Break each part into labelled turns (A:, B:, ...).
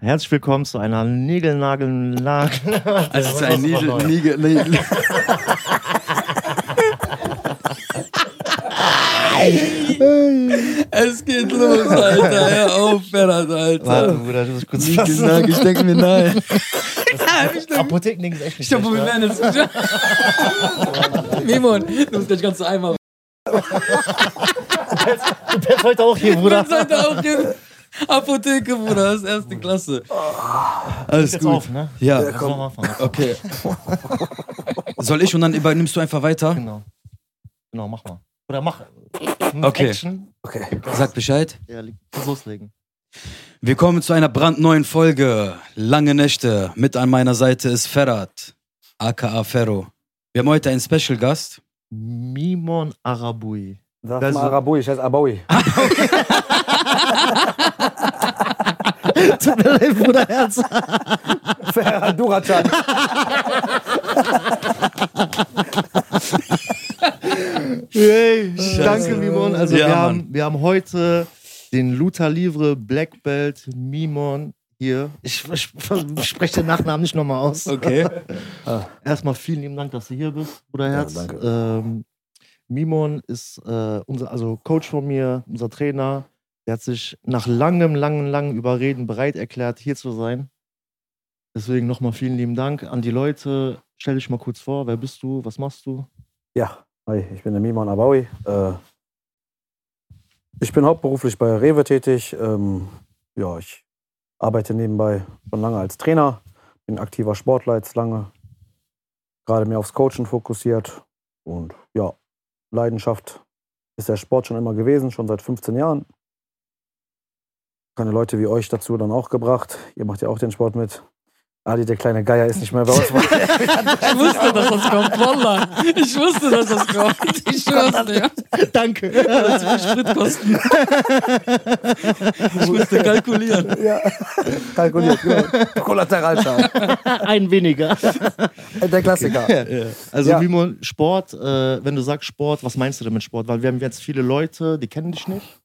A: Herzlich willkommen zu einer Nigelnagelnagel.
B: Also es ist ein
C: was
B: Nigel,
C: Neues.
B: Nigel, Nigel.
D: Es geht los, Alter. Hör auf, Ferhat, Alter.
A: Bruder, ich muss kurz
B: Nigel, Nagel, ich denke mir, nein.
D: Ah,
C: Apothekending ist echt nicht
D: Ich glaube, wir
C: schlecht,
D: werden jetzt. Memon, du bist gleich ganz so einmal.
C: ne? Der ist heute auch hier, Bruder.
D: Das sollte auch gehen. Apotheke, Bruder, das ist erste Klasse.
B: Alles
C: Jetzt
B: gut.
C: auf, ne?
B: Ja,
A: Komm, mach mal.
B: okay. Soll ich und dann über, nimmst du einfach weiter?
A: Genau.
C: Genau, mach mal. Oder mach.
B: Okay.
C: Action.
B: Sag Bescheid.
A: Ja, lass loslegen.
B: Willkommen zu einer brandneuen Folge. Lange Nächte. Mit an meiner Seite ist Ferhat, aka Ferro. Wir haben heute einen Special Gast.
A: Mimon Arabui.
E: Sag
A: Das-
E: mal Araboui, ich heiße Abawi.
A: Tut mir leid, Bruder, Herz.
E: Durachan.
A: Hey, danke, Mimon. Also,
B: Ja,
A: wir,
B: Mann.
A: haben, wir haben heute den Luther Livre Black Belt Mimon hier. Ich, ich, ich spreche den Nachnamen nicht nochmal aus.
B: Okay.
A: Erstmal vielen lieben Dank, dass du hier bist, Bruder Herz.
E: danke.
A: Ähm, Mimon ist äh, unser, also Coach von mir, unser Trainer. Der hat sich nach langem, langem, langem Überreden bereit erklärt, hier zu sein. Deswegen nochmal vielen lieben Dank an die Leute. Stell dich mal kurz vor, wer bist du, was machst du?
E: Ja, hi, ich bin der Mimon Abawi. Äh, ich bin hauptberuflich bei Rewe tätig. Ähm, ja, ich arbeite nebenbei schon lange als Trainer, bin aktiver Sportler jetzt lange, gerade mehr aufs Coachen fokussiert und ja, Leidenschaft ist der Sport schon immer gewesen, schon seit 15 Jahren. Keine Leute wie euch dazu dann auch gebracht. Ihr macht ja auch den Sport mit. Ali, der kleine Geier, ist nicht mehr bei uns.
D: Ich wusste, dass das kommt, Wallah. Ich wusste, dass das kommt. Ich schwör's dir.
A: Danke.
D: Das wird Spritkosten. Ich musste kalkulieren.
E: Ja, kalkuliert, genau. Kollateralschaden.
A: Ein weniger.
E: Äh, Der Klassiker.
A: Also
E: Ja.
A: Mimon, Sport, äh, wenn du sagst Sport, was meinst du damit Sport? Weil wir haben jetzt viele Leute, die kennen dich nicht.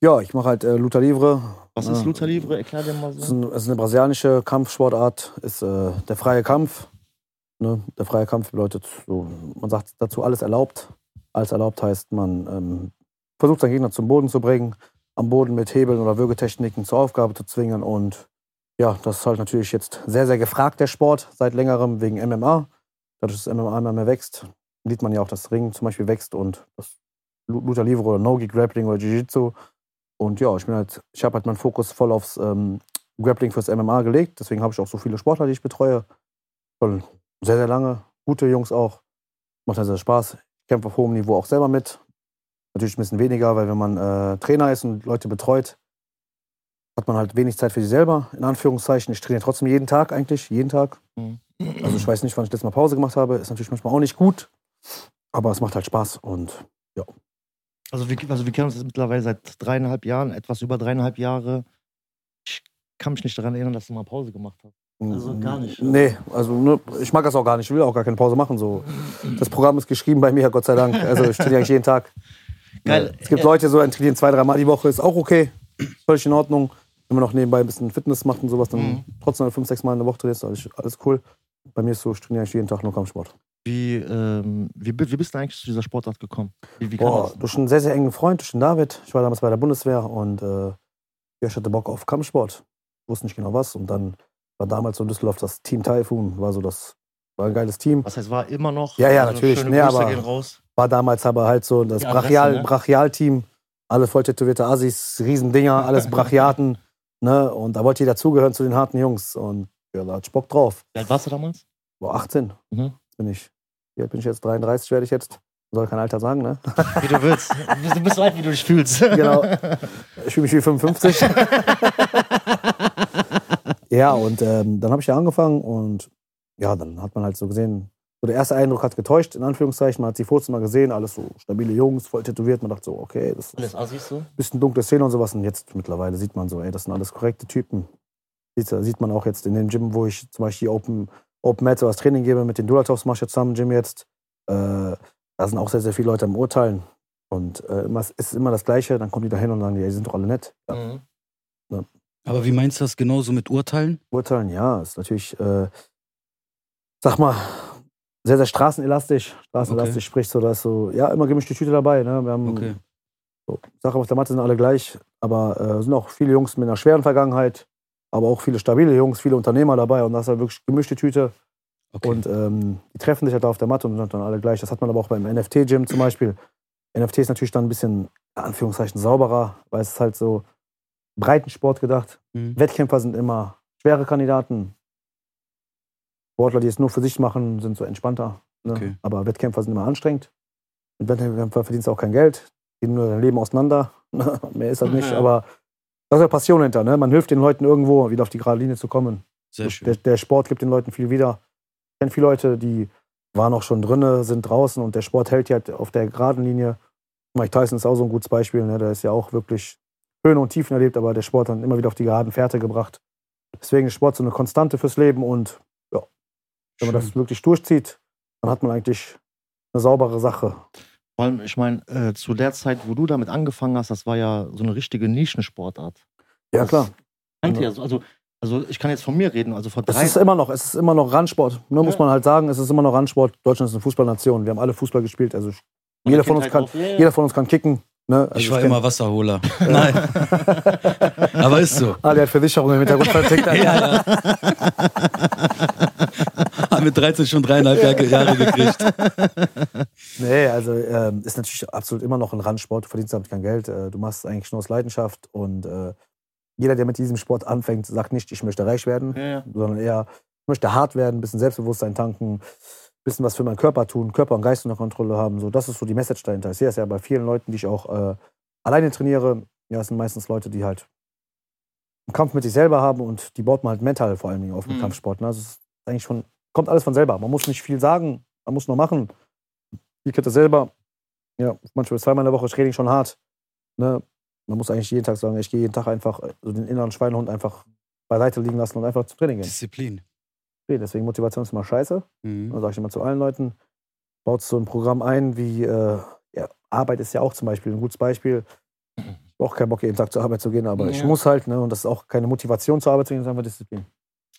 E: Ja, ich mache halt äh, Luta Livre.
A: Was
E: Ja.
A: ist Luther Livre? Erklär dir mal
E: Ah. Das ist,
A: so.
E: ein, das ist eine brasilianische Kampfsportart, ist äh, der freie Kampf. Ne? Der freie Kampf bedeutet, so, man sagt dazu alles erlaubt. Alles erlaubt heißt, man ähm, versucht seinen Gegner zum Boden zu bringen, am Boden mit Hebeln oder Würgetechniken zur Aufgabe zu zwingen. Und ja, das ist halt natürlich jetzt sehr, sehr gefragt, der Sport, seit längerem wegen MMA. Dadurch, dass MMA immer mehr wächst, sieht man ja auch, dass Ringen zum Beispiel wächst und das Luther Livre oder Nogi Grappling oder Jiu-Jitsu. Und ja, ich bin halt, ich habe halt meinen Fokus voll aufs ähm, Grappling fürs MMA gelegt. Deswegen habe ich auch so viele Sportler, die ich betreue. Schon sehr, sehr lange. Gute Jungs auch. Macht halt sehr Spaß. Ich kämpfe auf hohem Niveau auch selber mit. Natürlich ein bisschen weniger, weil wenn man äh, Trainer ist und Leute betreut, hat man halt wenig Zeit für sich selber, in Anführungszeichen. Ich trainiere trotzdem jeden Tag eigentlich, jeden Tag.
A: Mhm.
E: Also ich weiß nicht, wann ich letztes Mal Pause gemacht habe. Ist natürlich manchmal auch nicht gut, aber es macht halt Spaß und
A: Also wir, also wir kennen uns jetzt mittlerweile seit dreieinhalb Jahren, etwas über dreieinhalb Jahre. Ich kann mich nicht daran erinnern, dass du mal Pause gemacht hast. Also gar nicht, oder?
E: Mhm. Nee, also ne, ich mag das auch gar nicht. Ich will auch gar keine Pause machen. So. Das Programm ist geschrieben bei mir, Gott sei Dank. Also ich trainiere eigentlich jeden Tag.
A: Geil.
E: Es gibt Leute, so die trainieren zwei, dreimal die Woche, ist auch okay. Völlig in Ordnung. Wenn man noch nebenbei ein bisschen Fitness macht und sowas, dann
A: Mhm.
E: trotzdem fünf, sechs Mal in der Woche trainierst, alles, alles cool. Bei mir ist so, ich trainiere eigentlich jeden Tag nur Kampfsport.
A: Wie, ähm, wie, bi- wie bist du eigentlich zu dieser Sportart gekommen? Wie, wie kam
E: Boah,
A: das?
E: durch einen sehr, sehr engen Freund, durch den David. Ich war damals bei der Bundeswehr und äh, ja, ich hatte Bock auf Kampfsport. Wusste nicht genau was. Und dann war damals so in Düsseldorf das Team Typhoon. War so das, war ein geiles Team.
A: Was heißt, war immer noch? Also
E: Ja, ja, natürlich.
A: Schöne
E: Nee,
A: Grüße
E: aber-
A: gehen raus.
E: War damals aber halt so das
C: Die Adresse,
E: Brachial,
C: ne?
E: Brachial-Team. Alle voll tätowierte Assis, Riesendinger, alles Brachiaten. ne? Und da wollte jeder zugehören zu den harten Jungs. Und ja, da hat Bock drauf.
A: Wie alt warst du damals?
E: War 18
A: Mhm.
E: bin ich. Wie alt bin ich jetzt? 33 werde ich jetzt. Soll kein Alter sagen, ne?
A: Wie du willst. Du bist- Du bist so alt, wie du dich fühlst.
E: Genau. Ich fühle mich wie 55. ja, und ähm, dann habe ich ja angefangen und ja, dann hat man halt so gesehen, so der erste Eindruck hat getäuscht, in Anführungszeichen. Man hat die Fotos mal gesehen, alles so stabile Jungs, voll tätowiert. Man dachte so, okay, das ist
C: Alles Assis so.
E: bisschen dunkle Szene und sowas. Und jetzt mittlerweile sieht man so, ey, das sind alles korrekte Typen. Sieht, sieht man auch jetzt in dem Gym, wo ich zum Beispiel Open, Open Mats oder das Training gebe, mit den Dulatovs mache ich jetzt zusammen im Gym jetzt. Äh, da sind auch sehr, sehr viele Leute am Urteilen. Und äh, immer- es ist immer das Gleiche. Dann kommen die da hin und sagen, ja, die sind doch alle nett. Ja,
C: Mhm.
E: ne?
D: Aber wie meinst du das
B: genau
D: genauso mit Urteilen?
E: Urteilen, ja, ist natürlich, äh, sag mal, sehr, sehr straßenelastisch. Straßenelastisch spricht so, dass so, ja, immer gemischte Tüte dabei. Ne? Wir haben,
D: Okay.
E: so, Sache auf der Matte sind alle gleich, aber äh, sind auch viele Jungs mit einer schweren Vergangenheit, aber auch viele stabile Jungs, viele Unternehmer dabei und das ist halt wirklich gemischte Tüte.
D: okay.
E: Und ähm, die treffen sich halt da auf der Matte und sind dann alle gleich. Das hat man aber auch beim NFT-Gym zum Beispiel. NFT ist natürlich dann ein bisschen, in Anführungszeichen, sauberer, weil es ist halt so Breitensport gedacht.
D: Mhm.
E: Wettkämpfer sind immer schwere Kandidaten. Sportler, die es nur für sich machen, sind so entspannter. Ne?
D: Okay.
E: Aber Wettkämpfer sind immer anstrengend. Mit Wettkämpfer verdienst du auch kein Geld. Die nehmen nur dein Leben auseinander. Mehr ist halt nicht.
F: Ja.
E: Aber da ist ja Passion hinter. Ne? Man hilft den Leuten irgendwo, wieder auf die gerade Linie zu kommen.
D: Sehr
E: Der,
D: schön.
E: der Sport gibt den Leuten viel wieder. Ich kenne viele Leute, die waren auch schon drinne, sind draußen und der Sport hält die halt auf der geraden Linie. Mike Tyson ist auch so ein gutes Beispiel. Ne? Der ist ja auch wirklich Höhen und Tiefen erlebt, aber der Sport hat ihn immer wieder auf die geraden Fährte gebracht. Deswegen ist Sport so eine Konstante fürs Leben und ja, wenn man das wirklich durchzieht, dann hat man eigentlich eine saubere Sache.
C: Vor allem, ich meine, äh, zu der Zeit, wo du damit angefangen hast, das war ja so eine richtige Nischensportart.
E: Ja,
C: Das
E: klar.
C: Meinte ja so, also, also ich kann jetzt von mir reden, also vor
E: Es
C: drei
E: ist immer noch, es ist immer noch Randsport. Ne, Muss
C: Ja.
E: man halt sagen, es ist immer noch Randsport. Deutschland ist eine Fußballnation. Wir haben alle Fußball gespielt. Also jeder von
C: Kindheit
E: uns
A: halt
E: kann,
C: auf, ja, ja.
E: jeder von uns kann kicken. Ne? Also
D: Ich war
E: kenn-
D: immer Wasserholer. Nein. Aber ist so.
E: Ah, der hat Versicherungen im Hintergrund vertickt.
D: Ja, ja. Mit 13 schon dreieinhalb Jahre, Jahre gekriegt.
E: Nee, also ähm, ist natürlich absolut immer noch ein Randsport. Du verdienst damit kein Geld. Äh, du machst es eigentlich nur aus Leidenschaft. Und äh, jeder, der mit diesem Sport anfängt, sagt nicht, ich möchte reich werden,
C: Ja, ja.
E: sondern eher, ich möchte hart werden, ein bisschen Selbstbewusstsein tanken, ein bisschen was für meinen Körper tun, Körper und Geist unter Kontrolle haben. So, das ist so die Message dahinter. Ich sehe das ja bei vielen Leuten, die ich auch äh, alleine trainiere. Ja, es sind meistens Leute, die halt einen Kampf mit sich selber haben und die baut man halt mental vor allen Dingen auf mit
F: Mhm.
E: Kampfsport. Ne? Also es ist eigentlich schon, kommt alles von selber. Man muss nicht viel sagen, man muss nur machen. Ich kennt das selber. Ja, manchmal zweimal in der Woche ist Training schon hart. Ne? Man muss eigentlich jeden Tag sagen, ich gehe jeden Tag einfach, äh, so den inneren Schweinehund einfach beiseite liegen lassen und einfach zum Training gehen.
D: Disziplin.
E: Okay, Deswegen Motivation ist immer scheiße.
D: Mhm.
E: Das sage ich immer zu allen Leuten. Baut so ein Programm ein, wie äh, ja, Arbeit ist ja auch zum Beispiel ein gutes Beispiel. Ich habe auch keinen Bock, jeden Tag zur Arbeit zu gehen, aber ich
F: Ja.
E: muss halt, ne? Und das ist auch keine Motivation zur Arbeit zu gehen, das ist einfach Disziplin.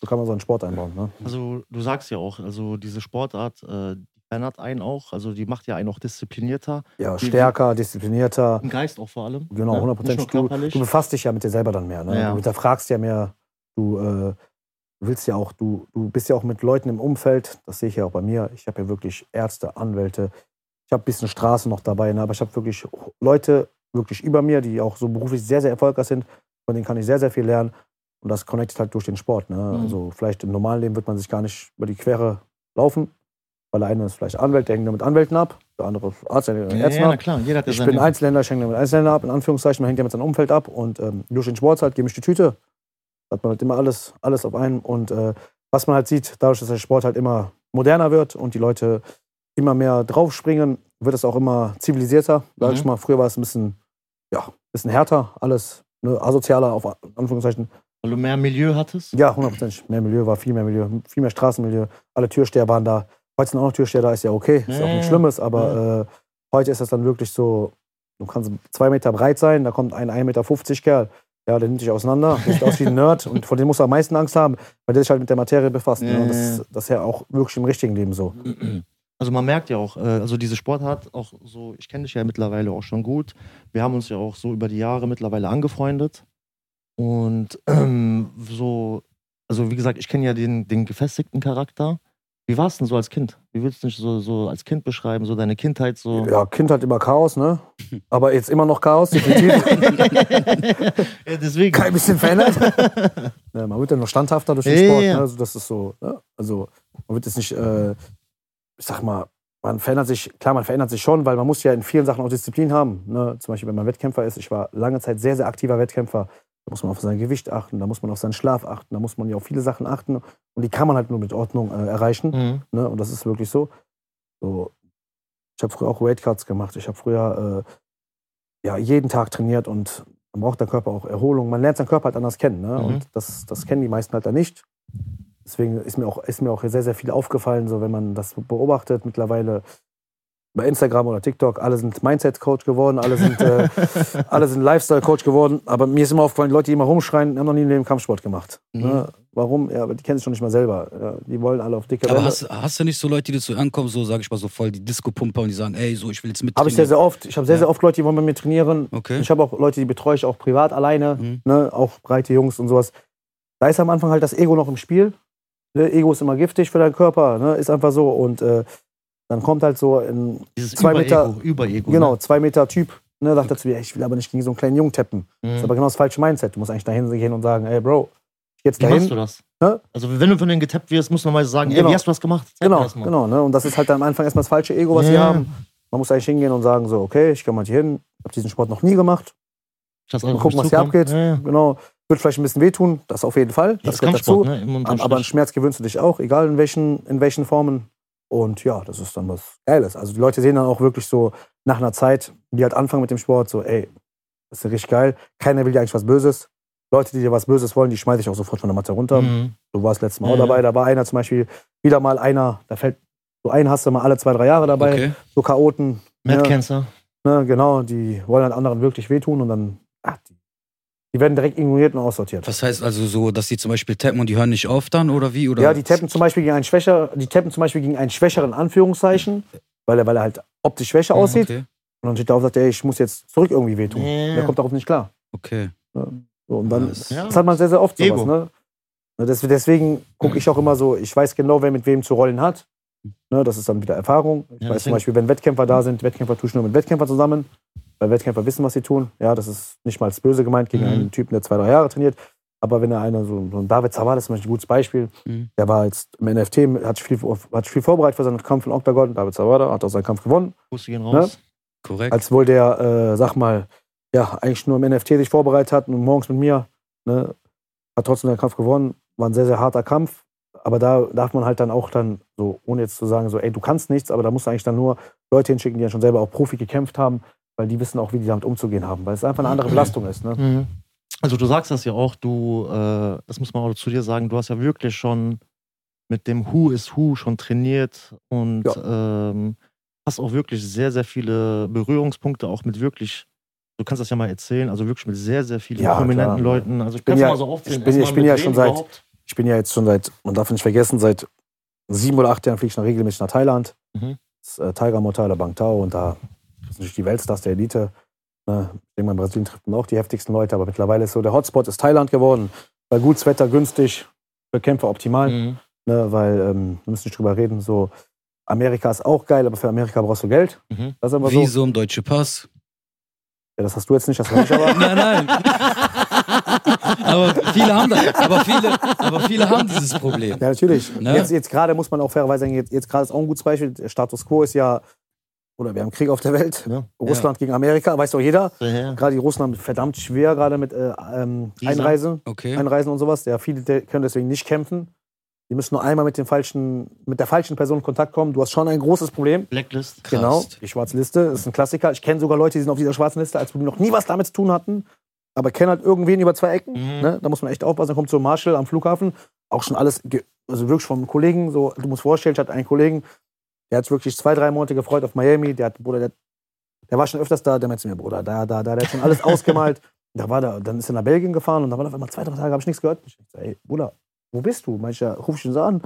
E: So kann man so einen Sport einbauen. Ne?
C: Also du sagst ja auch, also diese Sportart, äh, die verändert einen auch, also die macht ja einen auch disziplinierter,
E: Ja, stärker, disziplinierter.
C: im Geist auch vor allem.
E: Genau,
C: ne?
E: 100 Prozent.
C: Nicht
E: Du,
C: nur
E: du
C: körperlich.
E: befasst dich ja mit dir selber dann mehr. Ne?
C: Ja.
E: Du hinterfragst ja mehr. Du äh, willst ja auch, du, du bist ja auch mit Leuten im Umfeld. Das sehe ich ja auch bei mir. Ich habe ja wirklich Ärzte, Anwälte. Ich habe ein bisschen Straße noch dabei. Ne? Aber ich habe wirklich Leute wirklich über mir, die auch so beruflich sehr, sehr erfolgreich sind. Von denen kann ich sehr, sehr viel lernen. Und das connectet halt durch den Sport. Ne? Also vielleicht im normalen Leben wird man sich gar nicht über die Quere laufen. Weil der eine ist vielleicht Anwält, der hängt nur mit Anwälten ab. Der andere ist Arzt, der hängt mit
C: ja,
E: Ärzten
C: ja, na
E: ab.
C: klar, jeder hat ja
E: Ich bin
C: seine...
E: Einzelhändler, ich hänge damit Einzelhändler ab, in Anführungszeichen, man hängt ja mit seinem Umfeld ab und ähm, durch den Sport halt, gemischte Tüte, hat man halt immer alles, alles auf einen und äh, was man halt sieht, dadurch, dass der Sport halt immer moderner wird und die Leute immer mehr draufspringen, wird es auch immer zivilisierter, sag ich
C: Mhm.
E: mal, früher war es ein bisschen, ja, ein bisschen härter, alles, ne, asozialer, auf in Anführungszeichen,
C: Weil du mehr Milieu hattest.
E: ja, hundertprozentig, mehr Milieu war viel mehr Milieu, viel mehr Straßenmilieu, alle Türsteher waren da, heute sind auch noch Türsteher da, ist ja okay, ist
C: Ja,
E: auch
C: ja,
E: nichts
C: ja.
E: Schlimmes, aber äh, heute ist das dann wirklich so, du kannst zwei Meter breit sein, da kommt ein 1,50 Meter Kerl, ja, der nimmt dich auseinander, sieht aus wie ein Nerd und vor dem musst du am meisten Angst haben, weil der sich halt mit der Materie befasst.
C: Ja,
E: ne? Und das,
C: ja, ja.
E: ist- das ist ja auch wirklich im richtigen Leben so.
C: Also man merkt ja auch, äh, also diese Sportart auch so, ich kenne dich ja mittlerweile auch schon gut. Wir haben uns ja auch so über die Jahre mittlerweile angefreundet. Und ähm, so, also wie gesagt, ich kenne ja den, den gefestigten Charakter. Wie war es denn so als Kind? Wie würdest du dich so, so als Kind beschreiben, so deine Kindheit so?
E: Ja, Kind hat immer Chaos, ne? Aber jetzt immer noch Chaos, definitiv.
C: ja, deswegen.
E: Kein bisschen verändert. ne, man wird ja noch standhafter durch den
C: Ja,
E: Sport.
C: ja, ja.
E: Ne? Also das ist so. Ne? Also man wird jetzt nicht, äh, ich sag mal, man verändert sich, klar, man verändert sich schon, weil man muss ja in vielen Sachen auch Disziplin haben. Ne? Zum Beispiel, wenn man Wettkämpfer ist, ich war lange Zeit sehr, sehr aktiver Wettkämpfer. Da muss man auf sein Gewicht achten, da muss man auf seinen Schlaf achten, da muss man ja auf viele Sachen achten. Und die kann man halt nur mit Ordnung äh, erreichen.
C: Mhm.
E: Ne? Und das ist wirklich so. so ich habe früher auch Weightcuts gemacht. Ich habe früher äh, ja, jeden Tag trainiert und dann braucht der Körper auch Erholung. Man lernt seinen Körper halt anders kennen. Ne?
C: Mhm.
E: Und das, das kennen die meisten halt dann nicht. Deswegen ist mir auch, ist mir auch sehr, sehr viel aufgefallen, so wenn man das beobachtet. Mittlerweile bei Instagram oder TikTok, alle sind Mindset-Coach geworden, alle sind, äh, alle sind Lifestyle-Coach geworden. Aber mir ist immer aufgefallen, die Leute, die immer rumschreien, haben noch nie im Leben Kampfsport gemacht. Ne? Warum? Ja, aber die kennen sich schon nicht mal selber. Ja, die wollen alle auf dicke
D: Aber
E: Welle.
D: hast, hast du nicht so Leute, die dazu ankommen, so sage ich mal so voll die Disco-Pumper und die sagen, ey, so ich will jetzt mit.
E: Habe ich sehr, sehr oft. Ich habe sehr, sehr oft Leute, die wollen bei mir trainieren.
D: Okay.
E: Ich habe auch Leute, die betreue ich auch privat alleine,
D: Mhm.
E: ne? auch breite Jungs und sowas. Da ist am Anfang halt das Ego noch im Spiel. Ne? Ego ist immer giftig für deinen Körper, ne? ist einfach so. Und äh, dann kommt halt so ein
C: Dieses
E: Zwei Meter-
C: Über-Ego. Über-Ego
A: Mhm.
E: Genau, zwei Meter Typ. Ne, sagt er zu mir, ey, ich will aber nicht gegen so einen kleinen Jungen tappen.
A: Mhm.
E: Das ist aber genau das falsche Mindset. Du musst eigentlich dahin gehen und sagen, ey Bro, ich geh jetzt
A: Wie machst
E: dahin.
A: du das?
E: Hä?
A: Also, wenn du von denen getappt wirst, muss man mal sagen, ey,
E: Genau.
A: wie hast du das gemacht? Zeig mir
E: Genau,
A: das mal.
E: genau. Ne? Und das ist halt am Anfang erstmal das falsche Ego, was sie
A: Ja.
E: haben. Man muss eigentlich hingehen und sagen, so, okay, ich komme mal hier hin, ich habe diesen Sport noch nie gemacht.
A: Ich lass einfach
E: Mal gucken,
A: auf mich
E: was hier
A: zukommen.
E: abgeht.
A: Ja, ja.
E: Genau. Wird vielleicht ein bisschen wehtun, das auf jeden Fall. Das
A: ist
E: gehört dazu.
A: Kampfsport, ne? Im Mund am
E: Aber an
A: Stich.
E: Schmerz gewöhnst du dich auch, egal in welchen, in welchen Formen. Und ja, das ist dann was Geiles. Also die Leute sehen dann auch wirklich so nach einer Zeit, die halt anfangen mit dem Sport, so, ey, das ist ja richtig geil. Keiner will dir eigentlich was Böses. Leute, die dir was Böses wollen, die schmeiße ich auch sofort von der Matte runter.
A: Mhm.
E: Du warst letztes Mal auch
A: Ja.
E: dabei. Da war einer zum Beispiel, wieder mal einer, da fällt so ein, hast du mal alle zwei, drei Jahre dabei.
D: Okay.
E: So Chaoten,
A: Mad
E: Ja.
A: Cancer.
E: ne, genau, die wollen halt anderen wirklich wehtun und dann, ach, die, die werden direkt ignoriert und aussortiert.
D: Was heißt also so, dass die zum Beispiel tappen und die hören nicht auf dann oder wie? Oder?
E: Ja, die tappen zum Beispiel gegen einen schwächer, die tappen zum Beispiel gegen einen schwächeren Anführungszeichen, weil er, weil er halt optisch schwächer aussieht.
D: Ah, Mhm, Okay.
E: Und dann steht er auf und sagt, ey, ich muss jetzt zurück irgendwie wehtun.
A: Ja.
E: Der kommt darauf nicht klar.
D: okay.
E: So, und dann,
D: Alles.
E: das hat man sehr, sehr oft sowas,
A: Ego.
E: ne? Ne, des- Deswegen gucke ich auch immer so, ich weiß genau, wer mit wem zu rollen hat. Ne, das ist dann wieder Erfahrung. Ich
A: Ja,
E: weiß
A: deswegen-
E: zum Beispiel, wenn Wettkämpfer da sind, Wettkämpfer tue ich nur mit Wettkämpfern zusammen, weil Wettkämpfer wissen, was sie tun. Ja, das ist nicht mal als böse gemeint gegen
A: Mhm.
E: einen Typen, der zwei, drei Jahre trainiert. Aber wenn er einer, so, so ein David Zawad ist zum Beispiel ein gutes Beispiel,
D: Mhm.
E: der war jetzt im NFT, hat sich viel, hat sich viel vorbereitet für seinen Kampf in Octagon. David Zawada hat auch seinen Kampf gewonnen
A: Grüße
E: Ne?
A: gehen raus.
D: Korrekt.
E: als wohl der, äh, sag mal, ja, eigentlich nur im NFT sich vorbereitet hat und morgens mit mir, ne, hat trotzdem den Kampf gewonnen. War ein sehr, sehr harter Kampf. Aber da darf man halt dann auch dann, so, ohne jetzt zu sagen, so, ey, du kannst nichts, aber da musst du eigentlich dann nur Leute hinschicken, die dann schon selber auch Profi gekämpft haben, weil die wissen auch, wie die damit umzugehen haben, weil es einfach eine andere Belastung ist. Ne?
A: Mhm. Also du sagst das ja auch, du, äh, das muss man auch zu dir sagen, du hast ja wirklich schon mit dem Who is Who schon trainiert und ähm, hast auch wirklich sehr, sehr viele Berührungspunkte, auch mit wirklich, du kannst das ja mal erzählen, also wirklich mit sehr, sehr vielen
E: Ja,
A: prominenten
E: klar.
A: Leuten. Also ich
E: bin
A: kann
E: ja-
A: mal so aufzählen.
E: ich bin- ich
A: erstmal
E: bin
A: mit
E: ja
A: wem
E: schon seit-
A: überhaupt.
E: Ich bin ja jetzt schon seit, man darf nicht vergessen, seit sieben oder acht Jahren fliege ich noch regelmäßig nach Thailand.
A: Mhm.
E: Das äh, Tiger Motel der Bang Tao und da ist natürlich die Weltstars der Elite. Ne? Ich denke mal, in Brasilien trifft man auch die heftigsten Leute, aber mittlerweile ist so der Hotspot ist Thailand geworden. Weil gutes Wetter günstig, für Kämpfer optimal,
A: Mhm.
E: ne? weil ähm, wir müssen nicht drüber reden. So, Amerika ist auch geil, aber für Amerika brauchst du Geld.
A: Mhm.
E: Das ist aber so. Ja,
D: Visum, deutsche Pass.
E: das hast du jetzt nicht, das war ich aber.
D: Nein, nein. aber viele haben das. Aber viele, aber viele haben dieses Problem.
E: Ja, natürlich.
D: Ne?
E: Jetzt, jetzt gerade muss man auch fairerweise sagen, jetzt, jetzt gerade ist auch ein gutes Beispiel. Der Status quo ist ja, oder wir haben Krieg auf der Welt. ne?
A: Ja.
E: Russland gegen Amerika, weiß doch jeder.
A: Ja, ja.
E: Gerade die Russen haben verdammt schwer gerade mit äh, ähm,
A: Visa.
E: Einreise,
D: Okay.
E: Einreisen und sowas. Ja, viele de- können deswegen nicht kämpfen. Die müssen nur einmal mit, den falschen, mit der falschen Person in Kontakt kommen. Du hast schon ein großes Problem.
A: Blacklist.
D: Krass.
E: Genau, die schwarze Liste ist ein Klassiker. Ich kenne sogar Leute, die sind auf dieser schwarzen Liste, als wir noch nie was damit zu tun hatten, aber kennen halt irgendwen über zwei Ecken.
A: Mhm.
E: Ne? Da muss man echt aufpassen. Dann kommt so ein Marshall am Flughafen, auch schon alles, ge- also wirklich vom Kollegen, so, du musst vorstellen, ich hatte einen Kollegen, der hat sich wirklich zwei, drei Monate gefreut auf Miami, der hat, Bruder, der, der war schon öfters da, der meinte zu mir, Bruder, da, da, da, der hat schon alles ausgemalt. Da war da, dann ist er nach Belgien gefahren und da war auf einmal zwei, drei Tage, habe ich nichts gehört. Ich so, ey, Bruder, wo bist du? Meinte ich, ja, ruf ich ihn so an.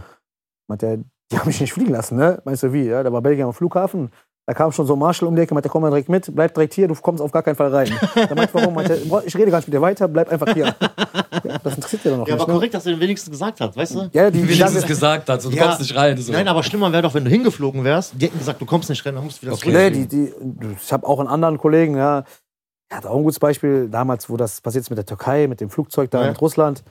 E: Meinte er, die haben mich nicht fliegen lassen, ne? Meinst du, wie? Ja, da war Belgien am Flughafen. Da kam schon so ein Marshall um die Ecke, meinte, komm mal direkt mit, bleib direkt hier, du kommst auf gar keinen Fall rein. Da meinte, warum? Meinte, "Boah, ich rede gar nicht mit dir weiter, bleib einfach hier. Ja, das interessiert dir doch noch
A: Ja, aber
E: nicht. Ne?
A: korrekt, dass du den wenigstens gesagt hast, weißt du?
E: Ja, die, die,
D: Wenigstens
E: die,
D: gesagt hat, so, du
A: Ja.
D: kommst nicht rein. So.
A: Nein, aber schlimmer wäre doch, wenn du hingeflogen wärst. Die hätten gesagt, du kommst nicht rein, dann musst du wieder
D: Okay.
A: zurück.
E: nee, die, ne, die, ich habe auch einen anderen Kollegen, ja, der hat auch ein gutes Beispiel, damals, wo das passiert ist mit der Türkei, mit dem Flugzeug da
A: Ja.
E: mit Russland.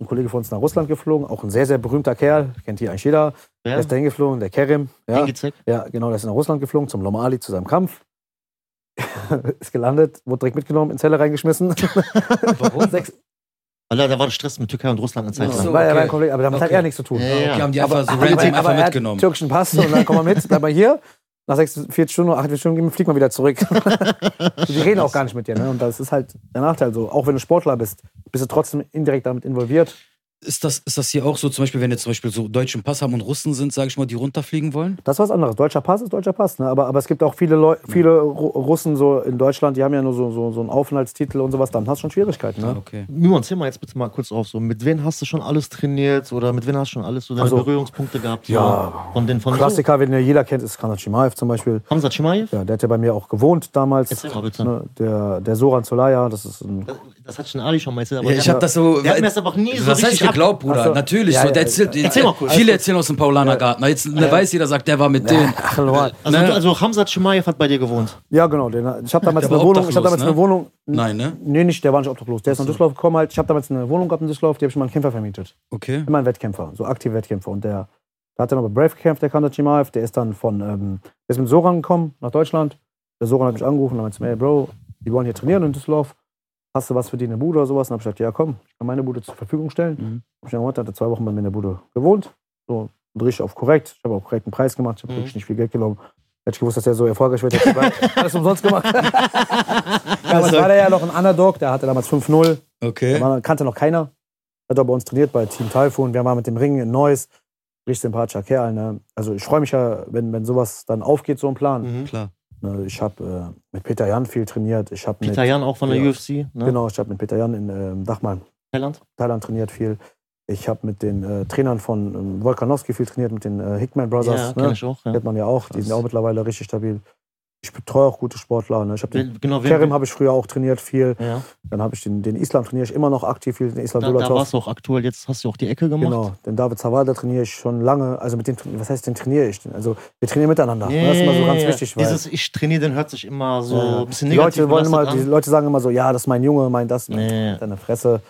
E: Ein Kollege von uns nach Russland geflogen, auch ein sehr, sehr berühmter Kerl, kennt hier eigentlich jeder. Der
A: Wer?
E: ist dahin geflogen, der Kerim. Ja.
A: Hingezeckt.
E: Ja, genau, der ist nach Russland geflogen, zum Lomali, zu seinem Kampf. ist gelandet, wurde direkt mitgenommen, in Zelle reingeschmissen.
D: Warum?
E: Sechs,
A: Alter, da war Stress mit Türkei und Russland eine Zeit
E: Ach
A: lang.
E: so,
D: okay.
E: war ja kein Konflikt, aber damit hat
D: Okay.
E: er nichts zu tun.
A: Ja, ja, ja.
D: Okay, haben die einfach so
E: Aber- aber-
D: random
E: aber
D: einfach
E: er hat
D: mitgenommen.
E: türkischen Pass und dann kommen wir mit, bleib mal hier. Nach 46 Stunden, 48 Stunden fliegt man wieder zurück. die reden auch gar nicht mit dir. Ne? Und das ist halt der Nachteil so. Auch wenn du Sportler bist, bist du trotzdem indirekt damit involviert.
D: Ist das, ist das hier auch so, zum Beispiel, wenn jetzt zum Beispiel so deutschen Pass haben und Russen sind, sage ich mal, die runterfliegen wollen?
E: Das ist was anderes. Deutscher Pass ist deutscher Pass. Ne? Aber, aber es gibt auch viele, Leu viele Ru Russen so in Deutschland, die haben ja nur so, so, so einen Aufenthaltstitel und sowas. Dann hast du schon Schwierigkeiten.
D: Ah,
E: Ne?
D: Okay.
A: Mimon, zähl mal jetzt bitte mal kurz auf. So, mit wem hast du schon alles trainiert oder mit wem hast du schon alles so deine
E: Also,
A: Berührungspunkte gehabt? So,
E: ja,
A: Von den von
E: Klassiker, den ja jeder kennt, ist Kanat Chimaev zum Beispiel.
A: So, Hamza Chimaev?
E: Ja, der hat ja bei mir auch gewohnt damals.
A: Erzähl mal bitte.
E: Ne? Der, der Soran Solaya, das ist ein.
A: Das hat schon Ali schon mal erzählt. Aber
D: Ja, ich habe das so.
A: Der hat mir das einfach nie so
D: das hab ich
A: richtig ab-
D: geglaubt, Bruder.
E: Ach so.
D: Natürlich.
E: Ja,
D: so,
E: ja,
D: der
E: ja.
D: erzählt,
A: Erzähl mal kurz.
D: Viele erzählen aus dem Paulaner Garten. Jetzt ne, weiß jeder, sagt, der war mit denen.
E: Ach, normal.
A: Also,
D: Ne?
A: du- also Hamza Chimaev hat bei dir gewohnt.
E: Ja, genau. Den, ich habe damals,
D: Der war
E: eine Wohnung- ich
D: obdachlos,
E: hab damals eine
D: ne?
E: Wohnung.
D: Nein, ne?
E: Nee, nicht, der war nicht obdachlos. Der ist nach Düsseldorf gekommen halt. Ich habe damals eine Wohnung gehabt in Düsseldorf, die habe ich mal einen Kämpfer vermietet.
D: Okay.
E: Immer ein Wettkämpfer, so aktive Wettkämpfer. Und der, der hat dann aber Brave gekämpft, der Kanda Chimaev. Der ist dann von, ähm, der ist mit Soran gekommen nach Deutschland. Der Soran hat mich angerufen und meinte, hey Bro, die wollen hier trainieren in Düsseldorf. Hast du was für die in der Bude oder sowas? Und hab ich gesagt, ja komm, ich kann meine Bude zur Verfügung stellen.
D: Mhm.
E: Hab ich dann gemacht, hat er zwei Wochen bei mir in der Bude gewohnt. So, und richtig auf korrekt. Ich habe auch korrekten Preis gemacht. Ich habe wirklich nicht viel Geld genommen. Hätte ich gewusst, dass er so erfolgreich wird, hätte ich gesagt, alles umsonst gemacht. damals war der ja noch ein Underdog, der hatte damals 5-0. Da
D: Okay.
E: war- kannte noch keiner. Hat auch bei uns trainiert bei Team Typhoon. Wir waren mit dem Ring in Neuss. Richtig sympathischer Kerl. Ne? Also ich freue mich ja, wenn, wenn sowas dann aufgeht, so ein
A: Mhm.
E: Plan.
D: Klar.
E: Ne, Ich habe äh, mit Peter Jan viel trainiert. Ich habe mit,
A: Peter Jan auch von der
E: Ja.
A: UFC, ne?
E: genau, ich hab mit Peter Jan in ähm, Dachmann,
A: Thailand.
E: Thailand trainiert viel. Ich habe mit den äh, Trainern von ähm, Volkanowski viel trainiert, mit den äh, Hickman
A: Ja,
E: Brothers.
A: kenn
E: ne?
A: ich auch. Ja.
E: Kennt man ja auch. Die
D: Krass.
E: sind ja auch mittlerweile richtig stabil. Ich betreue auch gute Sportler. Ne? Ich hab den
A: Wen- Genau, wen-
E: Kerim habe ich früher auch trainiert viel.
A: ja.
E: Dann habe ich den, den Islam trainiere ich immer noch aktiv viel. Den Islam
A: Da, da
E: Dulatov.
A: warst du auch aktuell, jetzt hast du auch die Ecke gemacht.
E: Genau, den David Zawada trainiere ich schon lange. Also mit dem, was heißt, den trainiere ich? Also wir trainieren miteinander. ne?
A: Ja,
E: das ist immer so
A: ja,
E: ganz
A: ja.
E: wichtig. Weil,
A: Dieses Ich trainiere, den hört sich immer so
E: äh,
A: ein bisschen
E: die
A: negativ
E: Leute wollen immer,
A: belastet
E: die
A: an.
E: Leute sagen immer so, ja, das ist mein Junge, mein das,
A: Nee.
E: deine Fresse.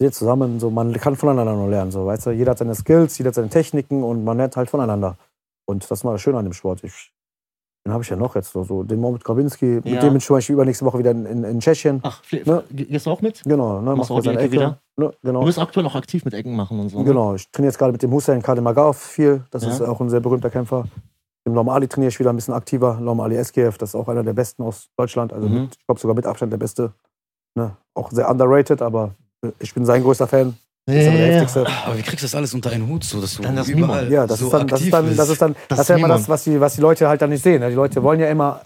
E: Wir zusammen, so man kann voneinander nur lernen, so weißt du. Jeder hat seine Skills, jeder hat seine Techniken und man lernt halt voneinander. Und das ist mal schön an dem Sport. Ich, den habe ich ja noch jetzt so, so den Mohamed Grabinski,
A: Ja.
E: mit dem bin ich zum Beispiel übernächste Woche wieder in, in, in Tschechien.
A: Ach, fl-
E: Ne?
A: ge- gehst du auch mit?
E: Genau, ne,
A: Machst du auch
E: ja
A: die
E: seine
A: Ecke wieder?
E: Ne, genau.
A: Du bist aktuell auch aktiv mit Ecken machen und so. ne?
E: Genau, ich trainiere jetzt gerade mit dem Hussein Kademagaov viel. Das
A: Ja.
E: ist auch ein sehr berühmter Kämpfer. Mit dem Normali trainiere ich wieder ein bisschen aktiver. Normali SKF, das ist auch einer der besten aus Deutschland. Also
A: Mhm.
E: mit, ich glaube sogar mit Abstand der beste. Ne? Auch sehr underrated, aber äh, ich bin sein größter Fan. Das ist aber der
A: Ja.
E: heftigste.
D: Aber wie kriegst du das alles unter einen Hut, so dass du
A: Dann das
D: überall
E: Ja, das
D: so
E: ist dann, das
D: aktiv
E: ist dann, das ist
D: bist?
E: dann, das ist ja immer
A: niemand.
E: das, was die, was die Leute halt dann nicht sehen. ne? Die Leute wollen ja immer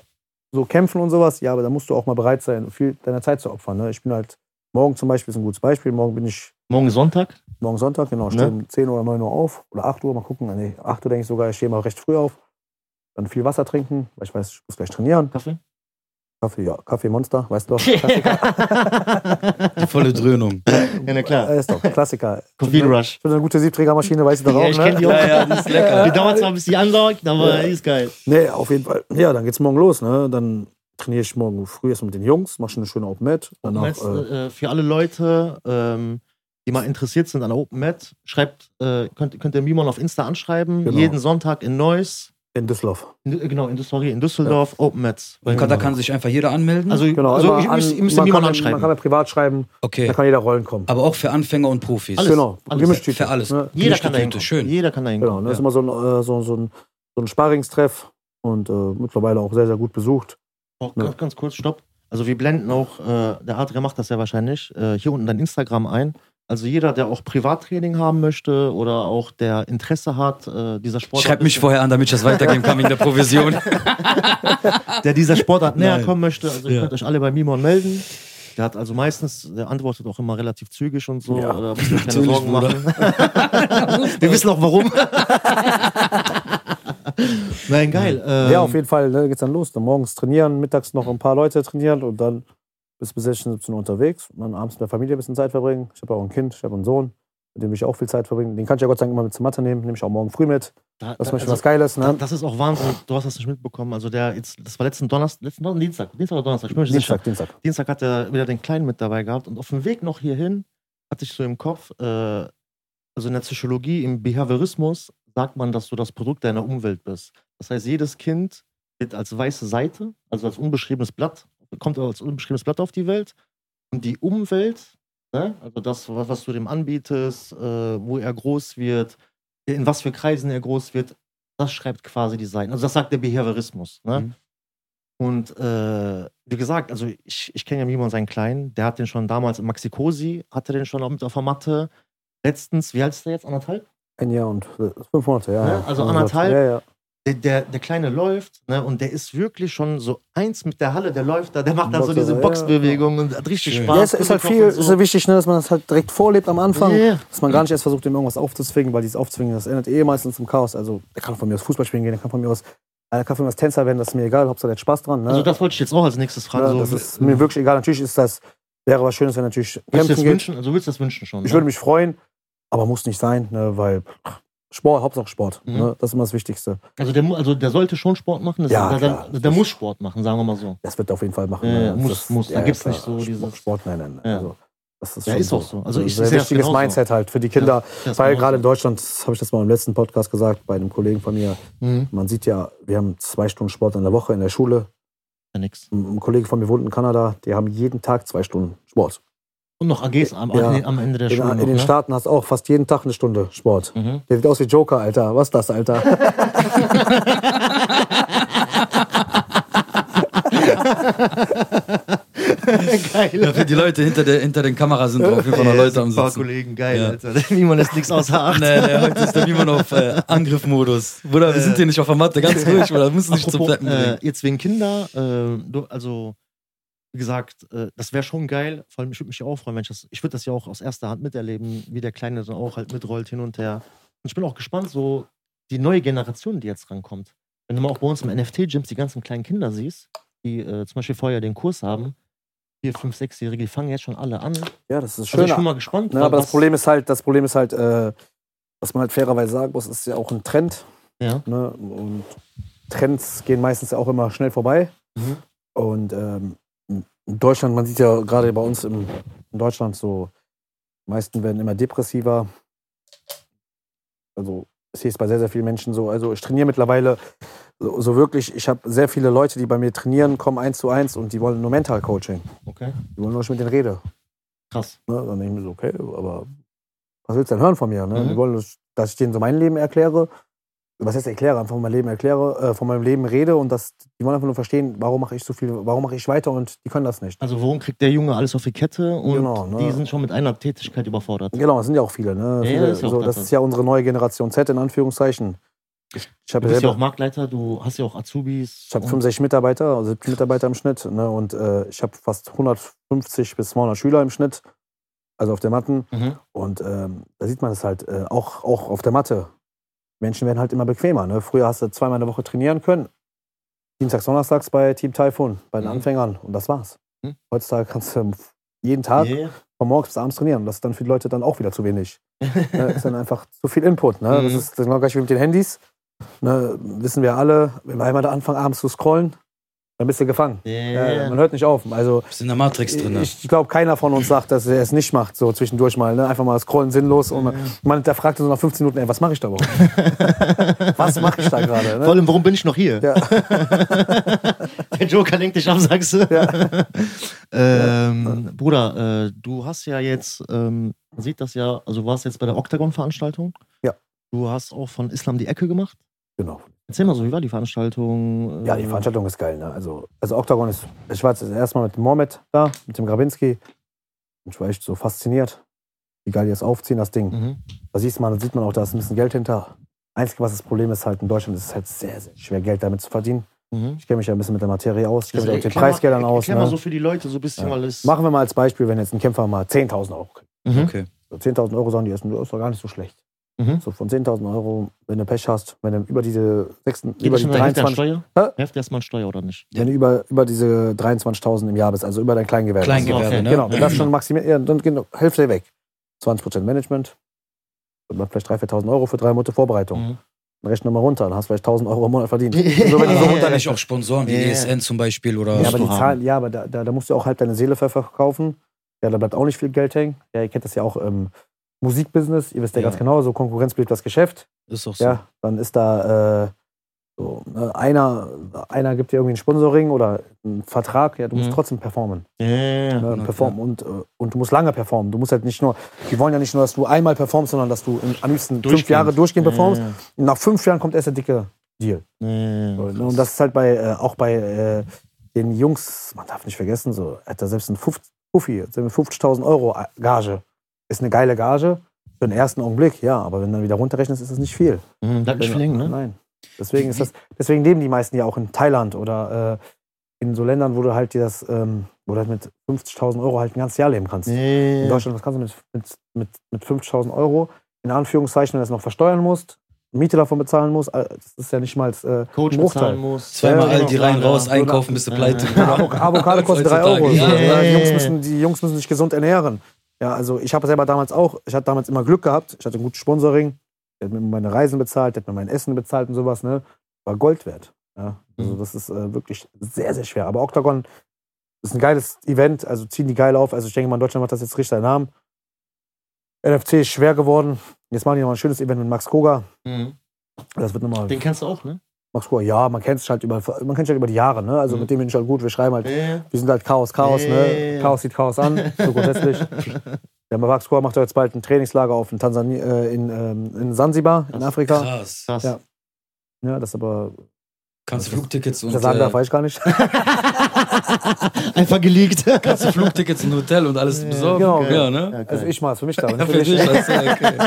E: so kämpfen und sowas. Ja, aber da musst du auch mal bereit sein, um viel deiner Zeit zu opfern. Ne? Ich bin halt, morgen zum Beispiel ist ein gutes Beispiel. Morgen bin ich
A: Morgen ist Sonntag.
E: Morgen Sonntag, genau. Ich
A: Ne?
E: stehe um 10 oder 9 Uhr auf oder 8 Uhr, mal gucken. Ah, Nee, 8 Uhr denke ich sogar, ich stehe mal recht früh auf. Dann viel Wasser trinken, weil ich weiß, ich muss gleich trainieren.
A: Kaffee?
E: Kaffee, ja, Kaffee Monster, weißt du doch.
D: die volle Dröhnung.
A: Ja, na klar.
E: Äh, ist doch Klassiker.
A: Coffee Rush.
E: Ich bin eine gute Siebträgermaschine, weißt du doch
A: Ja,
E: auch,
A: ich kenn
E: ne?
A: die auch.
D: Ja, ja, die ist lecker.
A: Die dauert zwar ein bisschen anlaugt, aber
E: Ja.
A: die ist geil.
E: Nee, auf jeden Fall. Ja, dann geht's morgen los, ne? Dann trainiere ich morgen früh erstmal mit den Jungs, mach schon eine schöne Open Mat.
A: Open
E: Danach,
A: Mats,
E: äh,
A: äh, für alle Leute, ähm, die mal interessiert sind an der Open Mat, schreibt, äh, könnt, könnt ihr Mimon auf Insta anschreiben.
E: Genau.
A: Jeden Sonntag in Neuss.
E: in Düsseldorf.
A: In, äh, genau, in, Düs- sorry, in Düsseldorf, Open Mats.
D: Und da kann sich einfach jeder anmelden.
A: also,
E: Genau,
A: also
E: immer
A: ich,
E: an-
A: müsst, ihr müsst
E: man, kann,
A: Mimon
E: man kann
A: anschreiben.
E: ja privat schreiben,
D: okay.
E: da kann jeder Rollen kommen.
D: Aber auch für Anfänger und Profis.
A: Alles.
E: genau,
A: alles,
E: Gemischtüte,
D: für alles.
E: Ne?
A: Jeder
D: Gemischte
A: kann da
D: Tüte,
A: hinkommen.
D: schön.
A: Jeder kann da
E: Genau,
A: hinkommen.
E: das ist immer so ein, äh, so, so ein, so ein Sparingstreff und äh, mittlerweile auch sehr, sehr gut besucht.
A: Auch
E: Ja.
A: ganz, ganz kurz, stopp. Also wir blenden auch, äh, der Adria macht das ja wahrscheinlich, äh, hier unten dein Instagram ein. Also jeder, der auch Privattraining haben möchte oder auch der Interesse hat, äh, dieser Sportart,
D: Schreib mich vorher an, damit ich das weitergeben kann in der Provision.
A: der dieser Sportart näher
D: Nein.
A: kommen möchte, also ihr
D: Ja.
A: könnt euch alle bei Mimon melden. Der hat also meistens, der antwortet auch immer relativ zügig und so.
E: Ja.
A: Ja, da müsst ihr euch keine
D: Natürlich,
A: Sorgen
D: Bruder.
A: machen. wir wissen auch warum. Nein, geil. Ähm,
E: ja, auf jeden Fall ne, geht's dann los. Dann morgens trainieren, mittags noch ein paar Leute trainieren und dann bis bis 16, 17 Uhr unterwegs. Und dann abends mit der Familie ein bisschen Zeit verbringen. Ich habe auch ein Kind, ich habe einen Sohn, mit dem ich auch viel Zeit verbringe. Den kann ich ja Gott sei Dank immer mit zur Mathe nehmen, nehme ich auch morgen früh mit.
A: da,
E: Das ist
A: da,
E: manchmal
A: also,
E: was Geiles.
A: da,
E: Ne?
A: das ist auch Wahnsinn. Du hast das nicht mitbekommen. Also der, jetzt, das war letzten Donnerstag, letzten Don- Dienstag, Dienstag oder Donnerstag, ich bin mir nicht sicher.
E: Dienstag, Dienstag.
A: Dienstag hat er wieder den Kleinen mit dabei gehabt und auf dem Weg noch hierhin hatte ich so im Kopf, äh, also in der Psychologie, im Behaviorismus sagt man, dass du das Produkt deiner Umwelt bist. Das heißt, jedes Kind wird als weiße Seite, also als unbeschriebenes Blatt, kommt als unbeschriebenes Blatt auf die Welt und die Umwelt, ne, also das, wa- was du dem anbietest, äh, wo er groß wird, in was für Kreisen er groß wird, das schreibt quasi die Seiten. Also das sagt der Behaviorismus. Ne?
D: Mhm.
A: Und äh, wie gesagt, also ich, ich kenne ja Mimon seinen Kleinen, der hat den schon damals im Maxi Cosi, hatte den schon auch mit auf der Matte. letztens, wie alt ist der jetzt? Anderthalb?
E: Ein Jahr und äh, fünf Monate, ja.
A: Ne?
E: ja.
A: Also
E: Ja,
A: anderthalb.
E: Ja, ja.
A: Der, der, der Kleine läuft ne? und der ist wirklich schon so eins mit der Halle. Der läuft da, der macht da so
E: Boxer,
A: diese
E: ja.
A: Boxbewegungen und hat richtig
D: Schön.
A: Spaß.
E: ja, es ist halt viel,
A: Und so.
E: ist ja wichtig, ne, dass man das halt direkt vorlebt am Anfang.
A: Ja.
E: Dass man gar nicht erst versucht, ihm irgendwas aufzuzwingen, weil dieses Aufzwingen, das endet eh meistens im Chaos. Also, der kann von mir aus Fußball spielen gehen, der kann von mir aus, der kann von mir aus Tänzer werden, das ist mir egal, Hauptsache der hat Spaß dran. Ne?
A: Also das wollte ich jetzt auch als nächstes fragen.
E: ja,
A: so,
E: das ist mir wirklich egal. Natürlich ist das, wäre was Schönes, wenn natürlich
A: willst du,
E: kämpfen
A: das
E: geht.
A: wünschen, also willst du das wünschen schon?
E: Ich
A: ne?
E: würde mich freuen, aber muss nicht sein, ne, weil ach, Sport, Hauptsache Sport.
A: Mhm.
E: Ne, das ist immer das Wichtigste.
A: also, der, mu- also der sollte schon Sport machen. Das
E: Ja,
A: der, der,
E: klar.
A: der muss Sport machen, sagen wir mal so.
E: Das wird er auf jeden Fall machen.
A: Ja,
E: ne.
A: ja,
E: Das
A: muss-
E: ist-
A: muss. Da gibt's
E: klar.
A: nicht so
E: Sport-
A: dieses-
E: Sport, nein, nein, nein.
A: Ja.
E: Also, das ist,
A: Ja,
E: schon
A: ist auch so. Also ich-
E: sehr
A: ich sehe das
E: wichtiges
A: genauso.
E: Mindset halt für die Kinder.
A: Das
E: weil
A: genauso.
E: gerade in Deutschland, das habe ich das mal im letzten Podcast gesagt, bei einem Kollegen von mir,
A: Mhm.
E: man sieht ja, wir haben zwei Stunden Sport in der Woche in der Schule.
A: Ja, nix.
E: Ein ein Kollege von mir wohnt in Kanada, die haben jeden Tag zwei Stunden Sport.
A: Und noch AGs am,
E: Ja.
A: am- am Ende der
E: In,
A: Schule.
E: in
A: noch,
E: den
A: ne?
E: Staaten hast du auch fast jeden Tag eine Stunde Sport.
A: Mhm.
E: Der sieht aus wie Joker, Alter. Was ist das, Alter?
D: Ja, für die Leute hinter, der, hinter den Kameras Äh, sind auf jeden Fall noch Leute am
A: ein paar
D: Sitzen.
A: Kollegen, geil,
D: Ja.
A: Alter. Niemand ist nichts außer Acht.
D: Nee, nee, heute ist der Niemand auf äh, Angriffmodus. Bruder, wir sind hier nicht auf der Matte, ganz ruhig, Bruder. Wir müssen nicht zum
A: Apropos,
D: Treppen
A: äh,
D: bringen.
A: jetzt wegen Kinder, äh, du, also wie gesagt, äh, das wäre schon geil. Vor allem, ich würde mich ja auch freuen, wenn ich das, ich würde das ja auch aus erster Hand miterleben, wie der Kleine dann auch halt mitrollt hin und her. Und ich bin auch gespannt, so die neue Generation, die jetzt rankommt. Wenn du mal auch bei uns im NFT-Gyms die ganzen kleinen Kinder siehst, die äh, zum Beispiel vorher den Kurs haben, vier, fünf, sechsjährige, die fangen jetzt schon alle an.
E: ja, das ist
A: Also ich
E: schön.
A: bin mal gespannt.
E: Ne, aber das
A: was-
E: Problem ist halt, das Problem ist halt, äh, was man halt fairerweise sagen muss, ist ja auch ein Trend.
A: Ja.
E: Ne? Und Trends gehen meistens ja auch immer schnell vorbei.
A: Mhm.
E: Und ähm, in Deutschland, man sieht ja gerade bei uns im, in Deutschland so, die meisten werden immer depressiver. Also ich sehe es bei sehr, sehr vielen Menschen so. Also ich trainiere mittlerweile so, so wirklich, ich habe sehr viele Leute, die bei mir trainieren, kommen eins zu eins und die wollen nur Mental Coaching.
A: Okay,
E: Die wollen nur dass ich mit denen rede.
A: krass.
E: Ne? Dann denke ich mir so, okay, aber was willst du denn hören von mir? Ne?
A: Mhm.
E: Die wollen, dass- dass ich denen so mein Leben erkläre. Was heißt erkläre? Einfach mein Leben erkläre, äh, von meinem Leben rede und das, die wollen einfach nur verstehen, warum mache ich so viel, warum mache ich weiter und die können das nicht.
A: Also worum kriegt der Junge alles auf die Kette und
E: Genau, ne.
A: die sind schon mit einer Tätigkeit überfordert.
E: Genau, das sind ja auch viele. Ne?
A: Ja,
E: viele
A: ist ja auch
E: so,
A: das
E: das ist ja unsere neue Generation Z in Anführungszeichen. Ich, ich
A: Du
E: habe
A: bist ja auch Mhm.
E: selber
A: Marktleiter, du hast ja auch Azubis.
E: ich habe
A: und-
E: 65 Mitarbeiter, also 70 Mitarbeiter im Schnitt. Ne? Und äh, ich habe fast 150 bis 200 Schüler im Schnitt, also auf der Matten.
A: Mhm.
E: Und ähm, da sieht man es halt äh, auch, auch auf der Matte. Menschen werden halt immer bequemer. Ne? Früher hast du zweimal in der Woche trainieren können. Dienstags, Donnerstags bei Team Typhoon, bei den
A: Mhm.
E: Anfängern. Und das war's.
A: Mhm.
E: Heutzutage kannst du jeden Tag
A: Yeah.
E: von morgens bis abends trainieren. Und das ist dann für die Leute dann auch wieder zu wenig. ne? Ist dann einfach zu viel Input. Ne? Das
A: Mhm.
E: ist genau gleich wie mit den Handys. Ne? Wissen wir alle, wenn wir einmal da anfangen, abends zu scrollen, dann bist du gefangen. Äh,
A: Yeah.
E: man hört nicht auf. Also
D: Bist in der Matrix drin. ne?
E: ich glaube, keiner von uns sagt, dass er es nicht macht, so zwischendurch mal. Ne? Einfach mal scrollen, sinnlos. Und man, man hinterfragt so nach 15 Minuten, ey, was mache ich da überhaupt? was mache ich da gerade?
A: Vor
E: Ne?
A: allem, warum bin ich noch hier?
E: Ja.
A: Der Joker lenkt dich ab, sagst du.
E: Ja.
A: Ähm, Bruder, äh, du hast ja jetzt, ähm, man sieht das ja, also du warst jetzt bei der Octagon-Veranstaltung.
E: Ja.
A: Du hast auch von Islam die Ecke gemacht.
E: Genau.
A: Erzähl mal so, wie war die Veranstaltung?
E: Ja, die Veranstaltung ist geil. Ne? Also, also Octagon ist, ich war jetzt erstmal mit Mohamed da, mit dem Grabinski. Und ich war echt so fasziniert, wie geil die das aufziehen, das Ding.
A: Mhm.
E: Da siehst man, da sieht man auch, da ist ein bisschen Geld hinter. Einzige, was das Problem ist halt in Deutschland, ist es halt sehr, sehr schwer, Geld damit zu verdienen.
A: Mhm.
E: Ich kenne mich ja ein bisschen mit der Materie aus, ich kenne mich auch mit den
A: Erklär Also, mal-
E: Preisgeldern aus.
A: Erklär mal
E: Ne?
A: so für die Leute so ein bisschen
E: Ja.
A: mal das.
E: Machen wir mal als Beispiel, wenn jetzt ein Kämpfer mal 10.000 Euro kriegt.
A: Mhm.
D: Okay.
E: So 10.000 Euro sagen die erstmal, das ist doch gar nicht so schlecht.
A: Mhm.
E: So von 10.000 Euro, wenn du Pech hast, wenn du über diese 6,
A: Geht
E: über
A: das
E: die
A: schon dahinter an
E: 23,
A: Steuer?
E: Hä?
A: Heft erstmal an Steuer oder nicht?
E: wenn du über, über diese 23.000 im Jahr bist, also über dein Kleingewerbe.
A: Kleingewerbe,
D: Kleingewerbe,
A: okay.
D: ne?
E: Genau, wenn das schon maximiert, ja, dann geht noch Hälfte weg. 20% Management, dann bleibt vielleicht 3.000, 4.000 Euro für drei Monate Vorbereitung.
A: Mhm.
E: Dann rechne mal runter, dann hast du vielleicht 1.000 Euro im Monat verdient. Und so, Also, wenn du
D: Aber
E: so runter-
D: haben Genau. nicht auch Sponsoren wie
A: Ja.
D: ESN zum Beispiel oder.
E: ja, aber die
A: haben.
E: Zahlen, ja, aber da, da, da musst du auch halt deine Seele ver- verkaufen. Ja, da bleibt auch nicht viel Geld hängen. Ja, ihr kennt das ja auch im Musikbusiness, ihr wisst ja,
A: Ja.
E: ganz genau, so Konkurrenz belebt das Geschäft.
D: Ist doch so.
E: Ja, dann ist da äh, so, ne, einer, einer gibt dir irgendwie ein Sponsoring oder einen Vertrag, ja, du musst
A: Mhm.
E: trotzdem performen.
A: Ja, ja, ja.
E: Ne,
D: na
E: performen und, äh, und du musst lange performen. Du musst halt nicht nur, die wollen ja nicht nur, dass du einmal performst, sondern dass du in, am liebsten fünf
A: Durchgehend.
E: Jahre durchgehend performst.
A: Ja,
E: Und nach fünf Jahren kommt erst der dicke Deal.
A: ja,
E: So,
A: ja.
E: ne, Und das ist halt bei, äh, auch bei äh, den Jungs, man darf nicht vergessen, äh, so, hat da selbst ein Fuff- Fuffi, selbst 50.000 Euro Gage. Ist eine geile Gage. Für den ersten Augenblick, ja, aber wenn du dann wieder runterrechnest, ist das nicht viel.
C: Mhm, bleibt nicht
E: Wenn-
C: verlängern, ne?
E: Nein. Deswegen, ist das, deswegen leben die meisten ja auch in Thailand oder äh, in so Ländern, wo du halt dir das, ähm, wo du halt mit 50.000 Euro halt ein ganzes Jahr leben kannst.
C: Nee.
E: In Deutschland, was kannst du mit, mit, mit, mit 50.000 Euro, in Anführungszeichen, wenn du das noch versteuern musst, Miete davon bezahlen musst, äh, das ist ja nicht mal äh,
C: Coach
E: ein Bruchteil.
C: bezahlen muss.
D: Zweimal
E: Ja,
D: all die
C: genau.
D: rein, raus,
C: Ja.
D: einkaufen, bist du
C: Ja.
D: pleite.
E: Eine Avo- Avocado kostet 3 Euro.
D: Heutzutage,
E: So,
C: ja.
E: Die, Jungs müssen, die Jungs müssen sich gesund ernähren. Ja, also ich habe selber damals auch, ich hatte damals immer Glück gehabt. Ich hatte ein gutes Sponsoring. Der hat mir meine Reisen bezahlt, der hat mir mein Essen bezahlt und sowas. Ne? War Gold wert. Ja,
C: Mhm.
E: also das ist äh, wirklich sehr, sehr schwer. Aber Octagon ist ein geiles Event, also ziehen die geil auf. Also ich denke mal, in Deutschland macht das jetzt richtig seinen Namen. NFC ist schwer geworden. Jetzt machen die nochmal ein schönes Event mit Max Koga.
C: Mhm.
E: Das wird nochmal.
C: Den kennst du auch, ne?
E: Max Koga, ja, man kennt es halt über, man kennt's halt über die Jahre. Ne? Also
C: Mhm.
E: mit dem bin ich halt gut. Wir schreiben halt
C: Ja.
E: wir sind halt Chaos, Chaos,
C: Nee.
E: ne? Chaos sieht Chaos an, so grundsätzlich. Der Mavak Squad macht doch jetzt bald ein Trainingslager auf in Tansania, äh, in, ähm, in Zanzibar, in
C: Das-
E: Afrika.
D: Krass.
C: Krass.
E: Ja. Ja, das aber,
D: Kannst du Flugtickets und
E: das sagen darf,
D: äh,
E: weiß ich gar nicht.
C: Einfach geleakt.
D: kannst du Flugtickets und Hotel und alles besorgen?
E: genau.
D: Ja, ne?
C: Ja, geil.
E: Also ich mal's für mich da.
D: Ja,
E: nicht
D: für
E: für
D: dich,
E: dich.
D: also, okay.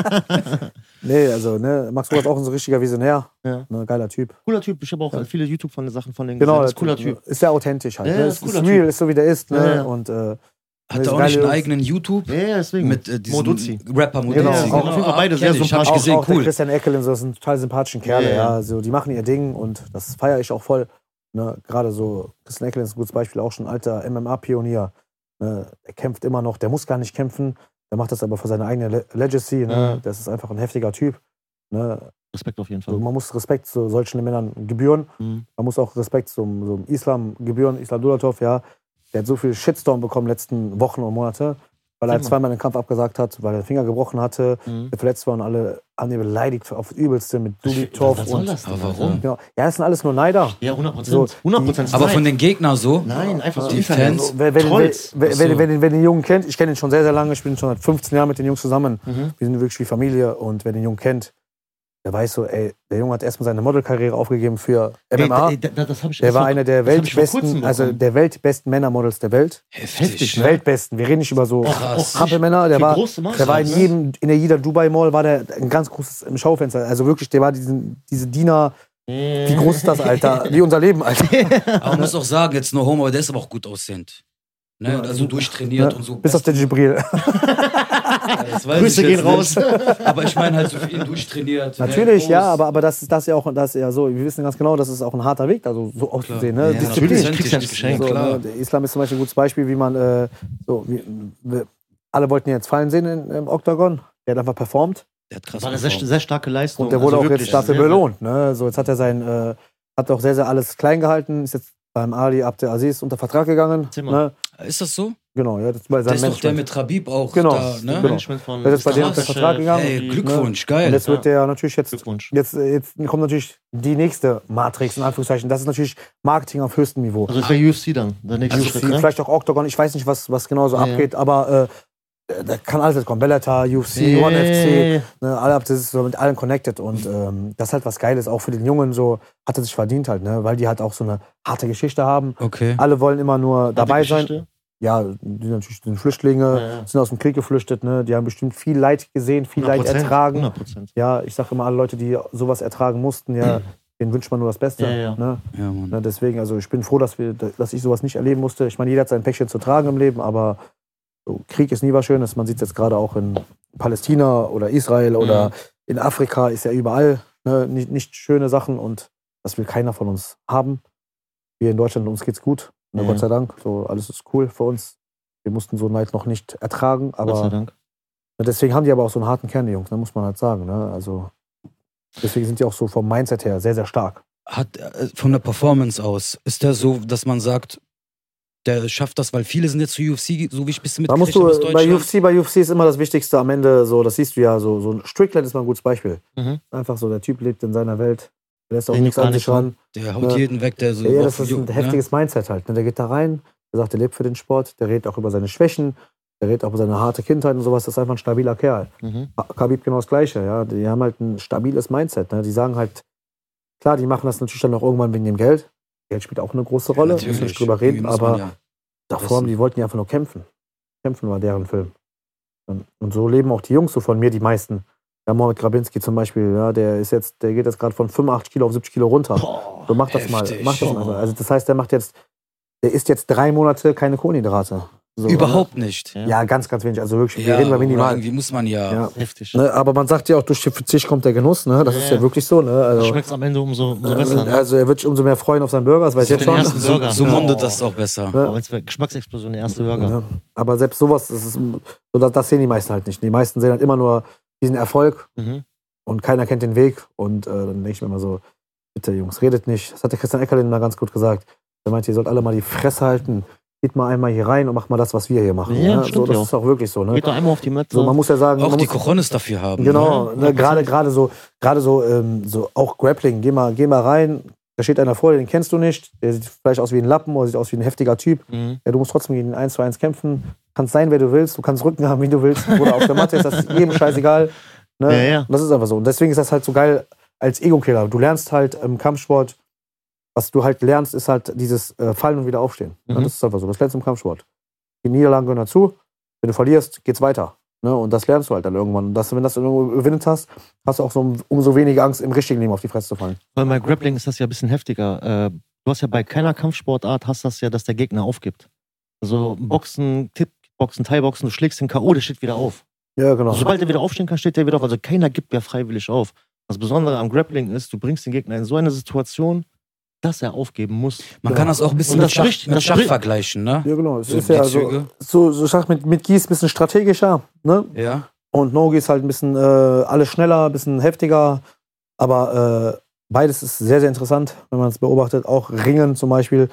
E: Nee, also, ne, Max Squad ist auch ein so richtiger Visionär.
C: Ja.
E: Ne, geiler Typ.
C: cooler Typ. Ich habe auch viele YouTube von den Sachen von denen gesehen.
E: Genau,
C: Das ist cooler Typ.
E: Ist sehr authentisch halt.
C: Ja,
E: ne?
C: ist
E: Ist, ist
C: cooler
E: real,
C: Typ.
E: ist so wie der ist,
C: Ja,
E: ne?
C: ja.
E: Und, äh,
D: Hat
E: Ist
D: er auch
E: geil,
D: nicht einen
E: Jungs.
D: eigenen YouTube?
C: Ja, deswegen.
D: Mit äh, diesem
C: Moduzzi.
D: Rapper Moduzzi.
E: Genau, auch auf
C: jeden Fall beide
D: ah,
C: sehr
D: kenn ich, hab ich
C: sympathisch.
E: auch,
D: gesehen,
E: auch der
D: cool.
E: Christian Eckel und so, das sind total sympathische Kerle,
C: Ja, ja.
E: ja. So, die machen ihr Ding und das feiere ich auch voll. Ne? Gerade so, Christian Eckel ist ein gutes Beispiel, auch schon ein alter MMA-Pionier. Ne? Er kämpft immer noch, der muss gar nicht kämpfen, der macht das aber für seine eigene Le Legacy. Ne?
C: Ja.
E: Das ist einfach ein heftiger Typ. Ne?
C: Respekt auf jeden Fall.
E: Also man muss Respekt zu solchen Männern gebühren.
C: Mhm.
E: Man muss auch Respekt zum, zum Islam gebühren. Islam Dulatov, ja, der hat so viel Shitstorm bekommen letzten Wochen und Monate, weil er
C: Sag mal.
E: zweimal den Kampf abgesagt hat, weil er den Finger gebrochen hatte
C: Mhm.
E: verletzt waren, alle haben ihn beleidigt auf das Übelste mit
C: Was
E: Dubitov
C: soll
E: und.
C: das denn,
D: Aber warum?
C: Alter?
E: Genau. Ja, das sind alles nur Neider.
C: Ja, 100 Prozent.
E: So,
C: 100 Prozent.
D: Aber von den Gegnern so?
C: Nein, einfach so
D: Die
C: Internet.
D: Fans?
E: Wer, wer, den-
C: Trolls.
E: wer,
D: Ach
E: wer,
D: so.
E: wer, den- wer den Jungen kennt, ich kenne ihn schon sehr, sehr lange, ich bin schon seit 15 Jahren mit den Jungs zusammen.
C: Mhm.
E: Wir sind wirklich wie Familie und wer den Jungen kennt, der weiß so, ey, der Junge hat erstmal seine Modelkarriere aufgegeben für MMA.
C: Ey, da- da- das hab ich
E: der
C: erst
E: war
C: vor-
E: einer der
C: das hab ich vor
E: weltbesten,
C: kurzem
E: also
C: bekommen.
E: der weltbesten Männermodels der Welt.
D: Heftig.
C: Heftig,
D: Heftig
C: ne?
E: Weltbesten. Wir reden nicht über so
D: Krass.
E: Krabbelmänner, der
C: Für
E: war
C: große Maße,
E: Der war in
C: ne?
E: jedem, in der jeder Dubai Mall war der ein ganz großes im Schaufenster. Also wirklich, der war diesen, diese Diener. Wie groß ist das, Alter? Wie unser Leben, Alter.
D: Aber man muss auch sagen, jetzt nur Homo, aber der ist aber auch gut aussehend. Ne? also durchtrainiert
E: Ne?
D: und so.
E: Bis auf den Jibril.
D: Das weiß
C: Grüße
D: ich jetzt
C: gehen raus.
D: Nicht. Aber ich meine halt so viel durchtrainiert. ne?
E: Natürlich,
D: Groß.
E: ja, aber, aber das ist das ist ja auch, das ist ja so. Wir wissen ganz genau, das ist auch ein harter Weg, also so
D: Klar.
E: auszusehen. Ne?
D: Ja,
E: Disziplin.
C: natürlich.
D: hundertprozentig.
C: kriegst ja nicht geschenkt,
E: So,
D: klar.
E: ne, der Islam ist zum Beispiel ein gutes Beispiel, wie man äh, so, wie, wir, alle wollten ihn jetzt fallen sehen in, im Octagon. Der hat einfach performt.
D: Der hat krass
C: Das war eine sehr,
D: performt.
C: sehr starke Leistung.
E: Und der wurde
C: Also
E: auch
C: wirklich,
E: jetzt dafür
C: sehr, sehr-
E: belohnt. Ne? So, jetzt hat er sein, äh, hat auch sehr, sehr alles klein gehalten, ist jetzt beim Ali Abdelaziz unter Vertrag gegangen.
C: Zimmer.
E: Ne?
D: Ist das so?
E: Genau, ja, das ist bei
D: Der
E: seinem
D: ist doch der
E: Management.
D: mit Rabib auch
E: Genau.
D: da, ne?
E: Genau.
C: Management von
E: Das ist bei denen unter
C: Chef,
E: Vertrag gegangen.
D: Ey,
C: die-
D: Glückwunsch,
E: Und
D: geil.
E: jetzt wird der natürlich jetzt,
C: Glückwunsch.
E: jetzt, jetzt kommt natürlich die nächste Matrix, in Anführungszeichen. Das ist natürlich Marketing auf höchstem Niveau.
C: Also das wäre UFC dann, der nächste
D: Also
E: UFC,
C: Schritt. Ne?
E: vielleicht auch Octagon, ich weiß nicht, was, was genau so
C: Ja, ja.
E: abgeht, aber äh, da kann alles jetzt kommen. Bellator, UFC, One FC,
C: Yeah.
E: ne, alle das ist so mit allen connected und ähm, das ist halt was Geiles, auch für den Jungen so, hat er sich verdient halt, ne, weil die halt auch so eine harte Geschichte haben.
D: Okay.
E: Alle wollen immer nur dabei
C: Harte
E: sein.
C: Geschichte.
E: Ja, die natürlich sind Flüchtlinge,
C: Ja, ja.
E: sind aus dem Krieg geflüchtet, ne, die haben bestimmt viel Leid gesehen, viel Leid
C: 100%,
E: ertragen.
C: 100%.
E: Ja, ich sage immer, alle Leute, die sowas ertragen mussten, ja, denen wünscht man nur das Beste.
C: Ja, ja.
E: Ne?
D: Ja, Mann.
E: Ne, deswegen, also ich bin froh, dass, wir, dass ich sowas nicht erleben musste. Ich meine, jeder hat sein Päckchen zu tragen im Leben, aber so, Krieg ist nie was Schönes. Man sieht es jetzt gerade auch in Palästina oder Israel
C: Mhm.
E: oder in Afrika ist ja überall ne, nicht, nicht schöne Sachen und das will keiner von uns haben. Wir in Deutschland, uns geht's gut. Ne,
C: Ja.
E: Gott sei Dank. So, alles ist cool für uns. Wir mussten so ein Leid noch nicht ertragen,
C: Gott sei
E: aber
C: Dank.
E: ne, deswegen haben die aber auch so einen harten Kern, die Jungs, ne, muss man halt sagen. Ne? Also deswegen sind die auch so vom Mindset her sehr, sehr stark.
D: Hat, äh, von der Performance aus, ist der so, dass man sagt, der schafft das, weil viele sind jetzt zu UFC, so wie ich ein bisschen
E: Da
D: mitgekriegt
E: musst du,
D: habe aus
E: bei
D: Deutschland.
E: UFC, bei UFC ist immer das Wichtigste am Ende, so, das siehst du ja, so, so ein Strickland ist mal ein gutes Beispiel.
C: Mhm.
E: Einfach so, der Typ lebt in seiner Welt, lässt auch
C: Der
E: nichts
C: nimmt gar
E: an sich
C: nichts
E: ran.
D: der haut
E: Ja.
D: jeden weg, der so.
E: Ja, das ist ein
D: ne?
E: heftiges Mindset halt. ne? Der geht da rein, der sagt, der lebt für den Sport, der redet auch über seine Schwächen, der redet auch über seine harte Kindheit und sowas, das ist einfach ein stabiler Kerl.
C: Mhm.
E: Khabib genau das Gleiche, ja, die haben halt ein stabiles Mindset, ne? die sagen halt, klar, die machen das natürlich dann auch irgendwann wegen dem Geld. Geld spielt auch eine große Rolle, müssen wir nicht drüber
D: Irgendwie
E: reden,
D: muss man
E: aber
D: ja.
E: davor haben
D: wissen.
E: die wollten ja einfach nur kämpfen. Kämpfen war deren Film. Und so leben auch die Jungs so von mir, die meisten. Ja, Mohamed Grabinski zum Beispiel, ja, der ist jetzt, der geht jetzt gerade von 85 Kilo auf 70 Kilo runter.
D: Boah,
E: so mach das mal.
D: heftig.
E: Mach das mal. Also das heißt, der macht jetzt, der isst jetzt drei Monate keine Kohlenhydrate. So,
D: Überhaupt nicht.
E: Ne? Ja, ganz, ganz wenig. Also wirklich, wir
D: Ja,
E: reden bei
D: oder
E: minimal.
D: irgendwie muss man ja.
E: Ja.
A: Heftig.
E: Ne, aber man sagt ja auch, durch den Fisch kommt der Genuss, ne? Das ist ja
A: ja.
E: wirklich so, ne?
A: Das
E: Also,
A: schmeckt am Ende umso, umso besser.
E: äh,
A: Ne?
E: also er wird sich umso mehr freuen auf seinen Burger, das weiß ich
A: Auf
E: jetzt
A: den
E: schon. Ne?
A: ersten Burger.
D: So mundet
A: Oh.
D: das auch besser.
E: Ja.
A: Aber jetzt wäre Geschmacksexplosion, der erste Burger.
E: Ja. Aber selbst sowas, das, ist, so, das, das sehen die meisten halt nicht. Die meisten sehen halt immer nur diesen Erfolg
A: Mhm.
E: und keiner kennt den Weg. Und äh, dann denke ich mir immer so, bitte Jungs, redet nicht. Das hat der Christian Eckerlin mal ganz gut gesagt. Er meinte, ihr sollt alle mal die Fresse halten. Geht mal einmal hier rein und macht mal das, was wir hier machen.
A: Ja,
E: ne? so,
A: stimmt
E: das
A: ja.
E: ist auch wirklich so. Ne?
A: Geht doch einmal auf die Matte.
E: So, man muss ja sagen,
D: Auch
E: man
D: die
E: muss,
D: Kochonis dafür haben.
E: Genau,
A: Ja,
E: ne, gerade gerade so, gerade so, ähm, so auch Grappling. Geh mal, geh mal rein. Da steht einer vor dir, den kennst du nicht. Der sieht vielleicht aus wie ein Lappen oder sieht aus wie ein heftiger Typ.
A: Mhm.
E: Ja, du musst trotzdem gegen ihn eins zu eins kämpfen. Kannst sein, wer du willst. Du kannst Rücken haben, wie du willst. Oder auf der Matte ist das jedem scheißegal. Ne?
A: Ja, ja.
E: Und Das ist einfach so. Und deswegen ist das halt so geil als Ego-Killer. Du lernst halt im Kampfsport, was du halt lernst, ist halt dieses äh, Fallen und wieder aufstehen. Ne?
A: Mhm.
E: Das ist einfach so. Das lernst du im Kampfsport. Die Niederlagen gehören dazu. Wenn du verlierst, geht's weiter. Ne? Und das lernst du halt dann irgendwann. Und das, wenn das dann irgendwo überwindet hast, hast du auch so um- umso weniger Angst, im richtigen Leben auf die Fresse zu fallen.
A: Weil bei Grappling ist das ja ein bisschen heftiger. Äh, du hast ja bei keiner Kampfsportart, hast das ja, dass der Gegner aufgibt. Also Boxen, Tippboxen, Thai-Boxen, du schlägst den K.O., der steht wieder auf.
E: Ja, genau.
A: Sobald er wieder aufstehen kann, steht er wieder auf. Also keiner gibt ja freiwillig auf. Das Besondere am Grappling ist, du bringst den Gegner in so eine Situation, dass er aufgeben muss.
D: Man kann das auch ein bisschen
A: Und
D: mit
A: das
D: Schach,
A: spricht-
D: mit
A: das
D: Schach
A: spricht-
D: vergleichen, ne?
E: Ja, genau. Es
D: So
E: ist ja
D: die
E: so,
D: Züge.
E: so, so Schach mit, mit Gies ein bisschen strategischer. Ne?
D: Ja.
E: Und Nogi ist halt ein bisschen äh, alles schneller, ein bisschen heftiger. Aber äh, beides ist sehr, sehr interessant, wenn man es beobachtet. Auch Ringen zum Beispiel.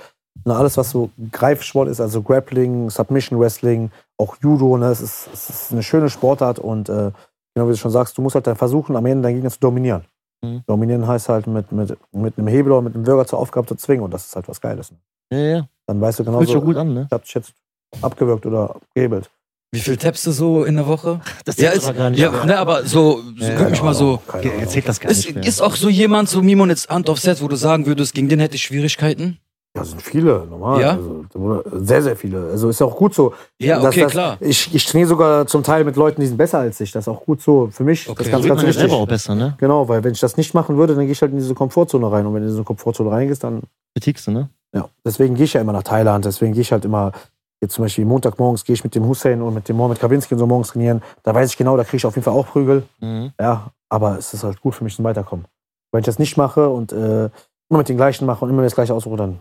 E: Na, alles, was so Greifsport ist, also Grappling, Submission Wrestling, auch Judo. Ne? Es, ist, es ist eine schöne Sportart und äh, genau wie du schon sagst, du musst halt dann versuchen, am Ende deinen Gegner zu dominieren.
A: Mhm.
E: Dominieren heißt halt mit, mit, mit einem Hebel oder mit einem Bürger zur Aufgabe zu zwingen und das ist halt was Geiles. Ne?
A: Ja, ja.
E: Dann weißt du genau,
A: Fühlt sich auch gut an, ne?
E: ich hab's jetzt abgewürgt oder gehebelt.
D: Wie viel tappst du so in der Woche?
A: Das
D: Ja,
A: zählt
D: ist,
A: aber gar nicht.
D: ja ne, aber so, so guck mich mal so.
E: Keine
A: Ge-
E: Ahnung.
A: Er zählt das gar
D: Ist,
A: nicht. Mehr.
D: ist auch so jemand, so Mimon jetzt Hand auf Set, wo du sagen würdest, gegen den hätte ich Schwierigkeiten?
E: Ja, sind viele, normal.
D: Ja?
E: Also, sehr, sehr viele. Also ist ja auch gut so.
D: Ja,
E: Dass
D: okay,
E: das,
D: klar.
E: Ich, ich trainiere sogar zum Teil mit Leuten, die sind besser als ich. Das ist auch gut so. Für mich
D: Okay.
E: das ist
D: So
A: das
E: ganz,
A: wird
E: ganz
A: man ja
E: wichtig.
A: selber auch besser, ne?
E: Genau, weil wenn ich das nicht machen würde, dann gehe ich halt in diese Komfortzone rein. Und wenn du in diese Komfortzone reingehst, dann.
A: Kritikst du, ne?
E: Ja. Deswegen gehe ich ja immer nach Thailand. Deswegen gehe ich halt immer. Jetzt zum Beispiel Montagmorgens gehe ich mit dem Hussein und mit dem Mohamed Krawinski und so morgens trainieren. Da weiß ich genau, da kriege ich auf jeden Fall auch Prügel.
A: Mhm.
E: Ja, aber es ist halt gut für mich zum Weiterkommen. Wenn ich das nicht mache und äh, immer mit den gleichen mache und immer das gleiche ausruhe, dann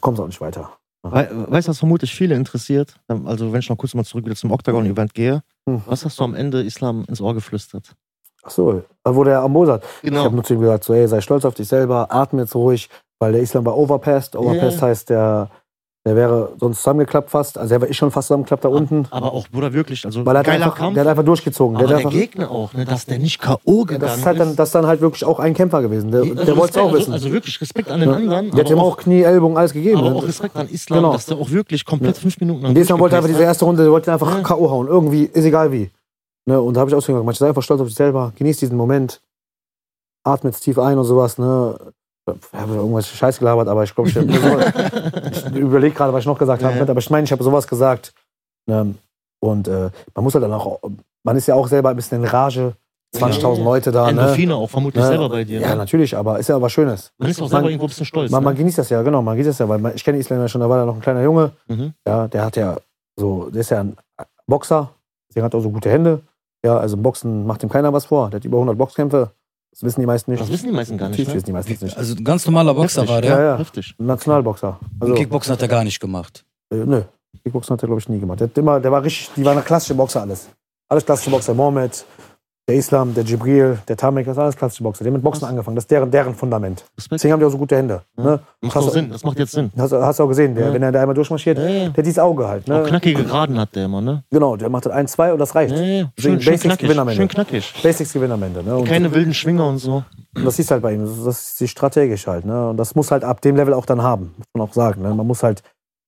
E: kommst du auch nicht weiter.
A: Wei- Weißt du, was vermutlich viele interessiert? Ähm, Also, wenn ich noch kurz mal zurück wieder zum Octagon-Event gehe,
E: Hm.
A: was hast du am Ende Islam ins Ohr geflüstert?
E: Ach so, da wurde er am Mozart. Ich habe
A: Genau.
E: nur zu ihm gesagt, so, ey, sei stolz auf dich selber, atme jetzt ruhig, weil der Islam war overpassed. Overpassed heißt, der, der wäre sonst zusammengeklappt fast. Also, der wäre ich schon fast zusammengeklappt da unten.
A: Aber auch, Bruder, wirklich. Also,
E: Weil er hat
A: Ah. geiler
E: einfach,
A: Kampf.
E: der hat einfach durchgezogen.
A: aber
E: der
A: der,
E: hat einfach,
A: Gegner auch, ne? Dass der nicht K.O. gegangen
E: das, ist halt dann, das ist dann halt wirklich auch ein Kämpfer gewesen. Der,
A: Also
E: der wollte es
A: Respekt,
E: auch wissen.
A: Also, also wirklich Respekt an den
E: Ja.
A: anderen.
E: der hat
A: aber
E: ihm auch Knie, Ellbogen, alles gegeben.
A: Aber
E: ne?
A: auch Respekt an Islam,
E: Genau.
A: dass der auch wirklich komplett fünf Minuten lang
E: Und diesmal wollte er einfach diese
A: durchgepresst
E: erste Runde, der wollte ihn einfach
A: ne? Ja.
E: K.O. hauen. Irgendwie, ist egal wie. Ne? Und da habe ich ausgegangen, manche sei einfach stolz auf dich selber, genieß diesen Moment, atme jetzt tief ein und sowas. Ne? Ich habe irgendwas Scheiß gelabert, aber ich glaube, ich, ich überlege gerade, was ich noch gesagt
A: Ja,
E: haben
A: ja.
E: könnte. Aber ich meine, ich habe sowas gesagt. Ne? Und äh, man muss halt dann auch, man ist ja auch selber ein bisschen in Rage. 20.000
A: Ja.
E: Leute da,
A: hat.
E: ne?
A: Endorphine auch vermutlich
E: Ja.
A: selber bei dir.
E: Ja,
A: ne?
E: natürlich, aber ist ja was Schönes.
A: Man ist auch selber irgendwo ein bisschen stolz.
E: Man, man
A: ne?
E: genießt das ja, genau, man genießt das ja, weil man, ich kenne Isländer schon, da war da noch ein kleiner Junge,
A: Mhm.
E: ja, der hat ja so, der ist ja ein Boxer, deswegen hat er auch so gute Hände, ja, also im Boxen macht ihm keiner was vor, der hat über 100 Boxkämpfe, das wissen die meisten nicht.
A: Das wissen die meisten gar nicht.
E: Natürlich
A: Ne?
E: wissen die meisten das nicht.
D: Also ein ganz normaler Boxer
A: Heftig,
D: war der.
E: ja, ja,
A: Heftig.
E: ein Nationalboxer, also, äh,
D: Kickboxen hat er gar nicht gemacht.
E: nö, Kickboxen hat er, glaube ich, nie gemacht. Der, hat immer, der war richtig, die waren klassische Boxer alles, alles klassische Boxer, Mohamed, der Islam, der Jibril, der Tamek, das sind alles klassische Boxer, die haben mit Boxen angefangen, das ist deren, deren Fundament.
A: Respekt.
E: Deswegen haben die auch so gute Hände, ne?
A: Macht
E: Hast
A: auch
E: du-
A: Sinn. Das macht jetzt Sinn.
E: Hast, hast du auch gesehen, der,
A: Ja.
E: wenn er da einmal durchmarschiert,
A: Ja, ja.
E: der hat dieses Auge halt.
A: Auch
E: Ne?
A: knackige Geraden hat der immer, ne?
E: Genau, der macht halt 1, 2 und das reicht.
A: Ja, ja.
E: Deswegen
A: Schön, schön
E: Basics
A: knackig.
E: gewinnen am Ende.
A: Schön knackig.
E: Basics gewinnen am Ende. Ne? Und
A: Keine wilden Schwinger und so.
E: und das siehst du halt bei ihm. Das, das ist die strategisch halt. Ne? Und das muss halt ab dem Level auch dann haben, muss man auch sagen. Ne? Man muss halt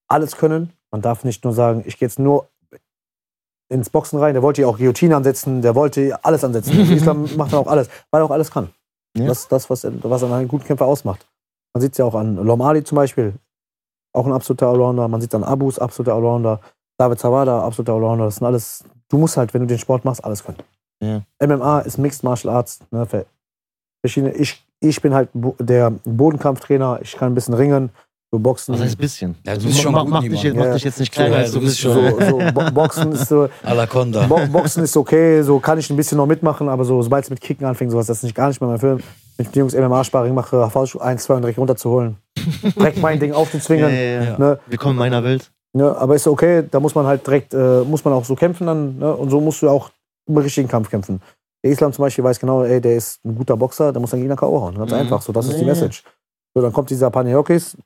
E: alles können. Man darf nicht nur sagen, ich gehe jetzt nur ins Boxen rein. Der wollte ja auch Guillotine ansetzen, der wollte alles ansetzen. Der Islam macht dann auch alles, weil er auch alles kann.
A: Ja.
E: Das ist das, was, was an einem guten Kämpfer ausmacht. Man sieht es ja auch an Lom Ali zum Beispiel, auch ein absoluter Allrounder. Man sieht es an Abus, absoluter Allrounder. David Zawada, absoluter Allrounder. Das sind alles du musst halt, wenn du den Sport machst, alles können.
A: Ja.
E: MMA ist Mixed Martial Arts. Ne, ver- verschiedene, ich, ich bin halt bo- der Bodenkampftrainer, ich kann ein bisschen ringen, so Boxen.
A: Was heißt ein bisschen? Also
D: Ja, du bist schon
A: mach,
D: gut,
A: mach, dich, jetzt-
D: Niman.
A: mach
E: Ja.
A: dich jetzt nicht
D: So,
A: kleiner,
D: ja,
A: als
D: du
A: du
D: bist
A: bist.
D: schon-
E: so, so Bo Boxen ist so,
D: Alaconda.
E: Bo Boxen ist okay, so kann ich ein bisschen noch mitmachen, aber so, sobald es mit Kicken anfängt, sowas, das ist nicht gar nicht mehr mein Film. Wenn ich mit den Jungs MMA-Sparring mache, versuche ich 1, 2 und direkt runterzuholen. Direkt mein Ding
A: Ja,
E: aufzuzwingen.
A: ja, ja.
E: Ne?
A: Willkommen in meiner Welt.
E: Ne? Aber ist okay, da muss man halt direkt, äh, muss man auch so kämpfen dann. Ne? Und so musst du auch im richtigen Kampf kämpfen. Der Islam zum Beispiel weiß genau, ey, der ist ein guter Boxer, der muss dann Gegner K.O. hauen. Ganz
A: Mhm.
E: einfach, so, das ist
A: Ja,
E: die
A: ja.
E: Message. So, dann kommt dieser Panayiokis,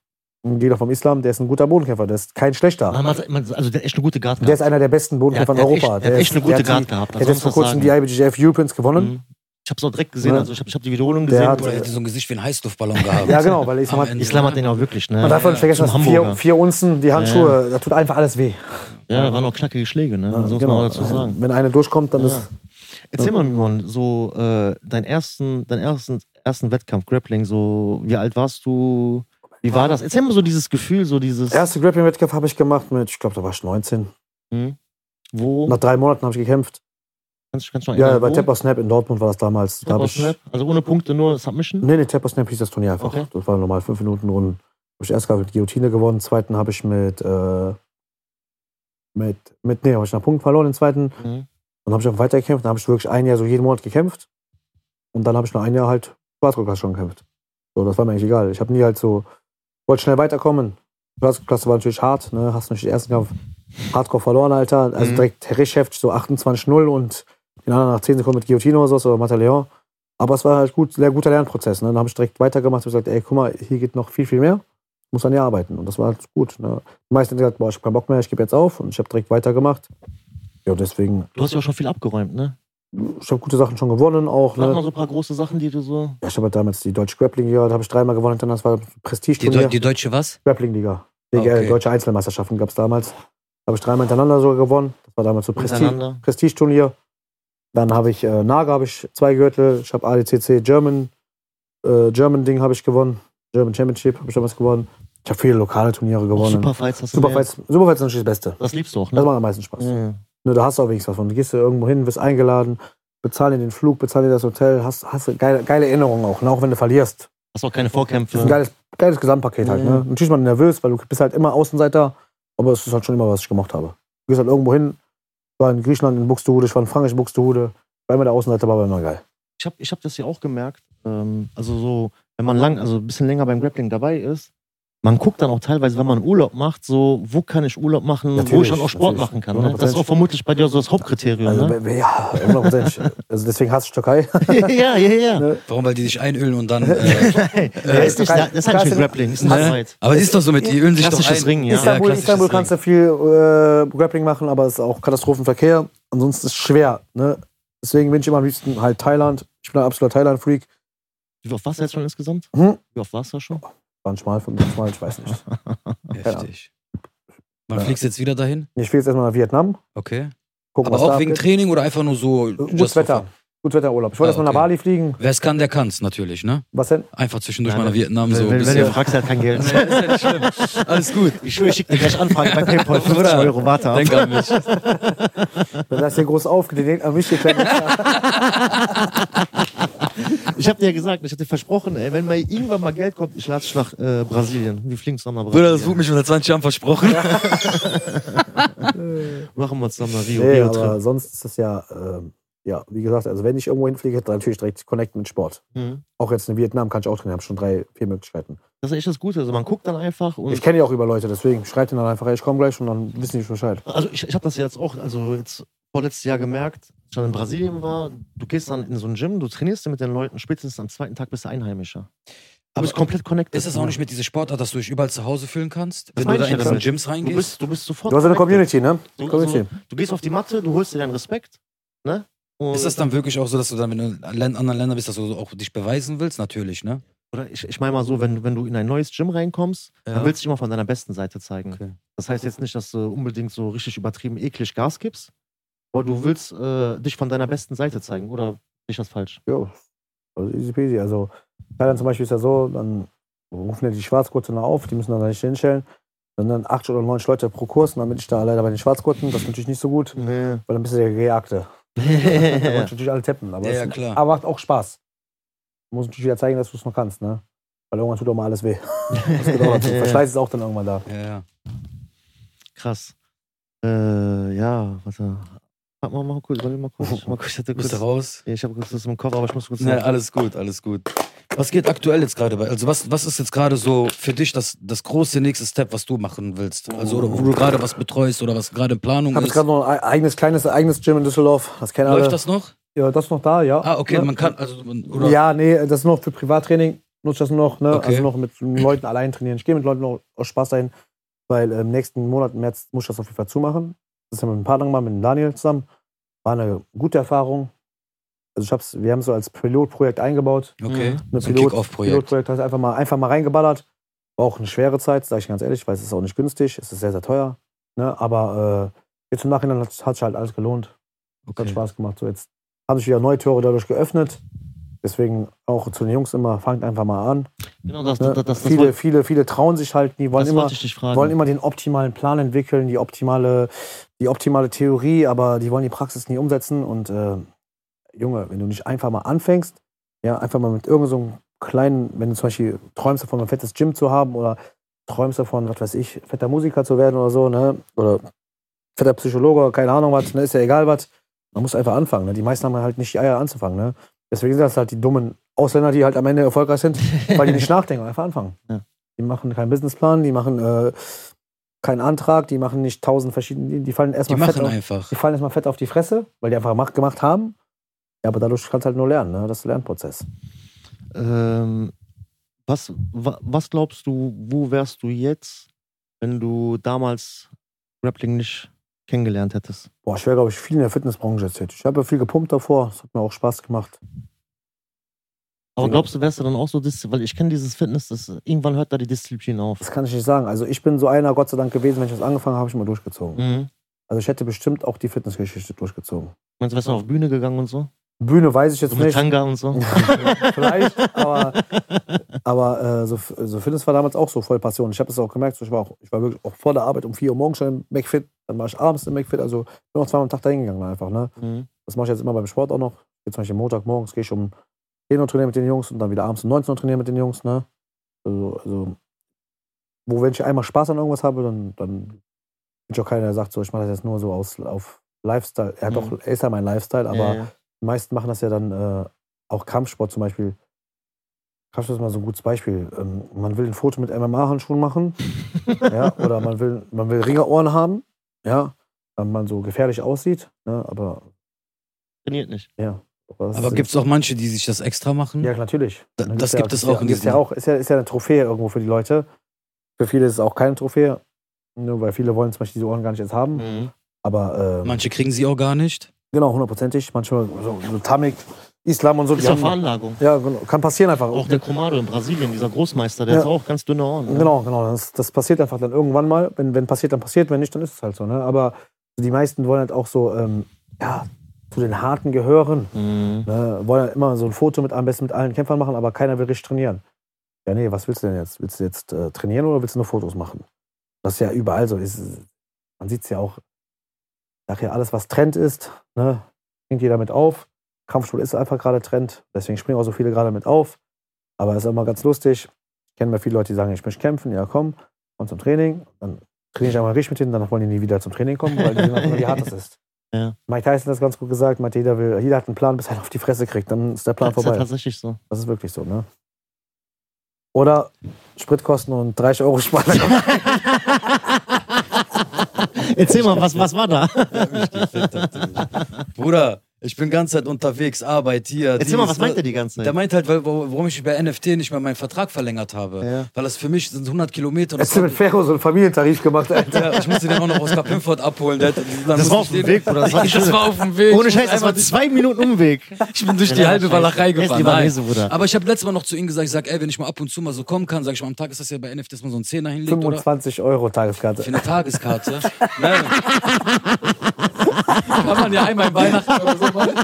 E: ein Gegner vom Islam, der ist ein guter Bodenkämpfer, der ist kein schlechter.
A: Man hat, man, also der hat echt eine gute Guard
E: Der ist
A: gehabt.
E: einer der besten Bodenkämpfer
A: der
E: in
A: hat
E: Europa.
A: echt, der hat
E: ist-
A: echt eine gute
E: der hat,
A: Guard
E: die-
A: gehabt.
E: Der hat jetzt vor kurzem die IBJJF Europeans gewonnen.
A: Mhm. Ich hab's auch direkt gesehen,
E: Ne?
A: also ich hab, ich hab die Wiederholung
E: Der
A: gesehen.
E: hat-
D: Oder er hätte so ein Gesicht wie ein Heißluftballon gehabt.
E: Ja, genau, weil
D: Am
E: Islam hat,
D: Ende.
A: Islam hat den auch wirklich, ne?
E: man darf
D: Ja,
E: nicht vergessen,
A: Mhm. zum
E: dass vier,
A: Hamburger.
E: vier Unzen, die Handschuhe, da tut einfach alles weh. Genau.
A: Ja, da waren auch knackige Schläge, ne? Also muss man auch dazu sagen.
E: Wenn eine durchkommt, dann
A: Ja.
E: ist.
A: Erzähl mal, Mimon, so äh, deinen ersten, deinen ersten, ersten Wettkampf, Grappling, so wie alt warst du? Wie war das? Erzähl mal so dieses Gefühl, so dieses
E: Der erste Grappling-Wettkampf habe ich gemacht mit, ich glaube, da war ich 19.
A: wo?
E: Nach drei Monaten habe ich gekämpft.
A: kannst, kannst du noch
E: Ja,
A: erinnern,
E: bei
A: wo?
E: Tap or Snap in Dortmund war das damals. Da
A: Tap
E: hab
A: or
E: ich,
A: Snap? Also ohne Punkte, nur Submission?
E: nee, nee, Tap or Snap hieß das Turnier einfach.
A: Okay.
E: Das war normal fünf Minuten Runden. Habe ich erst gehabt mit Guillotine gewonnen, zweiten habe ich mit, äh, mit, mit, nee, habe ich nach Punkten verloren, den zweiten.
A: Mhm.
E: Dann habe ich auch weitergekämpft. Dann habe ich wirklich ein Jahr so jeden Monat gekämpft. Und dann habe ich noch ein Jahr halt Schwarzklasse schon gekämpft. So, das war mir eigentlich egal. Ich habe nie halt so, wollte schnell weiterkommen. Schwarzklasse war natürlich hart, ne? Hast nicht den ersten Kampf hardcore verloren, Alter. Also
A: Mhm.
E: direkt richtig heftig, so 28-0 und den anderen nach 10 Sekunden mit Guillotine oder sowas oder Mataleon. Aber es war halt gut, sehr guter Lernprozess. Ne? Dann habe ich direkt weitergemacht und gesagt, ey, guck mal, hier geht noch viel, viel mehr. Ich muss an dir arbeiten. Und das war halt gut. Ne? Die meisten haben gesagt, boah, ich habe keinen Bock mehr, ich gebe jetzt auf. Und ich habe direkt weitergemacht. Ja, deswegen
A: Du hast ja auch schon viel abgeräumt, ne?
E: ich habe gute Sachen schon gewonnen auch.
A: Sag mal
E: Ne?
A: so ein paar große Sachen, die du so.
E: Ja, ich habe halt damals die Deutsche Grappling Liga, da habe ich dreimal gewonnen, dann das war ein
D: Die, Deu
E: Prestigeturnier.
D: die deutsche was?
E: Grappling Liga.
D: Ah,
E: DGL,
D: okay.
E: Deutsche Einzelmeisterschaften gab es damals. Da habe ich dreimal hintereinander sogar gewonnen. Das war damals so Prestige
A: Miteinander.
E: Prestigeturnier. Dann habe ich äh, Naga habe ich zwei Gürtel, ich habe ADCC German äh, German Ding habe ich gewonnen. German Championship habe ich damals gewonnen. Ich habe viele lokale Turniere gewonnen.
A: Superfights hast du.
E: Superfights, Superfights ist natürlich das Beste.
A: mehr. Das liebst du auch,
E: Das
A: ne?
E: macht am meisten Spaß.
A: Ja.
E: Ne, da hast du auch wenigstens was von. Du gehst du irgendwo hin, wirst eingeladen, bezahlen dir den Flug, bezahlen dir das Hotel, hast, hast du geile, geile Erinnerungen auch, ne? auch wenn du verlierst.
A: Hast auch keine
E: Das ist ein
A: Vorkämpfe.
E: geiles, geiles Gesamtpaket halt. Ne? Natürlich ist man nervös, weil du bist halt immer Außenseiter, aber es ist halt schon immer, was ich gemacht habe. Du gehst halt irgendwo hin, ich war in Griechenland in Buxtehude, ich war in Frankreich in Buxtehude, war immer der Außenseiter, war aber immer geil.
A: Ich habe ich hab das ja auch gemerkt. Ähm, also so, wenn man lang, also ein bisschen länger beim Grappling dabei ist, man guckt dann auch teilweise, wenn man Urlaub macht, so, wo kann ich Urlaub machen, wo
E: Natürlich,
A: ich dann auch Sport
E: natürlich.
A: machen kann. Ne? Das ist
E: 100%.
A: auch vermutlich bei dir so das Hauptkriterium.
E: Also,
A: ne?
E: we- we- ja, 100%. also deswegen hasse ich Türkei.
A: ja, ja,
E: Ne?
A: ja.
D: Warum? Weil die dich einölen und dann. Äh,
A: Hey,
D: Äh,
A: ist nicht, das ist halt nicht Grappling, ist nicht
D: Ne?
A: Fight.
D: Aber es ist doch so mit, die ölen sich doch ein.
A: Klassisches Ringen, ja.
E: Istanbul,
D: klassisches
E: Istanbul
D: Ding.
E: kannst du viel äh, Grappling machen, aber es ist auch Katastrophenverkehr. Ansonsten ist es schwer. Ne? Deswegen bin ich immer am liebsten halt Thailand. Ich bin ein absoluter Thailand-Freak.
A: Wie oft warst du jetzt schon insgesamt?
E: Hm?
A: Wie oft warst du da schon?
E: Manchmal, fünfmal, ich weiß nicht.
D: Heftig. Man fliegst jetzt wieder dahin?
E: Ich fliege jetzt erstmal nach Vietnam.
D: Okay.
E: Gucken,
D: Aber
E: was da
D: auch wegen
E: abgeht.
D: Training oder einfach nur so.
E: Äh,
D: just
E: Gutes
D: for
E: Wetter.
D: fun?
E: Gutes Wetterurlaub. Ich wollte
D: Ah,
E: erstmal nach
D: okay.
E: Bali fliegen.
D: Wer es kann, der kann's natürlich, ne?
E: Was denn?
D: Einfach zwischendurch
A: Nein,
D: mal nach Vietnam so ein
A: wenn, wenn du
D: bisschen.
A: fragst, er hat kein Geld.
D: Ist ja nicht schlimm. Alles gut.
A: Ich schwöre, ich schicke dir gleich Anfrage bei PayPal 50
D: Bruder,
A: Euro. Warte ab.
D: Denk an mich.
E: Da ist hier groß aufgedehnt, an mich geklemmt.
A: Ich habe dir gesagt, ich habe dir versprochen, ey, wenn mal irgendwann mal Geld kommt, ich lade dich nach äh, Brasilien. Wir fliegen zusammen nach
D: Bruder, das wurde
A: Brasilien.
D: mich schon seit 20 Jahren versprochen.
A: Machen wir zusammen nach Rio.
E: Nee,
A: Rio Trip.
E: aber sonst ist es ja, ähm, ja, wie gesagt, also wenn ich irgendwo hinfliege, dann natürlich direkt connecten mit Sport.
A: Mhm.
E: Auch jetzt in Vietnam kann ich auch trainieren, habe schon drei, vier Möglichkeiten.
A: Das ist echt das Gute. Also man guckt dann einfach
D: Hm.
A: und
E: Ich kenne ja auch über Leute, deswegen schreibt ihnen dann einfach, ey, ich komme gleich und dann wissen die schon Bescheid.
A: Also ich, ich habe das jetzt auch, also jetzt vorletztes Jahr gemerkt, als ich dann in Brasilien war, du gehst dann in so ein Gym, du trainierst dann mit den Leuten, spätestens am zweiten Tag bist du Einheimischer. Du
D: Aber
A: bist komplett connected.
D: Ist das auch nicht mit dieser Sportart, dass du dich überall zu Hause fühlen kannst?
A: Das
D: Wenn du
A: meine
D: da
A: ich ja
D: in diese
A: damit.
D: Gyms
A: du
D: reingehst?
A: bist, du bist sofort
E: Du hast ja eine
A: connected.
E: Community, ne?
A: Du, also,
E: Community.
A: du gehst auf die Matte, du holst dir deinen Respekt. Ne? Und-
D: Ist das dann wirklich auch so, dass du dann, wenn du in Län- anderen Ländern bist, dass du auch dich beweisen willst? Natürlich, ne?
A: Oder ich, ich meine mal so, wenn, wenn du in ein neues Gym reinkommst,
D: Ja.
A: dann willst du dich immer von deiner besten Seite zeigen.
D: Okay.
A: Das heißt jetzt nicht, dass du unbedingt so richtig übertrieben eklig Gas gibst, aber du willst äh, dich von deiner besten Seite zeigen. Oder ist das falsch?
E: Jo, also easy peasy. Also Thailand zum Beispiel ist ja so, dann rufen ja die Schwarzgurte nach auf, die müssen dann da nicht hinstellen. Dann, dann acht oder neun Leute pro Kurs und dann bin ich da leider bei den Schwarzgurten. Das ist natürlich nicht so gut,
C: Nee.
E: weil dann bist du der Gejagte. Da wollen
C: ja,
E: natürlich alle tappen. Aber,
D: Ja,
E: es-
D: ja, klar.
E: aber macht auch Spaß. Du musst natürlich wieder zeigen, dass du es noch kannst, ne? Weil irgendwann tut auch mal alles weh. Das gedauert. Du verschleißt es auch dann irgendwann da.
D: Ja, ja.
C: krass. Äh, ja, warte. Warte mal, mal kurz, überleg mal kurz. Mal kurz, ich hatte
D: Bist
C: kurz
D: du raus?
C: Ja, ich habe kurz was im Kopf, aber ich muss kurz.
D: Ne, alles gut, alles gut. Was geht aktuell jetzt gerade bei? Also was, was ist jetzt gerade so für dich das, das große nächste Step, was du machen willst? Also oder wo du gerade was betreust oder was gerade in Planung
E: Ich habe
D: ist?
E: jetzt gerade noch ein eigenes, kleines, eigenes Gym in Düsseldorf. Das kennen alle.
D: Läuft das noch?
E: Ja, das ist noch da, ja.
D: Ah, okay,
E: Ne?
D: man kann, also, man- oder?
E: Ja, nee, das ist noch für Privattraining. Nutze das noch, ne?
D: Okay.
E: Also noch mit Leuten allein trainieren. Ich gehe mit Leuten auch aus Spaß dahin, weil äh, im nächsten Monat, im März, muss ich das auf jeden Fall zumachen. Das haben wir mit einem Partner gemacht, mit dem Daniel zusammen. War eine gute Erfahrung. Also ich hab's, wir haben es so als Pilotprojekt eingebaut.
D: Okay,
E: Eine
D: so ein Kick-Off-Projekt.
E: Pilotprojekt heißt einfach mal, einfach mal reingeballert. War auch eine schwere Zeit, sage ich ganz ehrlich, weil es ist auch nicht günstig, es ist sehr, sehr teuer. Ne? Aber äh, jetzt im Nachhinein hat sich halt alles gelohnt. Hat
D: Okay.
E: Spaß gemacht. So, jetzt haben sich wieder neue Tore dadurch geöffnet. Deswegen auch zu den Jungs immer, fangt einfach mal an.
C: Genau, das,
E: Ne?
C: das, das, das,
E: viele,
C: wollte,
E: viele, viele trauen sich halt, die wollen
C: das
E: immer,
C: wollte ich dich fragen.
E: wollen immer den optimalen Plan entwickeln, die optimale, die optimale Theorie, aber die wollen die Praxis nie umsetzen. Und äh, Junge, wenn du nicht einfach mal anfängst, ja, einfach mal mit irgendeinem so einem kleinen, wenn du zum Beispiel träumst davon, ein fettes Gym zu haben oder träumst davon, was weiß ich, fetter Musiker zu werden oder so, ne? Oder fetter Psychologe, oder keine Ahnung was, ne? Ist ja egal was. Man muss einfach anfangen. Ne? Die meisten haben halt nicht die Eier anzufangen, ne? Deswegen sind das halt die dummen Ausländer, die halt am Ende erfolgreich sind, weil die nicht nachdenken, einfach anfangen.
C: Ja.
E: Die machen keinen Businessplan, die machen äh, keinen Antrag, die machen nicht tausend verschiedene, die, die fallen
D: Die
E: erstmal fett
D: machen
E: auf,
D: einfach.
E: die fallen erstmal fett auf die Fresse, weil die einfach Macht gemacht haben. Ja, aber dadurch kannst du halt nur lernen, ne? Das ist ein Lernprozess.
C: Ähm, was, wa, was glaubst du, wo wärst du jetzt, wenn du damals Grappling nicht kennengelernt hättest?
E: Boah, ich wäre, glaube ich, viel in der Fitnessbranche erzählt. Ich habe ja viel gepumpt davor, es hat mir auch Spaß gemacht.
C: Aber
E: Ja.
C: glaubst du, wärst du dann auch so diszipliniert? Weil ich kenne dieses Fitness, das, irgendwann hört da die Disziplin auf.
E: Das kann ich nicht sagen. Also ich bin so einer, Gott sei Dank, gewesen, wenn ich das angefangen habe, habe ich mal durchgezogen.
C: Mhm.
E: Also ich hätte bestimmt auch die Fitnessgeschichte durchgezogen.
C: Meinst du, wärst du auf Bühne gegangen und so?
E: Bühne weiß ich jetzt
C: So mit
E: nicht.
C: Tanga und so?
E: Vielleicht, aber, aber äh, so, so Fitness war damals auch so voll Passion. Ich habe das auch gemerkt, so ich war, auch, ich war wirklich auch vor der Arbeit um 4 Uhr morgens schon im McFit, dann war ich abends im McFit, also bin auch zweimal am Tag dahin gegangen einfach. Ne?
C: Mhm.
E: Das mache ich jetzt immer beim Sport auch noch. Jetzt zum Beispiel Montagmorgens gehe ich um 10 Uhr trainieren mit den Jungs und dann wieder abends um 19 Uhr trainieren mit den Jungs. Ne? Also, also, wo wenn ich einmal Spaß an irgendwas habe, dann, dann bin ich auch keiner, der sagt, so, ich mache das jetzt nur so aus, auf Lifestyle. Ja,
C: Mhm.
E: doch, ist ja mein Lifestyle, aber
C: Ja, ja.
E: die meisten machen das ja dann äh, auch Kampfsport zum Beispiel. Kampfsport ist mal so ein gutes Beispiel. Ähm, man will ein Foto mit MMA-Handschuhen machen. ja, oder man will, man will Ringerohren haben. Ja, damit man so gefährlich aussieht. Ne, aber,
C: Trainiert nicht.
E: aber, das
D: Aber
E: ist-
D: gibt es auch manche, die sich das extra machen?
E: Ja, natürlich.
D: Da-
E: Dann
D: das
E: gibt's ja-
D: gibt es
E: gibt's
D: auch in
E: Ja, gibt's ja
D: diesem-
E: auch. Ist ja, ist ja eine Trophäe irgendwo für die Leute. Für viele ist es auch keine Trophäe. Nur weil viele wollen zum Beispiel diese Ohren gar nicht jetzt haben.
C: Mhm.
E: Aber äh,
D: Manche kriegen sie auch gar nicht.
E: genau, hundertprozentig. Manchmal so, so Tamik, Islam und so.
C: Ist
E: die
C: ja
E: haben-
C: Veranlagung.
E: ja, genau. Kann passieren einfach.
C: Auch der Cromado in Brasilien, dieser Großmeister, der
E: Ja.
C: hat auch ganz dünne Ohren. ne?
E: Genau, genau. Das, das passiert einfach dann irgendwann mal. Wenn, wenn passiert, dann passiert. Wenn nicht, dann ist es halt so. Ne? Aber die meisten wollen halt auch so, ähm, ja, zu den Harten gehören.
C: Mhm.
E: Ne? Wollen halt immer so ein Foto mit am besten mit allen Kämpfern machen, aber keiner will richtig trainieren. Ja, nee, was willst du denn jetzt? Willst du jetzt äh, trainieren oder willst du nur Fotos machen? Das ist ja überall so. Ist, man sieht es ja auch. Ich sag ja, alles, was Trend ist, ne, springt jeder mit auf. Kampfsport ist einfach gerade Trend, deswegen springen auch so viele gerade mit auf. Aber ist immer ganz lustig. Ich kenne mal viele Leute, die sagen, ich möchte kämpfen, ja komm, und zum Training. Dann trainiere ich einmal richtig mit denen, danach wollen die nie wieder zum Training kommen, weil die sehen einfach nur, wie hart das ist.
C: Ja.
E: Mike Tyson hat das ganz gut gesagt, meinte, jeder, will, jeder hat einen Plan, bis er auf die Fresse kriegt, dann ist der Plan
C: Das ist ja
E: vorbei.
C: tatsächlich so.
E: Das ist wirklich so, ne? Oder Spritkosten und 30 Euro sparen.
C: Erzähl mal, was, was war da?
D: Bruder, ich bin ganze Zeit unterwegs, Arbeit hier.
C: Erzähl mal,
D: dies,
C: was meint
D: ne?
C: er die ganze
D: Der
C: Zeit?
D: meint halt, weil, wo- warum ich bei NFT nicht mehr meinen Vertrag verlängert habe.
C: Ja.
D: Weil das für mich sind 100 Kilometer. Und
E: Hast du mit Ferro so einen Familientarif gemacht, Alter?
D: ja, ich musste den auch noch aus Kapimfort abholen. Der, dann musste ich den-
C: Bruder. Das war nicht
F: Das
C: schön.
F: war auf dem Weg.
C: Ohne Scheiß, das war zwei Minuten Umweg.
D: Ich bin durch die halbe Walachei
C: Er ist
D: gefahren.
C: Libanese,
D: Nein.
C: Bruder.
D: Aber ich habe letztes Mal noch zu ihm gesagt, ich sag, ey, wenn ich mal ab und zu mal so kommen kann, sag ich mal, am Tag ist das ja bei NFT, dass man so einen Zehner hinlegt oder
E: 25 Euro
D: für
E: Tageskarte.
D: eine Tageskarte. ne? Kann man ja einmal in Weihnachten oder so machen.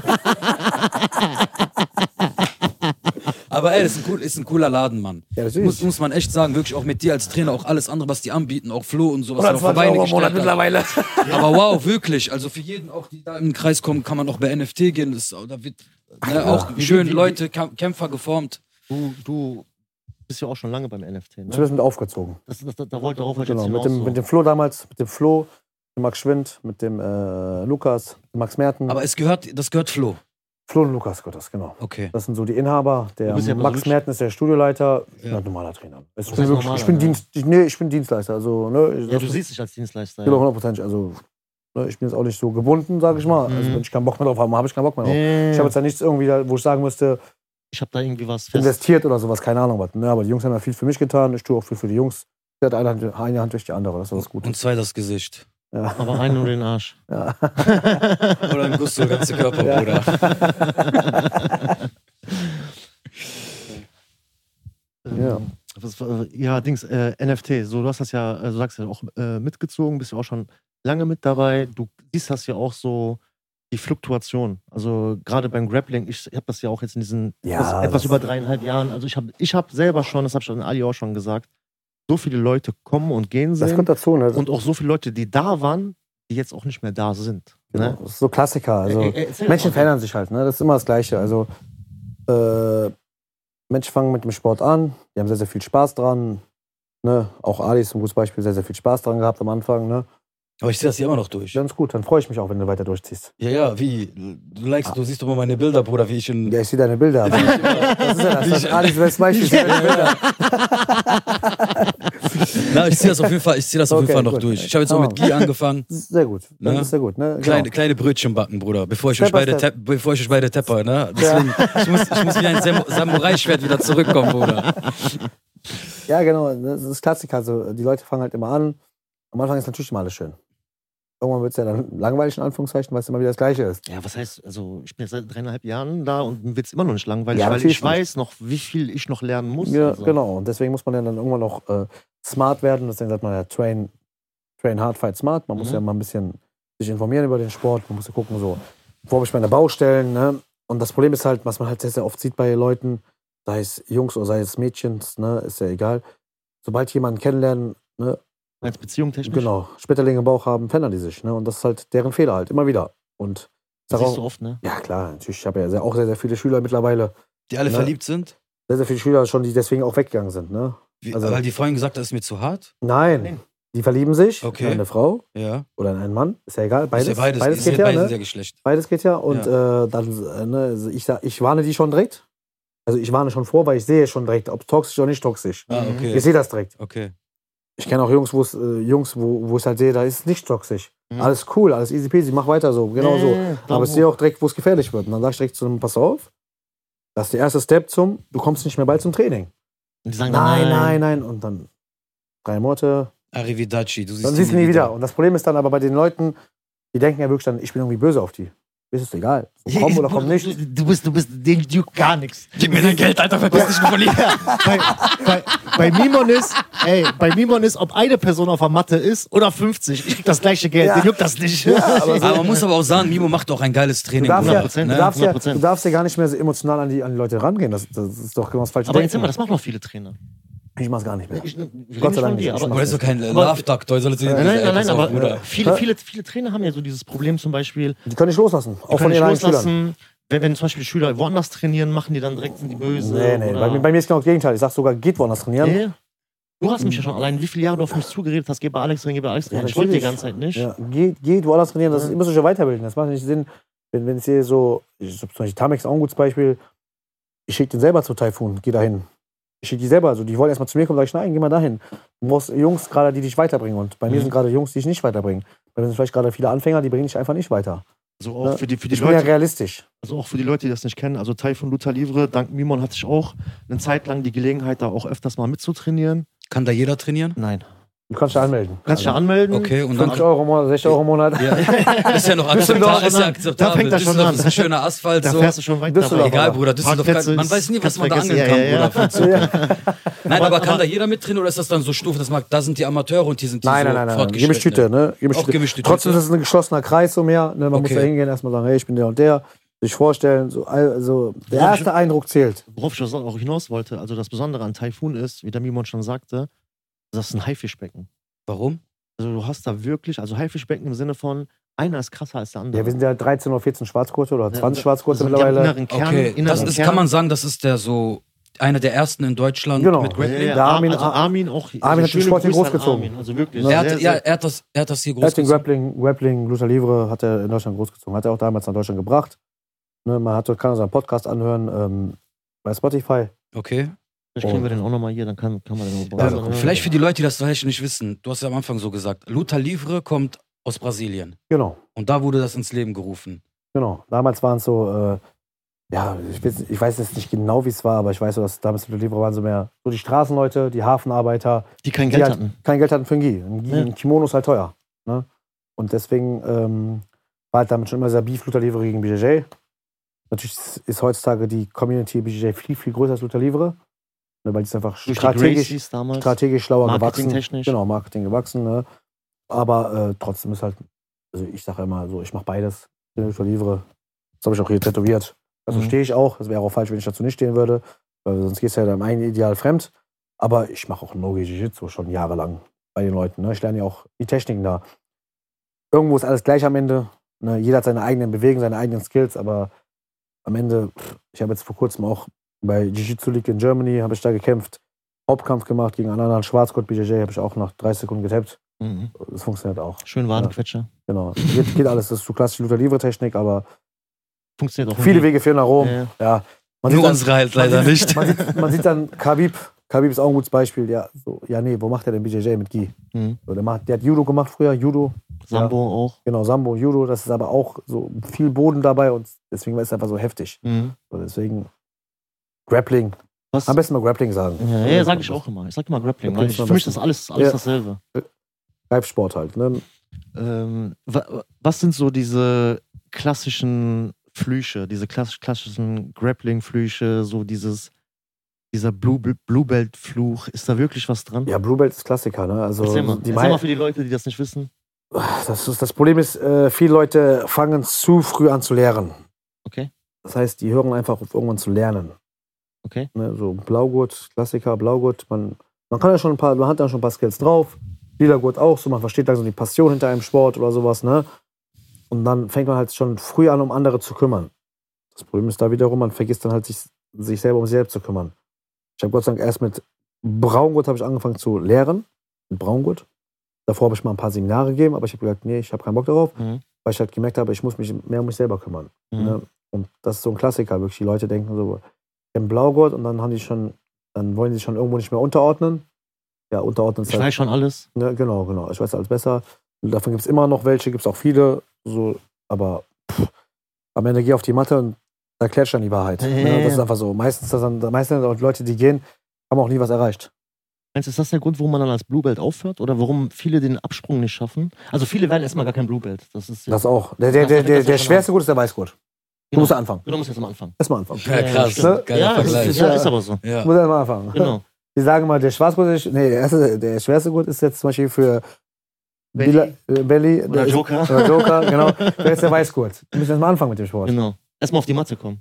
D: Aber ey, das ist ein, cool, ist ein cooler Laden, Mann.
E: Ja,
D: Muss,
E: natürlich.
D: muss man echt sagen, wirklich auch mit dir als Trainer, auch alles andere, was die anbieten, auch Flo und sowas. auch
G: 120 Euro im Monat
D: gestellt hat.
G: mittlerweile.
D: Aber wow, wirklich. Also für jeden, auch die da in den Kreis kommen, kann man auch bei NFT gehen. Das, da wird ne, auch schön Leute, Kam- Kämpfer geformt.
A: Du, du bist ja auch schon lange beim NFT.
E: Ich
A: Ne?
E: bin das mit aufgezogen.
A: Das, das, das, da wollte darauf halt
E: Genau.
A: jetzt
E: Mit dem,
A: hinaus,
E: mit dem Flo damals, mit dem Flo, mit Max Schwind, mit dem äh, Lukas, Max Merten.
D: Aber es gehört, das gehört Flo.
E: Flo und Lukas gehört das, genau.
D: Okay.
E: Das sind so die Inhaber. Der
A: Du bist ja immer
E: Max
A: so ein-
E: Merten ist der Studioleiter. Ich bin
D: Ja.
E: halt normaler Trainer. Ich
A: bist
E: bin, wirklich,
A: normaler,
E: ich bin,
A: ne?
E: Dienst, ich, nee, ich bin Dienstleister. Also, ne,
A: so. Ja, du siehst dich als Dienstleister.
E: Genau,
A: Ja.
E: hundertprozentig. Also, ne, ich bin jetzt auch nicht so gebunden, sage ich mal. Also,
A: Mhm.
E: wenn ich keinen Bock mehr drauf habe, habe ich keinen Bock mehr drauf. genau. Ich habe jetzt da nichts irgendwie, da, wo ich sagen müsste,
A: Ich habe da irgendwie was fest.
E: investiert oder sowas, keine Ahnung was. Ne, aber die Jungs haben ja viel für mich getan. Ich tue auch viel für die Jungs. Der hat eine Hand, eine Hand durch die andere, das ist was
D: Und
E: Gutes.
D: zwei das Gesicht.
E: Ja.
A: Aber einen nur den Arsch.
E: Ja.
D: Oder im Gusto, ganze Körper,
E: Ja.
D: Bruder.
E: Ja.
A: Ähm, Was, war- ja, Dings, äh, NFT, so du hast das ja, äh, du sagst ja auch äh, mitgezogen, bist ja auch schon lange mit dabei. Du siehst das ja auch so, die Fluktuation. Also gerade beim Grappling, ich habe das ja auch jetzt in diesen
E: Ja,
A: etwas, etwas
E: Ah, das-
A: über dreieinhalb Jahren. Also ich habe ich hab selber schon, das habe ich an Ali auch schon gesagt, so viele Leute kommen und gehen
E: Das
A: sehen
E: kommt dazu. Ne?
A: und auch so viele Leute, die da waren, die jetzt auch nicht mehr da sind.
E: Genau,
A: Ne?
E: Das ist so Klassiker. Also,
A: Ä- ä- erzähl
E: Menschen
A: mal.
E: verändern sich halt, ne? Das ist immer das Gleiche. Also äh, Menschen fangen mit dem Sport an, die haben sehr, sehr viel Spaß dran. Ne? Auch Ali ist ein gutes Beispiel, sehr, sehr viel Spaß dran gehabt am Anfang. Ne?
D: Aber ich sehe das hier immer noch durch.
E: Ganz gut, dann freue ich mich auch, wenn du weiter durchziehst.
D: Ja, ja, wie? Du likest, du siehst doch mal meine Bilder, Bruder, wie ich in.
E: Ja, ich sehe deine Bilder. aber- Das ist ja das, das ist Alis bestes Beispiel. Ich sehe deine Bilder.
D: Na, ich ziehe das auf jeden Fall, ich zieh das auf
E: Okay,
D: jeden Fall noch
E: gut.
D: durch. Ich habe jetzt auch mit
E: Tamam.
D: Guy angefangen.
E: Sehr gut. Dann
D: Ne?
E: ist sehr gut. Ne?
D: Kleine,
E: Genau.
D: kleine Brötchen backen, Bruder, bevor ich,
E: Step
D: euch beide,
E: by step.
D: tepp- bevor ich euch beide tepper, ne? Deswegen, ich, muss, ich muss wie ein Sam Samurai-Schwert wieder zurückkommen, Bruder.
E: Ja, genau. Das ist Klassiker. Also, die Leute fangen halt immer an. Am Anfang ist natürlich immer alles schön. Irgendwann wird es ja dann langweilig, in Anführungszeichen, weil es immer wieder das Gleiche ist.
A: Ja, was heißt, also ich bin jetzt seit dreieinhalb Jahren da und mir wird's immer noch nicht langweilig,
E: Ja,
A: weil
E: natürlich
A: ich weiß noch, wie viel ich noch lernen muss.
E: Ja,
A: also.
E: genau. Und deswegen muss man ja dann irgendwann auch äh, smart werden. Deswegen sagt man ja, train, train hard, fight smart. Man muss
A: Mhm.
E: ja mal ein bisschen sich informieren über den Sport. Man muss ja gucken, so, wo habe ich meine Baustellen. Ne? Und das Problem ist halt, was man halt sehr, sehr oft sieht bei Leuten, sei es Jungs oder sei es Mädchen, ne? ist ja egal. Sobald jemanden kennenlernen, ne?
A: Als Beziehung technisch.
E: genau, Spitterlinge im Bauch haben, verändern die sich. Ne? Und das ist halt deren Fehler halt, immer wieder. Und
A: Das
E: darauf-
A: siehst du oft, ne?
E: ja, klar, natürlich. Ich habe ja sehr, auch sehr, sehr viele Schüler mittlerweile.
D: Die alle
E: Ne?
D: verliebt sind?
E: Sehr, sehr viele Schüler schon, die deswegen auch weggegangen sind. Ne?
D: Wie,
E: Also-
D: weil die Freundin gesagt hat, das ist mir zu hart?
E: Nein.
A: Nein.
E: Die verlieben sich
D: Okay.
E: in eine Frau
D: Ja.
E: oder in einen Mann. Ist ja egal. Beides,
D: ist ja beides,
E: beides
D: ist
E: geht
D: ja
E: ja.
D: beides
E: ne?
D: sehr geschlecht.
E: Beides geht ja. Und Äh, dann, äh, ne, also ich, sag- ich warne die schon direkt. Also ich warne schon vor, weil ich sehe schon direkt, ob toxisch oder nicht toxisch.
D: Ah,
E: Ich
D: okay.
E: sehe das direkt.
D: Okay.
E: Ich kenne auch Jungs, wo es äh, Jungs, wo, wo ich halt sehe, da ist es nicht toxisch.
A: Mhm.
E: Alles cool, alles easy peasy, mach weiter so. Genau so.
A: Äh,
E: Aber ich
A: darum-
E: sehe auch direkt, wo es gefährlich wird. Und dann sage ich direkt zu einem, pass auf. Das ist der erste Step zum, du kommst nicht mehr bald zum Training.
A: Und die sagen,
E: Nein, nein, nein. Und dann drei Monate,
D: Arrivederci, du siehst
E: Dann siehst du nie wieder. Und das Problem ist dann aber bei den Leuten, die denken ja wirklich dann, ich bin irgendwie böse auf die. Ist es egal. So, komm oder komm nicht.
A: Du bist, du bist den Duke gar nichts.
G: Gib mir dein Geld, Alter, verpiss dich von hier.
A: bei, bei, bei Mimon ist, ey, bei Mimon ist, ob eine Person auf der Matte ist oder 50, ich krieg das gleiche Geld,
E: Ja.
A: den juckt das nicht.
D: Aber Ah, man muss aber auch sagen, Mimo macht auch ein geiles Training. Ne?
E: Du darfst, ja,
A: 100%,
E: du, darfst ja, du
A: 100%.
E: darfst ja gar nicht mehr so emotional an die, an die Leute rangehen. Das, das ist doch genau das falsche
A: Aber jetzt
E: Denken.
A: immer, das machen noch viele Trainer.
E: Ich mach's gar nicht mehr.
A: Ich, ich
E: Gott sei Dank nicht.
A: Aber,
D: Oder ist doch kein äh, Love Duck, da soll jetzt
A: nein, nein, nein, nein, aber
D: Bruder.
A: viele, viele, viele Trainer haben ja so dieses Problem zum Beispiel,
E: Die können nicht loslassen.
A: Die
E: Auch von
A: können
E: ihren
A: nicht
E: eigenen Schülern.
A: loslassen. Wenn, wenn zum Beispiel Schüler woanders trainieren, machen die dann direkt sind die böse.
E: Nee, nee.
A: oder-
E: Bei, mir- bei mir ist genau das Gegenteil. Ich sag sogar, geht woanders trainieren.
A: Nee. Äh? Du hast mich ja schon allein, wie viele Jahre du auf mich zugeredet hast, geh bei Alex rein, geh bei Alex rein.
E: Mhm. Ja,
A: ich wollte die
E: natürlich.
A: ganze Zeit nicht.
E: Ja, geht, geht woanders trainieren. Das ist, ihr müsst euch ja weiterbilden. Das macht nicht Sinn, wenn, wenn es hier so, ich, zum Beispiel Tamex ist auch ein gutes Beispiel. Ich schicke den selber zu Taifun, geh dahin. Ich schicke die selber. Also die wollen erstmal zu mir kommen, sag ich, nein, geh mal dahin. Du brauchst Jungs gerade, die dich weiterbringen. Und
A: Mhm.
E: bei mir sind gerade Jungs, die dich nicht weiterbringen. Bei mir sind vielleicht gerade viele Anfänger, die bringen dich einfach nicht weiter.
A: Also
E: Ja.
A: auch für die, für die
E: Ich bin ja
A: Leute,
E: realistisch.
A: also auch für die Leute, die das nicht kennen. Also Taifun Luther Livre, dank Mimon hatte ich auch eine Zeit lang die Gelegenheit, da auch öfters mal mitzutrainieren.
D: Kann da jeder trainieren?
A: Nein.
E: Du kannst dich anmelden.
A: Kannst dich ja anmelden.
D: Mhm. Okay, und dann
E: 50 Euro im Monat, 60 Euro im Monat.
D: Ja. Ist ja noch
A: Düsseldorf,
D: akzeptabel. Ist ja
A: da
D: akzeptabel.
A: fängt das schon
D: Düsseldorf
A: an.
D: ist ein schöner Asphalt.
A: Da
D: so.
A: fährst du schon weit
E: Düsseldorf.
A: dabei.
D: Egal, Bruder, Düsseldorf
A: Parkplätze
D: kann, man
A: ist-
D: weiß nie, was
A: kannst
D: man da
A: vergessen.
D: angeln kann,
A: Ja, ja, ja.
D: Bruder. Von Zukunft. Nein, aber, kann da jeder mittrainieren oder ist das dann so Stufe, das mag, da sind die Amateure und die sind die
E: Nein,
D: so
E: nein, nein, nein.
D: fortgeschritten?
E: Gemischt Tüte, ne? Gemischt
D: Auch gemischte Tüte?
E: Trotzdem ist es ein geschlossener Kreis umher. Ne? Man muss
D: Okay.
E: da hingehen, erstmal sagen, hey, ich bin der und der. sich vorstellen. So, also der erste Eindruck zählt.
A: Worauf ich das auch hinaus wollte, also das Besondere an Taifun ist, wie der Mimon schon sagte, das ist ein Haifischbecken.
D: Warum?
A: Also du hast da wirklich, also Haifischbecken im Sinne von, einer ist krasser als der andere.
E: Ja, wir sind ja 13 oder 14 Schwarzgurte oder 20 Schwarzgurte
A: Also die haben
E: mittlerweile.
A: Inneren Kern,
D: Okay,
A: inneren
D: das ist,
A: Kern.
D: kann man sagen, das ist der so einer der ersten in Deutschland
E: Genau.
D: mit
A: Ja,
D: Great
A: ja,
D: Lane.
A: ja,
E: Der
A: Armin,
E: Armin-
A: also Armin auch. Armin
E: hat den Sport hier großgezogen.
A: Also wirklich.
D: Er
A: sehr,
D: hat, ja,
A: sehr,
D: er, hat das, er hat das hier
E: Er
D: groß
E: hat den Grappling, Grappling, Lucha Livre hat er in Deutschland großgezogen. Hat er auch damals nach Deutschland gebracht. Ne, man hat, kann unseren Podcast anhören ähm, bei Spotify.
D: Okay.
A: Vielleicht kriegen wir den auch nochmal hier, dann kann, kann man den auch
D: Also,
A: behalten.
D: vielleicht für die Leute, die das vielleicht nicht wissen, du hast ja am Anfang so gesagt, Luta Livre kommt aus Brasilien.
E: Genau,
D: Und da wurde das ins Leben gerufen.
E: genau. Damals waren es so, äh, ja, ich weiß, ich weiß jetzt nicht genau, wie es war, aber ich weiß so, dass damals Lucha Livre waren so mehr so die Straßenleute, die Hafenarbeiter,
A: die kein Geld
E: die halt
A: hatten.
E: kein Geld hatten für ein Gi. Ein, Gi
A: Ja.
E: ein Kimono ist halt teuer. Ne? Und deswegen ähm, war halt damit schon immer sehr Beef Luther Livre gegen BJJ. Natürlich ist- ist heutzutage die Community BJJ viel, viel größer als Luther Livre. Ne, weil die ist einfach
A: Durch die
E: strategisch,
A: Gracies damals.
E: strategisch schlauer gewachsen.
A: Marketingtechnisch.
E: Genau, Marketing gewachsen. Ne? Aber äh, trotzdem ist halt, also ich sage immer so, ich mache beides. Ich bin Luther Livre. Das habe ich auch hier tätowiert. Also
D: Mhm.
E: stehe ich auch. Das wäre auch falsch, wenn ich dazu nicht stehen würde. Weil sonst gehst du ja deinem eigenen Ideal fremd. Aber ich mache auch Nogi Jiu-Jitsu schon jahrelang bei den Leuten. Ne? Ich lerne ja auch die Techniken da. Irgendwo ist alles gleich am Ende. Ne? Jeder hat seine eigenen Bewegungen, seine eigenen Skills, aber am Ende, pff, ich habe jetzt vor kurzem auch bei Jiu-Jitsu League in Germany, habe ich da gekämpft, Hauptkampf gemacht gegen einen anderen Schwarzgurt BJJ, habe ich auch nach 30 Sekunden getappt.
A: Mhm.
E: Das funktioniert auch.
A: Schön Wadenquetscher.
E: Genau. Geht, geht alles. Das ist so klassische Luther-Livre-Technik, aber
A: Funktioniert auch.
E: viele Wege führen nach Rom.
A: Ja.
E: Ja. Man
D: Nur
E: sieht
D: unsere halt leider nicht.
E: man sieht, man sieht dann Khabib. Khabib ist auch ein gutes Beispiel. Ja, so, ja nee, wo macht er denn BJJ mit Gi?
A: Mhm.
E: So, der, macht, der hat Judo gemacht früher, Judo,
A: Sambo auch.
E: genau, Sambo, Judo. Das ist aber auch so viel Boden dabei und deswegen war es einfach so heftig.
A: Mhm.
E: So, deswegen Grappling.
A: Was?
E: Am besten mal Grappling sagen.
A: Ja, ja, sag ich auch immer. Ich sag immer Grappling.
E: Grappling
A: Weil
E: ist
A: ich,
E: am
A: für mich
E: besten.
A: ist alles, alles
E: Ja.
A: dasselbe.
E: Greifsport halt. Ne?
A: Ähm, wa- was sind so diese klassischen Flüche, diese klass klassischen Grappling-Flüche, so dieses, dieser Blue, Blue Belt-Fluch? Ist da wirklich was dran?
E: Ja, Blue Belt ist Klassiker. Ne? Also,
A: Erzähl mal.
E: die
A: Erzähl
E: mei-
A: mal für die Leute, die das nicht wissen.
E: das, ist, das Problem ist, äh, viele Leute fangen zu früh an zu lehren.
A: Okay.
E: Das heißt, die hören einfach auf, irgendwann zu lernen.
A: Okay.
E: Ne, so Blaugurt, Klassiker, Blaugurt. Man, man kann ja schon ein paar, man hat ja schon ein paar Skills drauf. Lila Gurt auch, so man versteht langsam die Passion hinter einem Sport oder sowas, ne? Und dann fängt man halt schon früh an, um andere zu kümmern. Das Problem ist da wiederum, man vergisst dann halt sich, sich selber um sich selbst zu kümmern. Ich habe Gott sei Dank erst mit Braungurt habe ich angefangen zu lehren, mit Braungurt. Davor habe ich mal ein paar Seminare gegeben, aber ich habe gesagt, nee, ich habe keinen Bock darauf,
A: Mhm.
E: weil ich halt gemerkt habe, ich muss mich mehr um mich selber kümmern.
A: Mhm.
E: Ne? Und das ist so ein Klassiker, wirklich. Die Leute denken so, im Blaugurt und dann haben die schon, dann wollen sie schon irgendwo nicht mehr unterordnen. Ja, unterordnen ist
A: Ich weiß schon alles.
E: ne, genau, genau. Ich weiß alles besser. Und davon gibt es immer noch welche, gibt es auch viele. So, aber pff, am Ende geh auf die Matte und da klärt dann die Wahrheit.
A: Ja, ja,
E: ne? Das
A: ja.
E: ist einfach so. Meistens, das dann, meistens sind auch Leute, die gehen, haben auch nie was erreicht.
A: Meinst du, ist das der Grund, warum man dann als Blue Belt aufhört? Oder warum viele den Absprung nicht schaffen? Also viele werden erstmal gar kein Blue Belt. Das ist
E: Das auch. Der, der,
A: Das
E: der,
A: wird- das
E: der,
A: wird
E: der
A: schon
E: schwerste Gut ist der Weißgut. Du
A: Genau.
E: musst anfangen.
A: Du musst jetzt mal anfangen.
E: Erstmal anfangen.
D: Ja, krass.
E: Ne?
D: Geiler
A: ja, das
D: Vergleich.
A: ist, ja, ist aber so.
E: Du
D: Ja.
E: musst erstmal anfangen.
A: Genau.
E: Die sagen mal, der Schwarzgurt ist, nee, der, erste, der schwerste Gurt ist jetzt zum Beispiel für
A: Belly.
E: Bila- äh, Belly
A: Oder
E: der-
A: Joker.
E: Oder Joker, genau. Der ist der Weißgurt. Wir müssen erstmal anfangen mit dem Sport.
A: Genau. Erstmal auf die Matte kommen.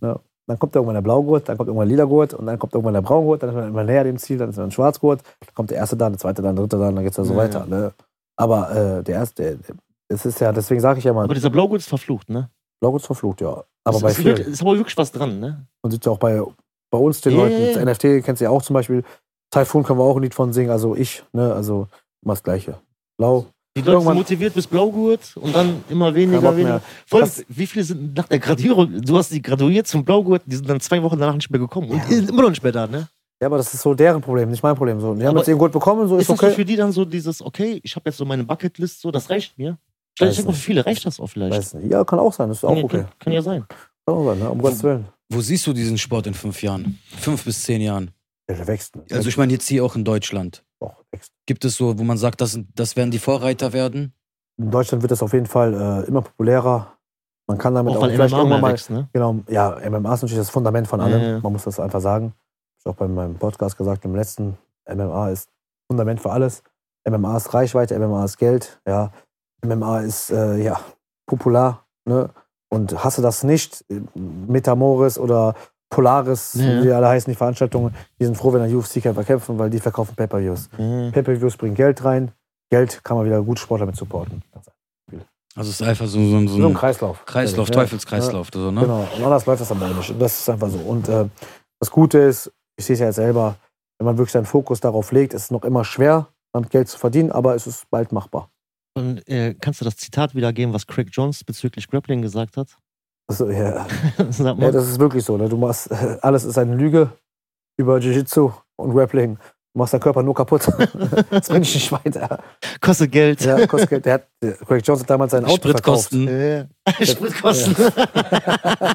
E: Dann kommt irgendwann der Blaugurt, dann kommt irgendwann der Lilagurt und dann kommt irgendwann der Braungurt, dann ist man immer näher dem Ziel, dann ist man ein Schwarzgurt, dann kommt der erste dann, der zweite dann, der dritte dann, dann geht's dann so
A: Ja,
E: weiter.
A: ja.
E: Ne? Aber äh, der erste, der, der- es ist ja, deswegen sage ich ja mal,
A: Aber dieser Blaugurt ist verflucht, ne?
E: Blaugurt ist verflucht, ja. Aber
A: ist,
E: bei
A: ist, wirklich,
E: vielen,
A: ist aber wirklich was dran, ne?
E: man sieht ja auch bei, bei uns den
A: Ja,
E: Leuten,
A: ja, ja.
E: das NFT kennst du ja auch zum Beispiel, Typhoon können wir auch ein Lied von singen, also ich, ne, also immer das Gleiche. Blau,
A: Die Leute
E: Irgendwann-
A: sind motiviert bis Blaugurt und dann immer weniger,
E: Bock mehr.
A: weniger. Vor allem,
E: Das-
A: wie viele sind nach der Gradierung, du hast die graduiert zum Blaugurt, die sind dann zwei Wochen danach nicht mehr gekommen. Und sind immer noch nicht mehr da, ne?
E: Ja, aber das ist so deren Problem, nicht mein Problem. So, die haben
A: Aber
E: jetzt ihren Gurt bekommen, so ist,
A: Ist das so
E: okay.
A: für die dann so dieses, okay, ich habe jetzt so meine Bucketlist, so, das reicht mir? Ich
E: Weiß
A: denke mal, für
E: nicht.
A: viele reicht das auch vielleicht.
E: Weiß nicht. Ja, kann auch sein, das ist auch
A: Ja,
E: okay.
A: kann, kann ja sein.
E: Kann auch sein, ne? um Gottes Willen.
D: Wo siehst du diesen Sport in fünf Jahren? Fünf bis zehn Jahren.
E: Ja, der wächst. ne?
D: Also ich meine jetzt hier auch in Deutschland.
E: Doch, wächst.
D: Gibt es so, wo man sagt, das, sind- das werden die Vorreiter werden?
E: In Deutschland wird das auf jeden Fall äh, immer populärer. Man kann damit
A: Auch
E: auch,
A: weil
E: vielleicht
A: MMA
E: irgendwann
A: mehr
E: mal.
A: wächst, ne?
E: Genau, ja, MMA ist natürlich das Fundament von allem.
A: Ja, ja.
E: Man muss das einfach sagen. Hab Ich auch bei meinem Podcast gesagt, im letzten, MMA ist Fundament für alles. MMA ist Reichweite, MMA ist Geld, ja. MMA ist, äh, ja, popular, ne? Und hasse das nicht, Metamoris oder Polaris,
C: Ja.
E: wie die alle heißen, die Veranstaltungen, die sind froh, wenn der UFC-Kämpfer kämpfen, weil die verkaufen Pay-Per-Views.
A: ne?
C: Mhm.
E: Pay-Per-Views bringen Geld rein, Geld kann man wieder gut Sportler mit supporten.
D: Also es ist einfach so, so,
E: So
D: so
E: ein
D: ein
E: Kreislauf.
D: Kreislauf,
E: Ja.
D: Teufelskreislauf. So, ne?
E: Genau, und anders läuft das am Ende nicht. Und das ist einfach so. Und äh, das Gute ist, ich sehe es ja jetzt selber, wenn man wirklich seinen Fokus darauf legt, ist es noch immer schwer, damit Geld zu verdienen, aber es ist bald machbar.
A: Und, äh, kannst du das Zitat wiedergeben, was Craig Jones bezüglich Grappling gesagt hat?
E: Das, ist- ja,
D: Mhm.
A: Sag
E: ja,
A: mal.
E: das ist wirklich so. Ne? Du machst, alles ist eine Lüge über Jiu-Jitsu und Grappling. Du machst deinen Körper nur kaputt. das bringt dich nicht weiter.
A: Kostet Geld.
E: Ja, kostet Geld. Der hat, der Craig Jones hat damals sein Auto verkauft.
D: Spritkosten.
C: Äh,
A: Spritkosten.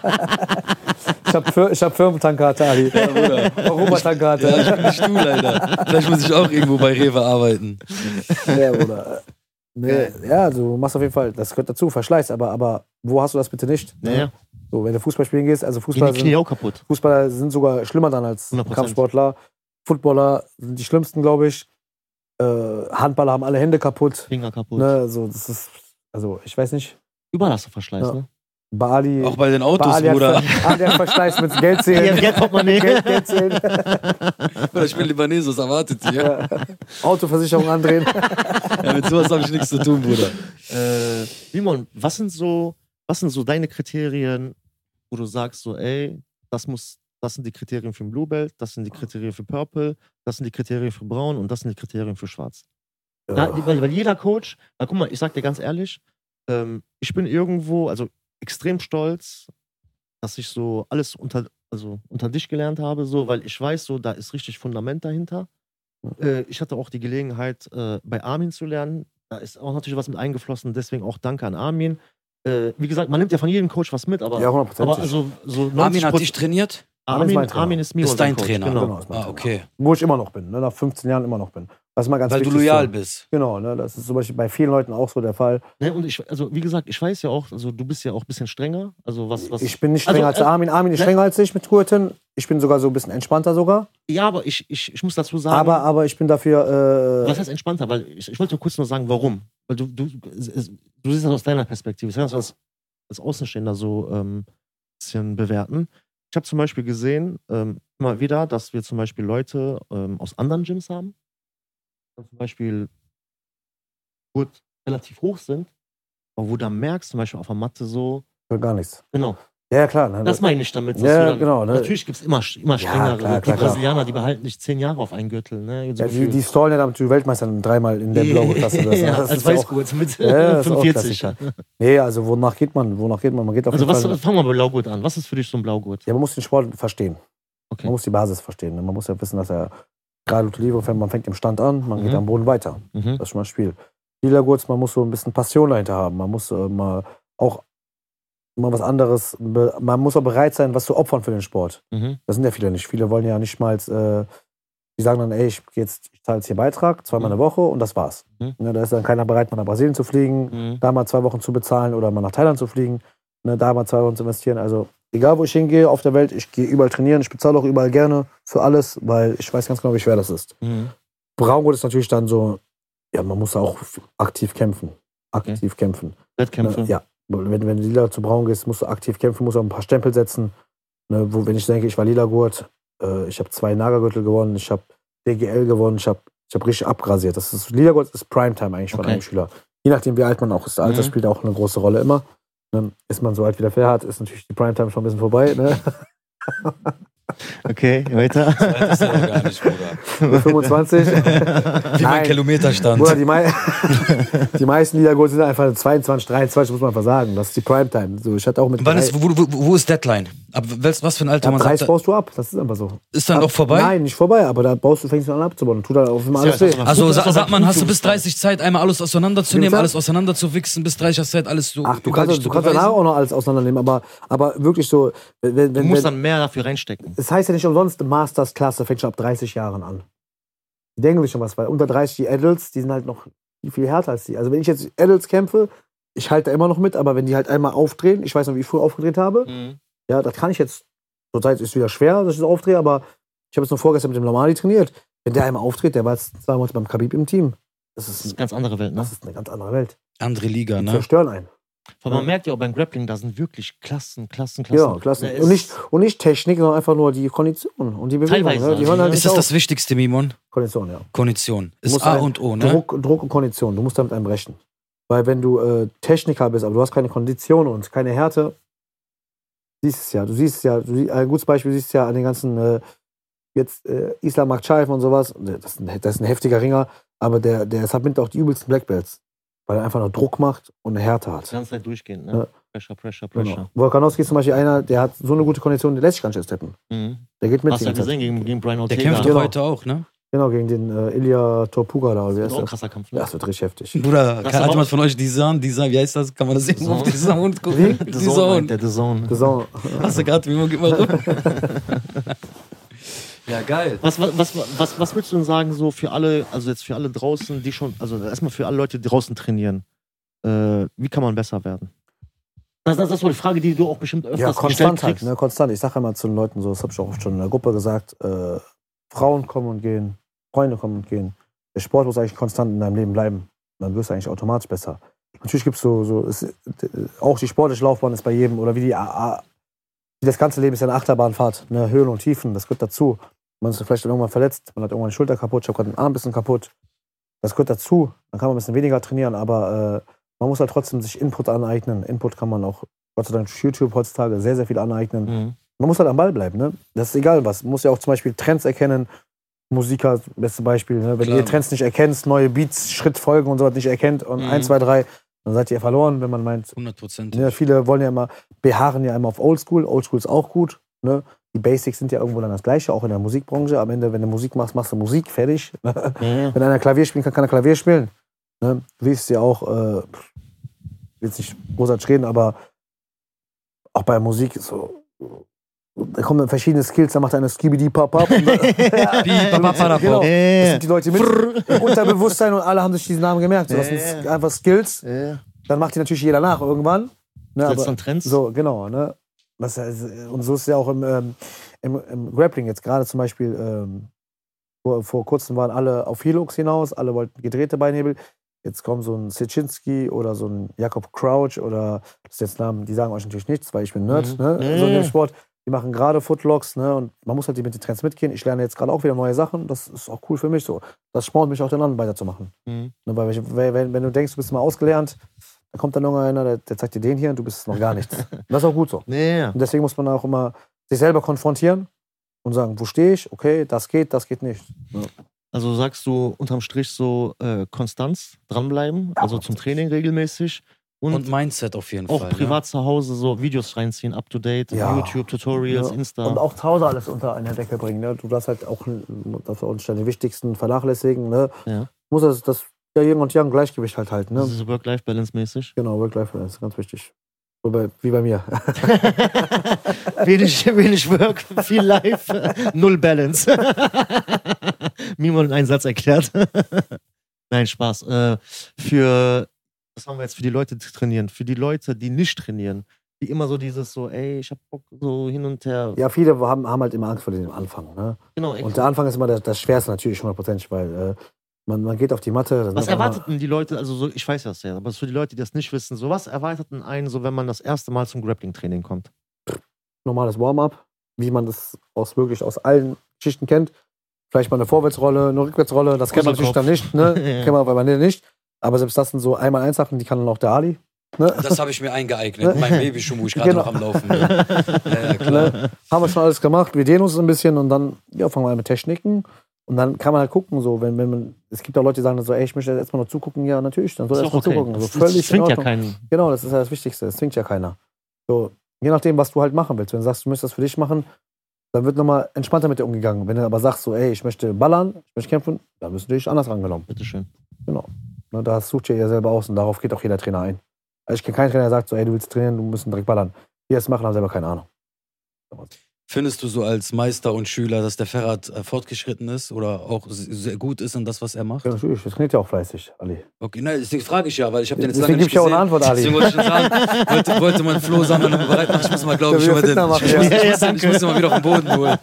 E: Ich habe ich hab Firmentankarte, Ali. Europatankarte.
D: Ja, ich bin nicht du leider. Vielleicht muss ich auch irgendwo bei Rewe arbeiten.
E: Ja, oder. Nee, ja, du machst auf jeden Fall, das gehört dazu, Verschleiß, aber, aber wo hast du das bitte nicht?
C: Naja.
E: So, wenn du Fußball spielen gehst, also
A: Gehen
E: Fußballer
A: die Knie
E: sind,
A: auch kaputt.
E: Fußballer sind sogar schlimmer dann als
A: 100%.
E: Kampfsportler. Footballer sind die schlimmsten, glaube ich. Äh, Handballer haben alle Hände kaputt.
A: Finger kaputt.
E: Ne, so, das ist, also ich weiß nicht,
A: Überall hast du Verschleiß,
E: Ja.
A: ne?
E: Bali.
D: Auch bei den Autos,
E: Bali hat,
D: Bruder.
E: Ver- Ali hat Verschleiß mit Geld
A: Ah, Ja,
E: zählen.
A: Geld kommt man nicht.
E: Geld, Geld zählen.
D: Bruder, Ich bin Libanese, was erwartet ihr?
E: Ja. Autoversicherung andrehen.
D: Ja, mit sowas habe ich nichts zu tun, Bruder.
A: Äh, Simon, was sind so, was sind so deine Kriterien, wo du sagst so, ey, das muss, das sind die Kriterien für Blue Belt, das sind die Kriterien für Purple, das sind die Kriterien für Braun und das sind die Kriterien für Schwarz. Da, weil, weil jeder Coach, na, guck mal, ich sag dir ganz ehrlich, ähm, ich bin irgendwo, also extrem stolz, dass ich so alles unter, also unter dich gelernt habe, so, weil ich weiß, so, da ist richtig Fundament dahinter. Äh, ich hatte auch die Gelegenheit, äh, bei Armin zu lernen. Da ist auch natürlich was mit eingeflossen, deswegen auch danke an Armin. Äh, wie gesagt, man nimmt ja von jedem Coach was mit, aber,
E: Ja, 100%.
A: aber also, so 90
D: Armin hat dich trainiert?
E: Armin ist
A: Armin,
E: mein Trainer.
A: Armin ist mir
D: Ist
C: Simon,
D: dein
C: Coach,
D: Trainer.
E: genau, ist mein
D: Ah,
E: Trainer.
D: okay.
E: wo ich immer noch bin, ne? nach 15 Jahren immer noch bin. Das ist mal ganz
D: Weil du
E: wichtig
D: loyal
E: so.
D: bist.
E: Genau, ne? das ist zum Beispiel bei vielen Leuten auch so der Fall.
A: Ne, und ich, also wie gesagt, ich weiß ja auch, also du bist ja auch ein bisschen strenger. Also was, was
E: Ich bin nicht
A: Also,
E: strenger als
A: äh,
E: der Armin. Armin ist
A: ne?
E: strenger als ich mit Gurten. Ich bin sogar so ein bisschen entspannter sogar.
A: Ja, aber ich, ich, ich muss dazu sagen,
E: Aber, aber ich bin dafür... Äh,
A: was heißt entspannter? Weil ich, ich wollte nur kurz nur sagen, warum. Weil du, du, es- es- du siehst das aus deiner Perspektive. Ich kann das als, als Außenstehender so ein ähm, bisschen bewerten. Ich habe zum Beispiel gesehen, ähm, immer wieder, dass wir zum Beispiel Leute ähm, aus anderen Gyms haben, die zum Beispiel gut relativ hoch sind, aber wo du dann merkst, zum Beispiel auf der Matte so,
E: gar nichts.
A: genau,
E: Ja, ja, klar. Ne?
A: das meine ich damit. dass du
E: ja,
A: dann,
E: genau. Ne?
A: Natürlich gibt es immer, immer strengere.
E: klar,
A: die
E: klar, klar.
A: Brasilianer, die behalten dich zehn Jahre auf einen Gürtel. Ne? So
E: Ja, die,
A: gefühlt.
E: die stallen ja damit die Weltmeister dreimal in der blauen Klasse. Das, ne?
A: ja,
E: das
A: als
E: ist ja auch,
A: Weißgurt mit
E: Ja, das ist auch
A: 45.
E: Klassiker. nee, also wonach geht man? Wonach geht man? Man geht auf
A: Also
E: jeden
A: was,
E: Fall...
A: fangen wir bei Blaugurt an. Was ist für dich so ein Blaugurt?
E: Ja, man muss den Sport verstehen.
A: Okay.
E: Man muss die Basis verstehen. ne? Man muss ja wissen, dass er gerade Lotto Livre, man fängt im Stand an, man geht
A: Mhm.
E: am Boden weiter.
A: Mhm.
E: Das ist schon mal das Spiel. Lila Gurz, man muss so ein bisschen Passion dahinter haben. Man muss äh, mal auch mal was anderes, be- man muss auch bereit sein, was zu opfern für den Sport.
A: Mhm.
E: Das sind ja viele nicht. Viele wollen ja nicht mal, äh, die sagen dann, ey, ich, geh jetzt, ich zahle jetzt hier Beitrag, zweimal in der Woche und das war's.
A: Mhm.
E: Ne, da ist dann keiner bereit, mal nach Brasilien zu fliegen,
A: Mhm.
E: da mal zwei Wochen zu bezahlen oder mal nach Thailand zu fliegen, ne, da mal zwei Wochen zu investieren. Also egal, wo ich hingehe auf der Welt, ich gehe überall trainieren, ich bezahle auch überall gerne für alles, weil ich weiß ganz genau, wie schwer das ist.
A: Mhm.
E: Braungurt ist natürlich dann so, ja, man muss auch f- aktiv kämpfen. Aktiv kämpfen.
A: Wettkämpfe.
E: Ne, ja, wenn, wenn du lila zu braun gehst, musst du aktiv kämpfen, musst auch ein paar Stempel setzen. Ne, wo, wenn ich denke, ich war lila Gurt, äh, ich habe zwei Nagergürtel gewonnen, ich habe DGL gewonnen, ich habe ich hab richtig abgrasiert. Das ist, lila Gurt ist Primetime eigentlich von
A: Okay.
E: einem Schüler. Je nachdem, wie alt man auch ist. Alter
A: Mhm.
E: spielt auch eine große Rolle immer. Ne, ist man so alt wie der Ferhat, ist natürlich die Primetime schon ein bisschen vorbei. Ne?
A: Okay, weiter.
D: Das ist ja auch gar nicht, Bruder.
E: 25.
D: Wie mein
E: Nein.
D: Kilometerstand.
E: Bruder, die, mei die meisten Liedergurte sind einfach 22, 23, muss man einfach sagen. Das ist die Primetime. So, ich hatte auch mit
D: Wann
E: drei-
D: ist, wo, wo, wo ist Deadline? Ab wel- was für ein Alter
E: ab
D: man
E: 30
D: sagt,
E: baust du ab. Das ist einfach so.
D: ist dann
E: ab,
D: auch vorbei?
E: Nein, nicht vorbei, aber da baust du, fängst du an abzubauen. Tut dann auf einmal alles weh.
D: Also sa
A: aber
D: sagt man,
A: gut,
D: hast
A: du
D: du bis
A: bist da.
D: 30 Zeit, einmal alles auseinanderzunehmen,
E: Gibt's
D: alles auseinanderzuwichsen, bis 30 hast du Zeit, alles so
E: Ach, du
D: überall dich
E: kannst,
D: zu
E: du kannst danach
D: beweisen?
E: auch noch alles auseinandernehmen, aber, aber wirklich so, wenn, wenn,
A: Du
E: wenn,
A: musst dann mehr dafür reinstecken.
E: es heißt ja nicht umsonst, Masters-Klasse fängt schon ab 30 Jahren an. Die denken sich schon was, weil unter 30 die Adults, die sind halt noch viel härter als die. Also wenn ich jetzt Adults kämpfe, ich halte da immer noch mit, aber wenn die halt einmal aufdrehen, ich weiß noch, wie ich früher aufgedreht habe, ja, das kann ich jetzt, zurzeit ist es wieder schwer, dass ich das aufdrehe, aber ich habe jetzt noch vorgestern mit dem Normali trainiert. Wenn der einmal auftritt, der war jetzt zweimal beim Khabib im Team. Das
A: Das ist eine
E: ist,
A: ganz andere Welt, ne?
E: das ist eine ganz andere Welt.
D: Andere Liga,
E: Die
D: ne?
E: zerstören einen.
A: Weil man merkt ja auch beim Grappling, da sind wirklich Klassen, Klassen, Klassen.
E: Ja, klasse.
A: Da ist-
E: Und nicht, und nicht Technik, sondern einfach nur die Kondition und die Bewegung.
A: Teilweise,
E: Ne? Die hören halt
D: Ist
E: nicht
D: das
E: auf.
D: das Wichtigste, Mimon?
E: Kondition, ja.
D: Kondition.
E: Du
D: Ist
E: musst
D: A
E: ein-
D: und O, ne?
E: halt Druck, Druck und Kondition. Du musst damit einem brechen. Weil wenn du äh, Techniker bist, aber du hast keine Kondition und keine Härte, siehst es ja. Du siehst es ja. Du, sie- ein gutes Beispiel siehst du ja an den ganzen äh, jetzt äh, Islam macht Scheifen und sowas. Das ist, ein, das ist ein heftiger Ringer, aber der, der submit auch die übelsten Black Belts, weil er einfach nur Druck macht und eine Härte
A: Die
E: hat.
A: ganze Zeit durchgehend, ne?
E: Ja.
A: Pressure, Pressure,
E: Genau.
A: Pressure.
E: Volkanowski ist zum Beispiel einer, der hat so eine gute Kondition, der lässt sich gar nicht steppen.
A: Mhm.
E: Der geht mit.
A: Hast
E: die
A: du ja
E: ganze Zeit.
A: gesehen gegen, gegen Brian
D: Der
A: Ortega.
D: kämpft doch
E: Genau.
D: heute auch, ne?
E: Genau, gegen den äh, Ilya Torpuga da. oder Wie
A: Das ist
E: heißt
A: auch ein
E: der?
A: krasser Kampf, ne?
E: Ja, das wird richtig heftig.
D: Bruder,
A: Das
D: kann,
A: ist
D: hat
A: aber-
D: jemand von euch Design, Design, wie heißt das? Kann man das irgendwo auf
A: Zone.
D: Design und gucken?
A: The Zone, meint
D: Design.
A: der The Zone.
E: Das ist auch-
D: Hast du gerade, Mimon, gib mal rüber. ja, geil.
A: Was, was, was, was, was willst du denn sagen, so für alle, also jetzt für alle draußen, die schon, also erstmal für alle Leute, die draußen trainieren, äh, wie kann man besser werden? Das, das, das ist so die Frage, die du auch bestimmt öfters
E: Ja,
A: gestellt
E: konstant halt,
A: kriegst.
E: ne? Konstant. Ich sage immer zu den Leuten so, das habe ich auch oft schon in der Gruppe gesagt, äh, Frauen kommen und gehen, Freunde kommen und gehen. Der Sport muss eigentlich konstant in deinem Leben bleiben. Dann wirst du eigentlich automatisch besser. Natürlich gibt es so, so es, d- auch die sportliche Laufbahn ist bei jedem oder wie die A- A- wie das ganze Leben ist ja eine Achterbahnfahrt, ne? Höhen und Tiefen, das gehört dazu. Man ist vielleicht irgendwann verletzt, man hat irgendwann die Schulter kaputt, ich habe gerade den Arm ein bisschen kaputt. Das gehört dazu. Dann kann man ein bisschen weniger trainieren, aber äh, man muss halt trotzdem sich Input aneignen. Input kann man auch Gott sei Dank durch YouTube heutzutage sehr, sehr viel aneignen.
A: Mhm.
E: Man muss halt am Ball bleiben, ne? Das ist egal was. Man muss ja auch zum Beispiel Trends erkennen. Musiker, beste Beispiel, ne? Wenn
D: Klar.
E: ihr Trends nicht erkennt, neue Beats, Schrittfolgen und sowas nicht erkennt und
D: Mhm.
E: 1, 2, 3, dann seid ihr verloren, wenn man meint,
D: 100 Prozent.
E: ne? viele wollen ja immer, beharren ja immer auf Oldschool. Oldschool ist auch gut, ne? Die Basics sind ja irgendwo dann das Gleiche, auch in der Musikbranche. Am Ende, wenn du Musik machst, machst du Musik, fertig.
A: Ja,
E: Wenn einer Klavier spielen kann, kann er Klavier spielen. Ne? Du siehst ja auch, äh, pff, will jetzt nicht großartig reden, aber auch bei Musik ist so. Da kommen dann verschiedene Skills, da macht einer skibidi pap pap und dann- Ja, genau.
A: ja.
E: Das
A: Äh,
E: sind die Leute mit im Unterbewusstsein und alle haben sich diesen Namen gemerkt. So, das sind
A: Ja,
E: einfach Skills.
A: äh,
E: Dann macht die natürlich jeder nach irgendwann. Ne,
A: setzt
E: aber-
A: dann Trends.
E: so, genau. Ne? Das, heißt, äh, und so ist ja auch im, ähm, im, im Grappling jetzt gerade zum Beispiel. Ähm, vor, vor kurzem waren alle auf Helux hinaus, alle wollten gedrehte Beinhebel. Jetzt kommen so ein Sitschinski oder so ein Jakob Crouch oder das sind jetzt Namen, die sagen euch natürlich nichts, weil ich bin Nerd,
A: Mhm.
E: ne?
A: Ja,
E: So in
A: ja, ja.
E: dem Sport. Die machen gerade Footlocks, ne? Und man muss halt mit den Trends mitgehen. Ich lerne jetzt gerade auch wieder neue Sachen. Das ist auch cool für mich so. Das spornt mich auch den anderen weiterzumachen.
A: Mhm.
E: Ne? Weil ich- weil- wenn, wenn du denkst, du bist mal ausgelernt, da kommt dann irgendeiner, der, der zeigt dir den hier und du bist noch gar nichts. das ist auch gut so.
A: Nee, ja.
E: Und deswegen muss man auch immer sich selber konfrontieren und sagen, wo stehe ich? Okay, das geht, das geht nicht.
A: Also sagst du unterm Strich so äh, Konstanz, dranbleiben, also zum Training regelmäßig und,
D: Und Mindset auf jeden
A: auch
D: Fall.
A: privat zu Hause so Videos reinziehen, up to date,
E: Ja.
A: YouTube, Tutorials,
E: Ja.
A: Insta.
E: Und auch zu Hause alles unter einer Decke bringen. Ne? Du darfst halt auch, das ist uns deine wichtigsten vernachlässigen. Ne?
A: Ja.
E: Muss das, das ja, Yin und Yang Gleichgewicht halt halten.
A: das
E: Ne?
A: ist so Work-Life-Balance mäßig.
E: Genau, Work-Life-Balance, ganz wichtig. So bei- Wie bei mir.
A: wenig, wenig Work, viel Life, null Balance. Mimon in einen Satz erklärt. Nein, Spaß. Äh, für, das haben wir jetzt für die Leute, die trainieren. Für die Leute, die nicht trainieren, die immer so dieses so, ey, ich hab Bock so hin und her.
E: Ja, viele haben, haben halt immer Angst vor dem Anfang. Ne?
A: Genau,
E: Und der Anfang ist immer das, das Schwerste natürlich, hundertprozentig, weil äh, man, man geht auf die Matte. das
A: Was
E: macht man-
A: erwarteten die Leute, also so, ich weiß das ja, aber für die Leute, die das nicht wissen, so was erwarteten einen, so wenn man das erste Mal zum Grappling-Training kommt?
E: normales Warm-up, wie man das aus wirklich aus allen Schichten kennt. Vielleicht mal eine Vorwärtsrolle, eine Rückwärtsrolle, das kennt man natürlich dann nicht, ne?
A: Ja.
E: Kennt man bei mir nicht. Aber selbst das sind so einmal eins Sachen, die kann dann auch der Ali. Ne?
D: Das habe ich mir eingeeignet. Mein Babyschuh, wo ich gerade
E: Genau.
D: noch am Laufen bin. Ja, ja, klar.
E: Ne? Haben wir schon alles gemacht, wir dehnen uns ein bisschen und dann ja, fangen wir an mit Techniken. Und dann kann man halt gucken, so, wenn, wenn man, es gibt auch Leute, die sagen so, ey, ich möchte jetzt erstmal noch zugucken, ja, natürlich, dann soll er erstmal zugucken. So,
A: Das,
E: völlig
A: das
E: in
A: zwingt ja
E: Ordnung.
A: keinen.
E: Genau, das ist ja das Wichtigste. Das zwingt ja keiner. So, je nachdem, was du halt machen willst. Wenn du sagst, du möchtest das für dich machen, dann wird nochmal entspannter mit dir umgegangen. Wenn du aber sagst, so, ey, ich möchte ballern, ich möchte kämpfen, dann wirst du dich anders rangenommen.
A: Bitteschön.
E: Ne, das sucht ihr ja selber aus und darauf geht auch jeder Trainer ein. Also ich kenne keinen Trainer, der sagt so, ey, du willst trainieren, du musst direkt ballern. Die das machen, haben selber keine Ahnung.
D: Findest du so als Meister und Schüler, dass der Ferhat äh, fortgeschritten ist oder auch s- sehr gut ist in das, was er macht?
E: Ja, natürlich, das klingt ja auch fleißig, Ali.
D: Okay, nein, deswegen frage ich ja, weil ich habe den jetzt
E: Deswegen
D: lange nicht
E: gib ich ja auch
D: gesehen.
E: eine Antwort, Ali.
D: Deswegen wollte ich schon sagen, wollte, wollte man Flo sagen, wenn er bereit macht, ich muss mal, glaube
E: Ja,
D: ich,
E: wir
D: über den, ich,
E: Fitner
D: muss,
E: machen,
D: ich,
E: ja.
D: muss,
C: Ja, ja,
D: den- ich muss ihn mal wieder auf den Boden holen.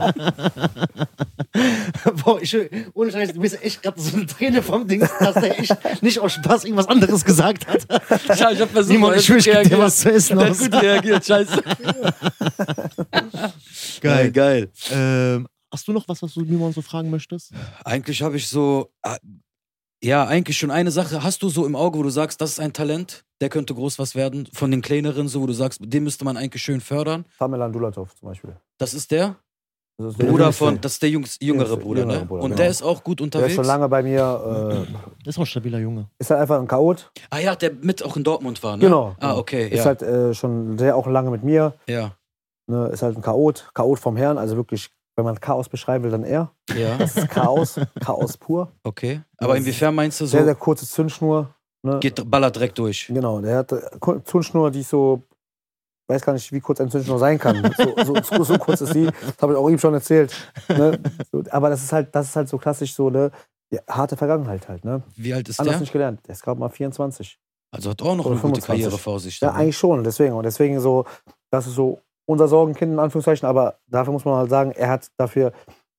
C: Boah, ich, ohne Scheiß, mir ist echt gerade so eine Träne vom Ding, dass der echt nicht aus Spaß irgendwas anderes gesagt
A: Also,
C: hat.
F: Ich hab, ich hab versucht,
C: Simon,
F: aber
C: ich
F: er
C: will
F: hat
C: ich geb dir
F: reagiert.
C: was zu essen
F: Der hat
C: aus.
F: gut reagiert, scheiße.
D: Geil, geil.
A: Ähm, hast du noch was, was du Mimon so fragen möchtest?
D: Eigentlich habe ich so, ah, ja, eigentlich schon eine Sache. Hast du so im Auge, wo du sagst, das ist ein Talent, der könnte groß was werden, von den kleineren, so, wo du sagst, den müsste man eigentlich schön fördern.
E: Tamerlan Dulatov zum Beispiel.
D: Das ist der
E: Das ist der
D: Bruder
E: jüngste.
D: von, das ist der jungs, jüngere
E: Jüngste,
D: Bruder, ne?
E: jüngerer Bruder,
D: Und
E: genau.
D: der ist auch gut
E: Der ist
D: unterwegs.
E: schon lange bei mir. Äh,
A: Ist auch ein stabiler Junge.
E: ist halt einfach ein Chaot.
D: ah ja, der mit auch in Dortmund war, ne?
E: Genau.
D: Ah, okay, ja.
E: Ist halt äh, schon sehr auch lange mit mir.
D: ja,
E: Ne? Ist halt ein Chaot. Chaot vom Herrn. Also wirklich, wenn man Chaos beschreiben will, dann er.
D: ja,
E: Das ist Chaos. Chaos pur.
D: okay. Aber
E: Das-
D: inwiefern meinst du so,
E: Sehr, sehr kurze Zündschnur. Ne?
D: geht, ballert direkt durch?
E: Genau, der hat äh, Ku- Zündschnur, die ich so, weiß gar nicht, wie kurz eine Zündschnur sein kann. So, so, so, so kurz ist die, das habe ich auch ihm schon erzählt. Ne? So, aber das ist halt, das ist halt so klassisch so eine ja, harte Vergangenheit halt. Ne?
D: Wie alt ist
E: Anders
D: der?
E: nicht gelernt. Der ist gerade mal 24.
D: Also hat auch noch
E: Oder
D: eine gute
E: 25.
D: Karriere vor sich.
E: Ja,
D: dann, ne?
E: eigentlich schon. Deswegen. Und deswegen so, das ist so unser Sorgenkind in Anführungszeichen. Aber dafür muss man halt sagen, er hat dafür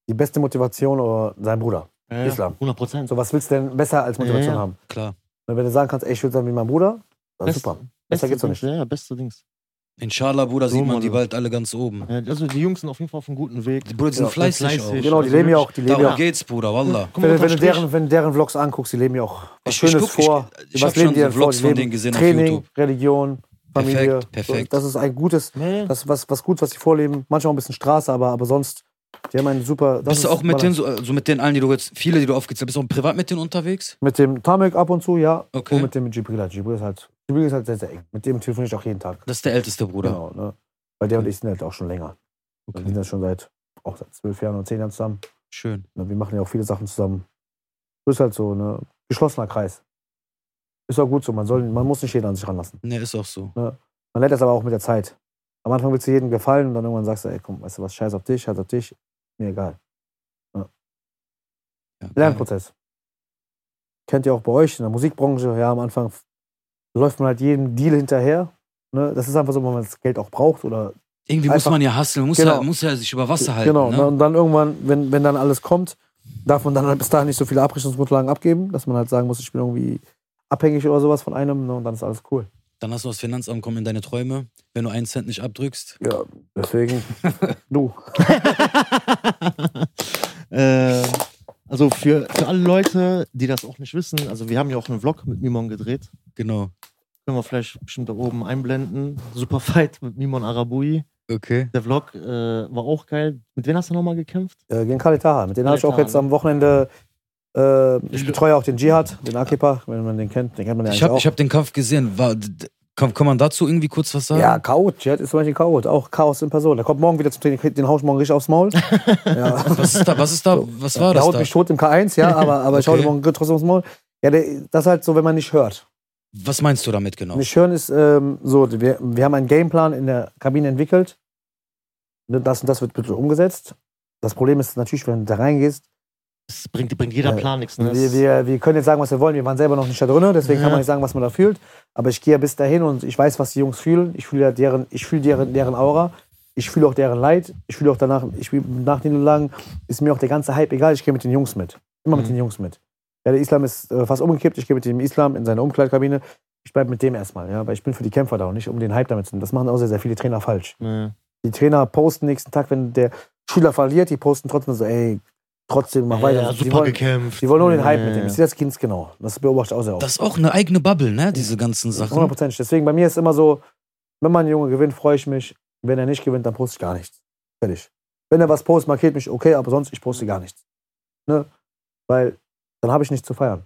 E: die beste Motivation oder sein Bruder.
A: Ja,
E: Islam.
A: 100 Prozent.
E: So, was willst du denn besser als Motivation
A: Ja, ja.
E: haben?
D: Klar.
E: Und wenn du sagen kannst, ey, ich will sein wie mein Bruder, dann
A: Best-
E: super. Besser geht's doch nicht.
A: Ja, ja, beste Dings.
D: Inshallah, Bruder, sieht
A: So,
D: man die
A: Mann.
D: bald alle ganz oben.
A: Ja, Also die Jungs sind auf jeden Fall auf einem guten Weg.
D: Die Brüder sind
E: Ja,
D: fleißig,
A: fleißig.
E: Genau, die
A: Also
E: leben ja auch,
A: wirklich,
E: die
D: auch.
E: leben
D: Darum
E: ja auch.
D: geht's, Bruder, Wallah.
A: Guck mal,
E: Wenn, wenn, du
A: unterm Strich-
E: deren, wenn du deren Vlogs anguckst, die leben ja auch was
D: Ich- ich
E: Schönes
D: guck- ich-
E: vor.
D: ich hab
E: was leben
D: schon
E: die denn
D: Vlogs
E: vor? Die
D: von
E: leben
D: denen gesehen auf
E: Training,
D: YouTube.
E: Religion, Familie.
D: Perfekt, perfekt.
E: So, Das ist ein gutes,
A: Ja, ja.
E: das ist was, was gut, was sie vorleben. Manchmal auch ein bisschen Straße, aber, aber sonst, die haben einen super. das
D: Bist du
E: ist-
D: auch mit denen, so, also mit denen allen, die du jetzt, viele, die du aufgezählt hast, bist du auch privat mit denen unterwegs?
E: Mit dem Tamek ab und zu, ja.
D: Okay.
E: Und mit dem Jibril. halt. Jibril ist halt, Jibril ist halt sehr, sehr eng. Mit dem telefoniere ich auch jeden Tag.
D: Das ist der älteste Bruder.
E: Genau, ne? Weil der und ich sind halt auch schon länger. Wir
D: Okay,
E: sind ja schon seit, auch seit zwölf Jahren oder zehn Jahren zusammen.
D: schön.
E: Ne, Wir machen ja auch viele Sachen zusammen. Das ist halt so ein geschlossener Kreis. Ist auch gut so. Man, soll, man muss nicht jeden an sich ranlassen.
D: Ne, ist auch so.
E: Man lernt das aber auch mit der Zeit. Am Anfang willst du jedem gefallen und dann irgendwann sagst du, ey, komm, weißt du was, scheiß auf dich, scheiß auf dich. Mir egal.
D: Ja, geil.
E: Lernprozess. Kennt ihr auch bei euch in der Musikbranche, ja, am Anfang läuft man halt jedem Deal hinterher. Ne? Das ist einfach so, wenn man das Geld auch braucht oder
D: Irgendwie
E: Einfach-
D: muss man ja hustlen, man muss,
E: Genau.
D: ja, muss ja sich über Wasser halten.
E: Genau,
D: ne?
E: und dann irgendwann, wenn, wenn dann alles kommt, darf man dann halt bis dahin nicht so viele Abrechnungsgrundlagen abgeben, dass man halt sagen muss, ich bin irgendwie abhängig oder sowas von einem ne, und dann ist alles cool.
D: Dann hast du das Finanzamt kommen in deine Träume, wenn du einen Cent nicht abdrückst.
E: Ja, deswegen. du.
A: Ähm, also für, für alle Leute, die das auch nicht wissen, also wir haben ja auch einen Vlog mit Mimon gedreht.
D: Genau.
A: Können wir vielleicht bestimmt da oben einblenden. Super Fight mit Mimon Arabui.
D: Okay.
A: Der Vlog äh, war auch geil. Mit wem hast du nochmal gekämpft?
E: Äh, gegen Khalid Taha. Mit denen habe ich auch
A: Khalid Taha,
E: jetzt
D: ne?
E: am Wochenende. Äh, ich betreue auch den Dschihad, den Akipa, wenn man den kennt. Den kennt man ja
D: Ich
E: eigentlich
D: habe
E: auch.
D: ich hab den Kampf gesehen. War, d- d- kann, kann man dazu irgendwie kurz was sagen?
E: ja, Chaot. Dschihad ist zum Beispiel ein Chaot. Auch Chaos in Person. Der kommt morgen wieder zum Training, kriegt- den hau ich morgen richtig aufs Maul. ja.
D: Was ist da? Was, ist da, was war
E: der
D: das
E: haut
D: da?
E: mich tot im K1, ja, aber, aber ich hau
D: Okay.
E: den morgen trotzdem aufs Maul. Ja, der, das ist halt so, wenn man nicht hört.
D: Was meinst du damit genau?
E: Nicht hören ist ähm, so, wir, wir haben einen Gameplan in der Kabine entwickelt. Ne, Das und das wird bitte umgesetzt. Das Problem ist natürlich, wenn du da reingehst,
A: Das bringt, bringt jeder
E: Äh,
A: Plan nichts. Ne?
E: wir, wir, wir können jetzt sagen, was wir wollen. Wir waren selber noch nicht da drin, deswegen kann
A: Ja.
E: man nicht sagen, was man da fühlt. Aber ich gehe ja bis dahin und ich weiß, was die Jungs fühlen. Ich fühle ja deren, ich fühle deren, deren Aura. Ich fühle auch deren Leid. Ich fühle auch danach, ich fühl, nach den Lagen ist mir auch der ganze Hype egal. Ich gehe mit den Jungs mit. Immer
A: Mhm.
E: mit den Jungs mit. Ja, der Islam ist äh, fast umgekippt. Ich gehe mit dem Islam in seine Umkleidkabine. Ich bleibe mit dem erstmal, ja, weil ich bin für die Kämpfer da und nicht um den Hype damit zu nehmen. Das machen auch sehr, sehr viele Trainer falsch.
A: Ja.
E: Die Trainer posten nächsten Tag, wenn der Schüler verliert, die posten trotzdem so, ey, trotzdem mach weiter.
A: Ja,
E: Die
A: super
E: wollen-
A: gekämpft.
E: die wollen nur den Hype
A: Ja.
E: mitnehmen. Ich sehe das ganz genau. Das beobachte ich auch sehr oft.
D: Das ist auch eine eigene Bubble, ne? Diese ganzen Sachen.
E: Hundertprozentig. Deswegen, bei mir ist immer so, wenn mein Junge gewinnt, freue ich mich. Wenn er nicht gewinnt, dann poste ich gar nichts. Fertig. Wenn er was postet, markiert mich, okay, aber sonst, ich poste gar nichts. Ne? Weil dann habe ich nichts zu feiern.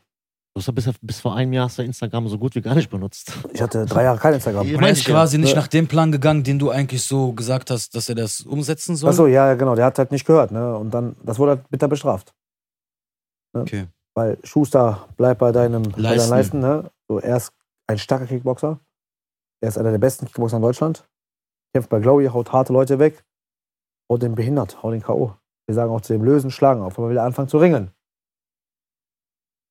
A: Du hast ja bis, bis vor einem Jahr hast du Instagram so gut wie gar nicht benutzt.
E: Ich hatte drei Jahre kein Instagram.
A: Ja.
D: Und er ist
A: Manche.
D: quasi nicht
E: Ja.
D: nach dem Plan gegangen, den du eigentlich so gesagt hast, dass er das umsetzen soll.
E: Achso, ja, ja, genau. Der hat halt nicht gehört. Ne? Und dann, das wurde halt bitter bestraft. Ne?
D: Okay.
E: Weil Schuster, bleib bei deinem Leisten. Bei deinen
D: Leisten.
E: Leisten ne? so, er ist ein starker Kickboxer. Er ist einer der besten Kickboxer in Deutschland. Kämpft bei Glory, haut harte Leute weg. Hau den behindert, hau den K.O. Wir sagen auch zu dem Lösen, schlagen auf, aber will er anfangen zu ringen.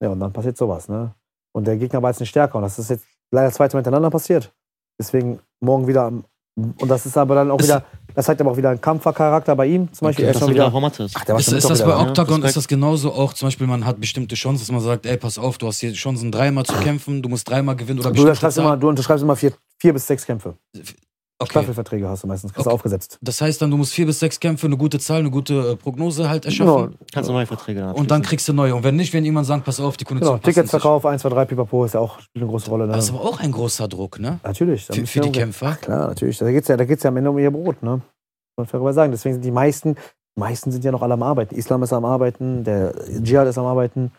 E: Ja, und dann passiert sowas, ne? Und der Gegner war jetzt nicht stärker und das ist jetzt leider das zweite Mal hintereinander passiert. Deswegen morgen wieder am. Und das ist aber dann auch wieder, das zeigt aber auch wieder einen Kampfercharakter bei ihm. Zum Beispiel, er ist
A: Dass
E: schon
A: er wieder
E: wieder.
A: auf ist.
E: Ach, der war
D: Ist,
E: schon
D: ist
E: Mittwoch
D: das
E: wieder ne?
D: bei
E: da.
D: Octagon,
A: Respekt.
D: ist das genauso auch, zum Beispiel, man hat bestimmte Chancen, dass man sagt, ey, pass auf, du hast hier Chancen, dreimal zu kämpfen, du musst dreimal gewinnen oder
E: Du
D: bestimmte
E: unterschreibst immer, du unterschreibst immer vier, vier bis sechs Kämpfe.
D: Okay.
E: Staffelverträge hast du meistens, kriegst du
D: Okay.
E: aufgesetzt.
D: Das heißt dann, du musst vier bis sechs Kämpfe, eine gute Zahl, eine gute äh, Prognose halt
E: Genau,
D: erschaffen
A: Kannst du neue Verträge dann
D: und dann
A: abschließen.
D: kriegst du neue. Und wenn nicht, wenn jemand sagt, pass auf, die Kondition
E: Genau,
D: passt nicht.
E: Ticketsverkauf, 1, 2, 3, pipapo, ist ja auch spielt eine große Rolle. Ne?
D: Das ist aber auch ein großer Druck, ne?
E: natürlich. da
D: Für,
E: müssen
D: für
E: wir
D: die
E: umgehen.
D: Kämpfer.
E: Klar, natürlich. Da geht es ja, da geht's ja am Ende um ihr Brot, ne? Muss man darüber sagen. Deswegen sind die meisten, die meisten sind ja noch alle am Arbeiten. Islam ist am Arbeiten, der Dschihad ist am Arbeiten,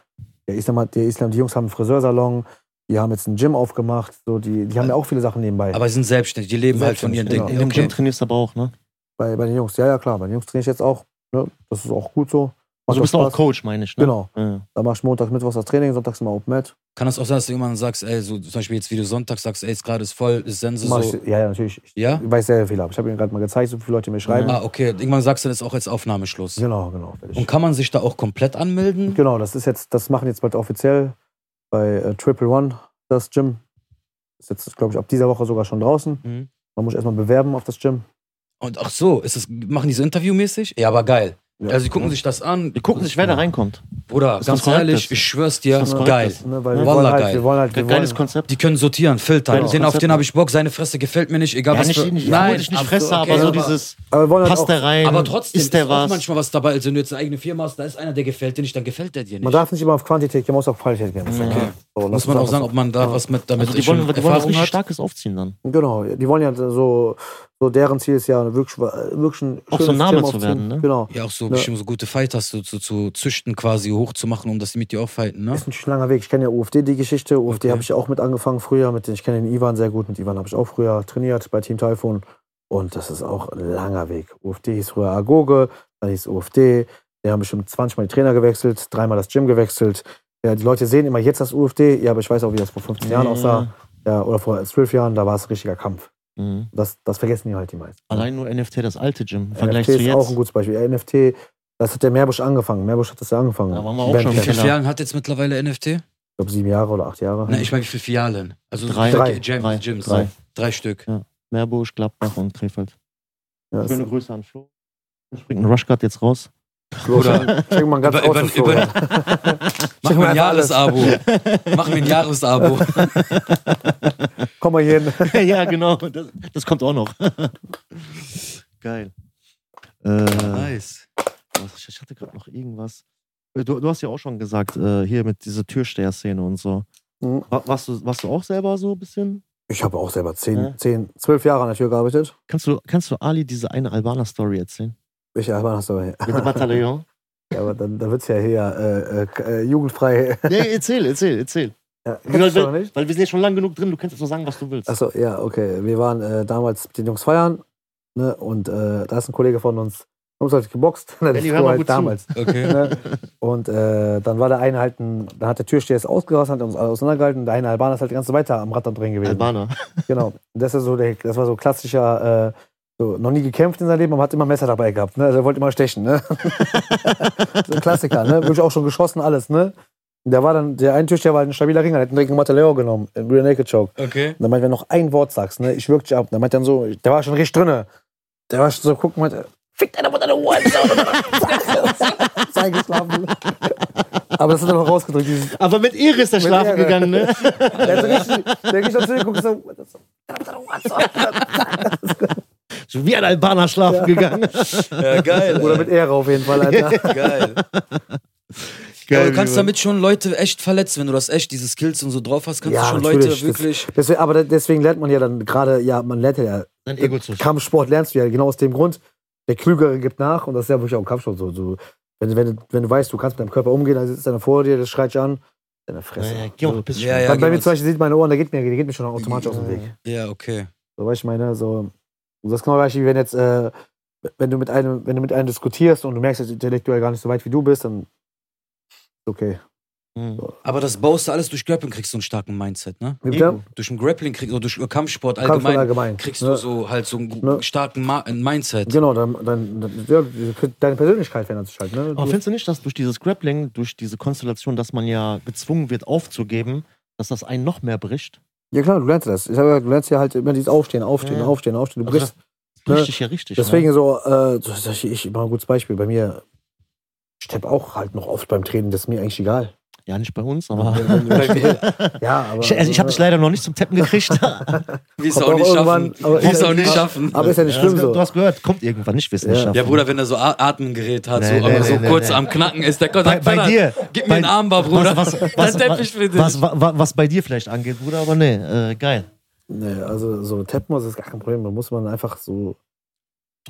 E: der Islam hat, der Islam, die Jungs haben einen Friseursalon, die haben jetzt ein Gym aufgemacht, so, die, die haben ja auch viele Sachen nebenbei.
D: Aber sie sind selbstständig, die leben halt von ihren
E: Selbstständig,
D: Dingen.
E: genau.
A: In dem
D: Okay.
A: Gym trainierst du aber auch, ne?
E: Bei, bei den Jungs, ja, ja, klar, bei den Jungs trainiere ich jetzt auch. Ne? Das ist auch gut so. Macht
A: Also du bist auch
E: Spaß.
A: Coach, meine ich, ne?
E: Genau.
A: Ja.
E: Da machst du montags, mittwochs das Training, sonntags immer Open Mat.
D: Kann das auch sein, dass du irgendwann sagst, ey, so zum Beispiel jetzt, wie du Sonntag sagst, ey, ist gerade ist voll, ist Sense,
E: Mach
D: so.
E: ich- Ja, ja, natürlich. Ich
D: Ja?
E: weiß sehr, sehr viel ab. Ich habe Ihnen gerade mal gezeigt, so viele Leute mir schreiben.
D: Ah, okay. Irgendwann sagst du, das ist auch jetzt Aufnahmeschluss.
E: Genau, genau. fertig.
D: Und kann man sich da auch komplett anmelden?
E: Genau, das ist jetzt, das machen jetzt bald offiziell bei äh, Triple One, das Gym. Ist jetzt, glaube ich, ab dieser Woche sogar schon draußen.
D: Mhm.
E: Man muss erstmal bewerben auf das Gym.
D: Und ach so, ist das, machen die so interviewmäßig? Ja, aber geil.
E: Ja.
D: Also die gucken sich das an.
A: Die gucken sich, wer da reinkommt.
D: Bruder,
A: Ist
D: ganz
A: das korrekt
D: ehrlich,
A: jetzt?
D: ich schwör's dir,
A: Ist das korrekt
D: geil.
A: jetzt?
E: Ne, weil wir,
D: Wallah,
E: wollen halt,
D: geil.
E: wir wollen halt, wir
A: Geiles
E: wollen,
A: Konzept.
D: Die können sortieren, filtern.
A: Geiles
D: Den auf den
A: Genau, Konzept.
D: habe ich Bock, seine Fresse gefällt mir nicht, egal
A: Ja,
D: was
A: nicht,
D: für...
A: nicht,
D: Nein,
A: wollte ich nicht
D: aber-
A: fressen,
D: okay,
A: aber so also dieses,
E: aber wir wollen halt
A: passt
E: auch,
A: der rein,
D: Aber trotzdem
A: ist der
D: Auch
A: was?
D: manchmal was dabei. Also wenn du jetzt eine eigene Firma hast, da ist einer, der gefällt dir nicht, dann gefällt der dir nicht.
E: man darf nicht immer auf Quantität gehen, man muss auf Qualität gehen.
A: Okay.
E: So,
D: Muss
E: das
D: man
E: ist
D: auch sagen,
E: einfach
D: ob man da was mit damit
A: also die
D: schon
A: wollen, die wollen
D: Erfahrung
A: richtig
D: hat.
A: starkes aufziehen dann.
E: so. Genau, die wollen ja so, so deren Ziel ist ja wirklich, wirklich ein
A: Auch so
E: schönes
A: ein Name
E: Gym
A: zu
E: aufziehen.
A: werden, ne?
E: Genau.
D: Ja, auch so
E: Ja.
D: bestimmt so gute Fighters zu, zu, zu züchten, quasi hochzumachen, um dass die mit dir auch fighten, ne?
E: Ist ein langer Weg. Ich kenne ja UFD die Geschichte. UFD
D: Okay.
E: habe ich auch mit angefangen früher. Mit den, ich kenne den Ivan sehr gut. Mit Ivan habe ich auch früher trainiert bei Team Typhoon. Und das ist auch ein langer Weg. UFD hieß früher Agoge, dann hieß UFD. Die haben bestimmt 20 Mal die Trainer gewechselt, dreimal das Gym gewechselt. Ja, die Leute sehen immer jetzt das UFD. Ja, aber ich weiß auch, wie das vor 15 Jahren aussah. Ja, oder vor 12 Jahren, da war es ein richtiger Kampf.
A: Mhm.
E: Das, das vergessen die halt die meisten.
A: Allein nur NFT, das alte Gym, im Vergleich
E: NFT
A: zu
E: ist
A: jetzt.
E: auch ein gutes Beispiel. Ja, NFT, das hat der Meerbusch angefangen. Meerbusch hat das ja angefangen.
A: Da waren wir auch
E: Ben
A: schon
E: Fett.
D: Wie viele
A: Genau.
D: Filialen hat jetzt mittlerweile NFT?
E: Ich glaube, sieben Jahre oder acht Jahre.
D: Nein, ich meine, wie viele Filialen? Also
A: Drei.
D: Okay,
E: Drei.
D: Gyms,
A: Drei.
D: Gyms.
A: Drei.
D: Drei Stück.
A: Meerbusch, Gladbach und Krefeld.
E: ja,
A: Schöne Grüße an Flo. Da Springt ein Rushguard jetzt raus.
E: Oder check mal ganz
D: Über-
E: raus,
D: über-
E: das Florian.
D: Mach mir ein
E: Schick mal einfach alles.
D: Jahresabo. Mach mir ein Jahresabo.
E: Komm mal hier hin.
A: ja, genau. Das, das kommt auch noch. Geil. Äh,
D: nice.
A: was- ich hatte gerade noch irgendwas. Äh, Du, du hast ja auch schon gesagt, äh, hier mit dieser Türsteher-Szene und so.
E: Mhm.
A: Wa- Warst du, warst du auch selber so ein bisschen?
E: Ich habe auch selber
A: Ja.
E: 10, 10, 12 Jahre an der Tür gearbeitet.
A: Kannst du, kannst du Ali diese eine Albaner-Story erzählen?
E: Ich aber hast du aber,
A: Mit dem Bataillon?
E: ja, aber dann, dann wird's ja hier äh, äh, k- äh, jugendfrei.
A: nee, erzähl, erzähl, erzähl.
E: Ja,
A: Weil,
E: kennst du doch
A: weil, weil wir sind ja schon lang genug drin, du kannst jetzt nur sagen, was du willst.
E: Achso, ja, okay. Wir waren äh, damals mit den Jungs feiern. Ne? Und äh, da ist ein Kollege von uns. Wir haben uns halt geboxt. Das
A: Elli,
E: ist
A: hör mal
E: so halt
A: gut zu.
E: damals.
D: Okay.
E: Ne? Und äh, dann war der eine halt ein, dann hat der Türsteher es ausgerastet, hat uns alle auseinandergehalten. Und der eine Albaner ist halt ganz weiter am Rad am Drehen gewesen.
A: Albaner.
E: Genau. Das, ist so der, das war so klassischer, äh, so, noch nie gekämpft in seinem Leben, aber hat immer ein Messer dabei gehabt. Ne? Also er wollte immer stechen. Ne? so ein Klassiker, ne? Wirklich auch schon geschossen, alles, ne? Da war dann, der eine Tisch, der war halt ein stabiler Ringer, der hat einen dicken Mataleo genommen, einen Rear Naked Choke.
D: Okay.
E: Und dann meinte, wenn du noch ein Wort sagst, ne, ich wirk dich ab. Dann meinte dann so, der war schon richtig drinne. Der war schon so, guck, meinte, fick deine Mutter, du Hurensohn. Zwei geschlafen. Aber das hat er noch rausgedrückt, dieses
A: Aber mit Ehre ist er
E: Mit
A: schlafen
E: Ehre.
A: gegangen, ne?
E: der hat so richtig, der geht schon zu dir, guckt so,
A: So wie ein Albaner schlafen gegangen.
D: Ja, geil.
E: oder mit Ehre auf jeden Fall, Alter.
D: Geil. Aber du kannst damit schon Leute echt verletzen, wenn du das echt, diese Skills und so drauf hast, kannst
E: Ja,
D: du schon
E: natürlich,
D: Leute
E: das-
D: wirklich.
E: Deswegen, aber de- deswegen lernt man ja dann gerade, ja, man lernt ja,
A: Dein Ego zu
E: Kampfsport lernst du ja genau aus dem Grund, der Klügere gibt nach und das ist ja wirklich auch im Kampfsport so. so wenn, du- wenn, du- wenn du weißt, du kannst mit deinem Körper umgehen, dann sitzt einer vor dir, der schreit dich an, deine Fresse.
A: Ja, ja, geh mal ein bisschen.
D: Ja, ja,
E: Bei- bei mir
D: genau.
E: zum Beispiel sieht meine Ohren, da geht mir, die geht mir schon automatisch aus dem Weg.
D: Ja, okay.
E: So, weißt du, ich meine, so, so das ist genau gleich wie wenn jetzt, äh, wenn du mit einem, wenn du mit einem diskutierst und du merkst, dass du intellektuell gar nicht so weit wie du bist, dann ist okay.
A: Mhm.
D: Aber das baust du alles durch Grappling, kriegst du einen starken Mindset, ne?
E: Wie bitte?
D: Durch ein Grappling kriegst du, durch Kampfsport
E: Kampf
D: allgemein,
E: und allgemein.
D: kriegst
E: Ne?
D: du so halt so einen
E: Ne?
D: starken Ma ein Mindset.
E: Genau, dann, dann, dann, ja, diese- deine Persönlichkeit verändert sich halt. Ne?
A: Aber
E: Du-
A: findest du nicht, dass durch dieses Grappling, durch diese Konstellation, dass man ja gezwungen wird aufzugeben, dass das einen noch mehr bricht?
E: Ja klar, du lernst das. Ich sag ja, du lernst ja halt immer dieses Aufstehen, Aufstehen,
A: Ja.
E: Aufstehen, Aufstehen. Du
A: Also
E: brichst.
A: Das bricht
E: Ne?
A: dich ja richtig.
E: Deswegen so, äh, so sag ich, ich mache ein gutes Beispiel. Bei mir, ich steppe auch halt noch oft beim Training, das ist mir eigentlich egal.
A: ne? Ja, nicht bei uns, aber.
E: Ja, aber.
A: Ich, also ich habe dich leider noch nicht zum Tappen gekriegt. aber
D: Wir es
E: Kommt
D: auch nicht
E: auch
D: schaffen.
E: irgendwann, aber
D: Wir
E: ist
D: es
E: ja
D: auch nicht
E: nicht-
D: schaffen.
E: aber ist ja nicht schlimm
A: also Du
E: so.
A: hast gehört, kommt irgendwann, ich will
E: Ja.
A: nicht schaffen.
D: Ja, Bruder, wenn er so A- Atmengerät hat, so,
A: Nee, nee,
D: aber so
A: nee, nee,
D: kurz
A: nee.
D: am Knacken ist, der Gott
A: bei,
D: sagt,
A: bei
D: Vater,
A: dir.
D: gib mir
A: bei-
D: einen Armbar, Bruder.
A: Was, was, was,
D: Dann Teppich für dich.
A: was, was, was, was bei dir vielleicht angeht, Bruder, aber nee, äh, geil.
E: Nee, also so Tappen ist gar kein Problem. Da muss man einfach so.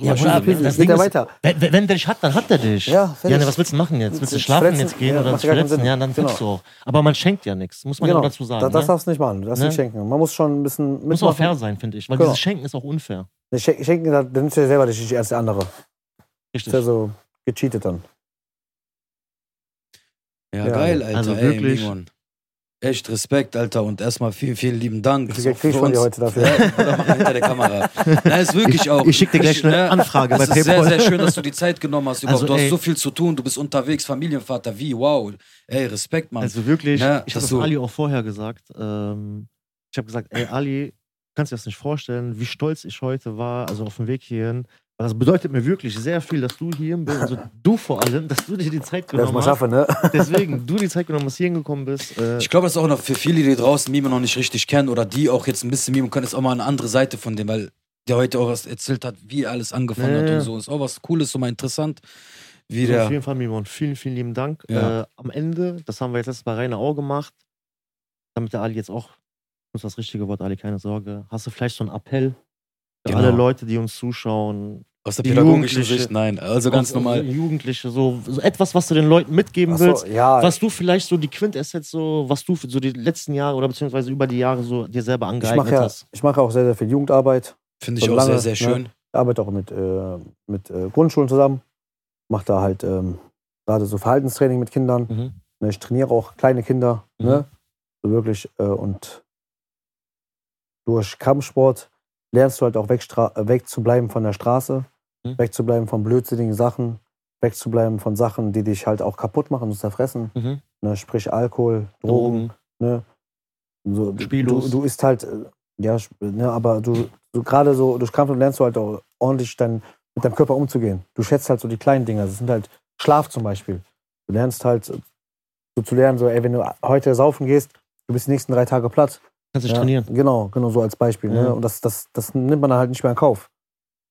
A: Ja,
E: Bruder,
A: Bruder, das
E: das
A: Ding
E: geht ja
A: ist-
E: weiter.
A: Wenn, wenn wenn der dich hat, dann hat er dich.
E: Ja, fertig.
A: ja ne, was willst du machen jetzt? Willst du
E: Sich
A: schlafen
E: verletzen?
A: jetzt gehen
E: Ja,
A: oder
E: macht
A: dich
E: ja gar keinen
A: verletzen?
E: Sinn.
A: Ja, dann
E: Genau.
A: tippst du auch. Aber man schenkt ja nichts, muss man ja auch dazu sagen.
E: Da, das
A: ne?
E: darfst du nicht machen. Du darfst
A: Ne?
E: nicht schenken. Man muss schon ein bisschen
A: Muss auch
E: mitmachen.
A: fair sein, finde ich, weil
E: Genau.
A: dieses Schenken ist auch unfair.
E: Nee, schen- Schenken, da da nimmst du dir selber nicht erst der andere.
A: Richtig.
E: Ist ja so gecheatet dann.
D: Ja,
E: Ja,
D: geil, Alter.
A: also
D: ey,
A: wirklich.
D: Mimon. Echt Respekt, Alter. Und erstmal vielen, vielen lieben Dank.
E: Wie viel Geld kriegst du von dir heute dafür?
D: Ja, Bruder, mach mal hinter der Kamera. Na, ist wirklich
A: Ich-
D: auch.
A: ich schick dir gleich
D: Ich-
A: eine
D: ne,
A: Anfrage
D: Es
A: bei
D: ist sehr,
A: PayPal.
D: sehr schön, dass du die Zeit genommen hast. Überhaupt.
A: Also,
D: du hast
A: ey.
D: so viel zu tun. Du bist unterwegs, Familienvater. Wie? Wow. Ey, Respekt, Mann.
A: Also wirklich,
D: Ja,
A: ich habe
D: das
A: das
D: so.
A: Ali auch vorher gesagt. Ähm, ich habe gesagt, ey Ali, du kannst dir das nicht vorstellen, wie stolz ich heute war, also auf dem Weg hierhin. Weil das bedeutet mir wirklich sehr viel, dass du hier bist, also du vor allem, dass du dir die Zeit
E: Dass
A: genommen
E: man
A: hast.
E: schaffe, ne?
A: Deswegen, du die Zeit genommen hast, hier hingekommen bist. Äh,
D: Ich glaube, das ist auch noch für viele, die draußen Mime noch nicht richtig kennen oder die auch jetzt ein bisschen Mime können, ist auch mal eine andere Seite von dem, weil der heute auch was erzählt hat, wie alles angefangen
A: Ja,
D: hat
A: ja.
D: und so. Ist auch was Cooles und mal interessant. Wie
A: Also
D: der.
A: Auf jeden Fall, Mimon. Vielen, vielen lieben Dank.
D: Ja.
A: Äh, am Ende, das haben wir jetzt letztes Mal Rainer auch gemacht, damit der Ali jetzt auch, das ist das richtige Wort, Ali, keine Sorge. Hast du vielleicht so einen Appell für
D: Genau.
A: alle Leute, die uns zuschauen?
D: Aus der
A: Die
D: pädagogischen
A: Jugendliche.
D: Sicht, nein. Also ganz
A: Auch
D: normal.
A: Jugendliche, so, so etwas, was du den Leuten mitgeben
E: Ach so,
A: willst.
E: ja,
A: Was du vielleicht so die Quintessenz, so, was du für so die letzten Jahre oder beziehungsweise über die Jahre so dir selber
E: ich
A: angeeignet
E: mache ja,
A: hast.
E: ich mache auch sehr, sehr viel Jugendarbeit.
D: Finde ich
E: So
D: auch
E: lange,
D: sehr, sehr
E: ne?
D: schön.
E: Arbeite auch mit, äh, mit äh, Grundschulen zusammen. Mache da halt ähm, gerade so Verhaltenstraining mit Kindern.
A: Mhm.
E: Ne, ich trainiere auch kleine Kinder.
A: Mhm.
E: Ne? So wirklich. Äh, und durch Kampfsport lernst du halt auch wegstra- äh, wegzubleiben von der Straße,
A: Mhm.
E: wegzubleiben von blödsinnigen Sachen, wegzubleiben von Sachen, die dich halt auch kaputt machen und zerfressen.
A: Mhm.
E: Ne? Sprich Alkohol, Drogen, ne? So,
A: Spiellos.
E: Du, du isst halt, äh, ja, sp- ne, aber du, du gerade so durch Kampf und lernst du halt auch ordentlich dann mit deinem Körper umzugehen. Du schätzt halt so die kleinen Dinge. Das sind halt Schlaf zum Beispiel. Du lernst halt äh, so zu lernen, so, ey, wenn du heute saufen gehst, du bist die nächsten drei Tage platt.
A: Kannst dich
E: Ja,
A: trainieren.
E: Genau, genau so als Beispiel.
A: Ja.
E: Ne? Und das, das, das nimmt man dann halt nicht mehr in Kauf.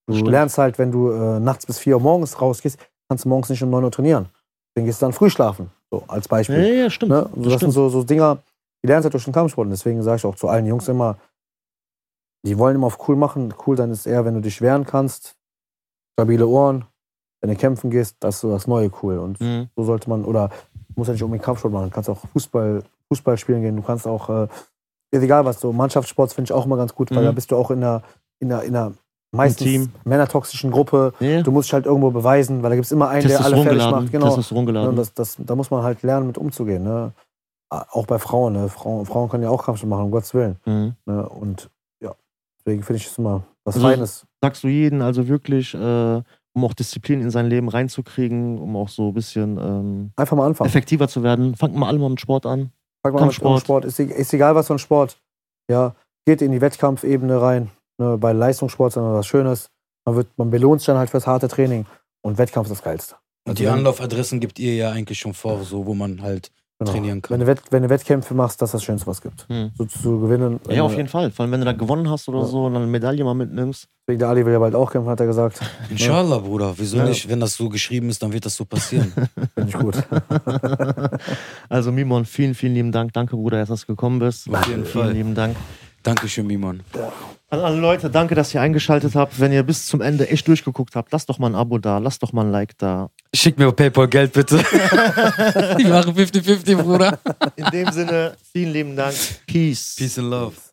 E: Du
A: Stimmt.
E: lernst halt, wenn du äh, nachts bis 4 Uhr morgens rausgehst, kannst du morgens nicht um 9 Uhr trainieren. Dann gehst du dann früh schlafen. So als
A: Ja,
E: Beispiel.
A: ja, ja, stimmt.
E: Ne? So, das sind
A: stimmt.
E: so, so Dinger, die lernst halt durch den Kampfsport. Und deswegen sage ich auch zu allen Jungs immer, die wollen immer auf cool machen. Cool dann ist eher, wenn du dich wehren kannst, stabile Ohren, wenn du kämpfen gehst, das ist so das neue Cool. Und
A: Mhm.
E: so sollte man, oder muss ja nicht unbedingt Kampfsport machen, du kannst auch Fußball, Fußball spielen gehen, du kannst auch, äh, ist egal was, so Mannschaftssports finde ich auch immer ganz gut, weil
A: Mhm.
E: da bist du auch in einer, in einer, in einer meistens
A: Team.
E: männertoxischen Gruppe.
A: Ja.
E: Du musst dich halt irgendwo beweisen, weil da gibt es immer einen, der alle
A: Testosteron
E: fertig
A: geladen.
E: macht. Genau.
A: Testosteron
E: Ja, und
A: geladen.
E: das, das, da muss man halt lernen, mit umzugehen. Ne? A- Auch bei Frauen, ne? Frauen. Frauen können ja auch Kampfsport machen, um Gottes Willen.
A: Mhm.
E: Ne? Und ja, deswegen finde ich es immer was
A: Also-
E: Feines.
A: sagst du jeden, also wirklich, äh, um auch Disziplin in sein Leben reinzukriegen, um auch so ein bisschen ähm,
E: Einfach mal anfangen.
A: effektiver zu werden. Fangt mal alle mal mit Sport an.
E: Fang mal an mit
A: Kampfsport.
E: Sport. Ist, e- ist egal, was für ein Sport. Ja, geht in die Wettkampfebene rein. Ne? Bei Leistungssport ist immer was Schönes. Man, wird, man belohnt sich dann halt fürs harte Training. Und Wettkampf ist das Geilste.
D: Und die Anlaufadressen gibt ihr ja eigentlich schon vor, so wo man halt
E: Genau.
D: Trainieren kann.
E: Wenn du, Wett, wenn du Wettkämpfe machst, das ist das Schönste, was es gibt.
A: Hm.
E: So zu gewinnen.
A: Ja, auf jeden Fall. Vor allem, wenn du da gewonnen hast oder
E: Ja.
A: so und dann eine Medaille mal mitnimmst.
E: Deswegen, der Ali will ja bald auch kämpfen, hat er gesagt.
D: Inshallah, Bruder, wieso
E: Ja.
D: nicht? Wenn das so geschrieben ist, dann wird das so passieren.
E: Finde ich gut.
A: also, Mimon, vielen, vielen lieben Dank. Danke, Bruder, dass du gekommen bist.
D: Auf jeden Fall.
A: Vielen lieben Dank.
D: Dankeschön, Mimon.
A: An alle Leute, danke, dass ihr eingeschaltet habt. Wenn ihr bis zum Ende echt durchgeguckt habt, lasst doch mal ein Abo da, lasst doch mal ein Like da.
D: Schick mir PayPal Geld bitte.
F: Ich mache 50-50, Bruder.
A: In dem Sinne, vielen lieben Dank. Peace.
D: Peace and love.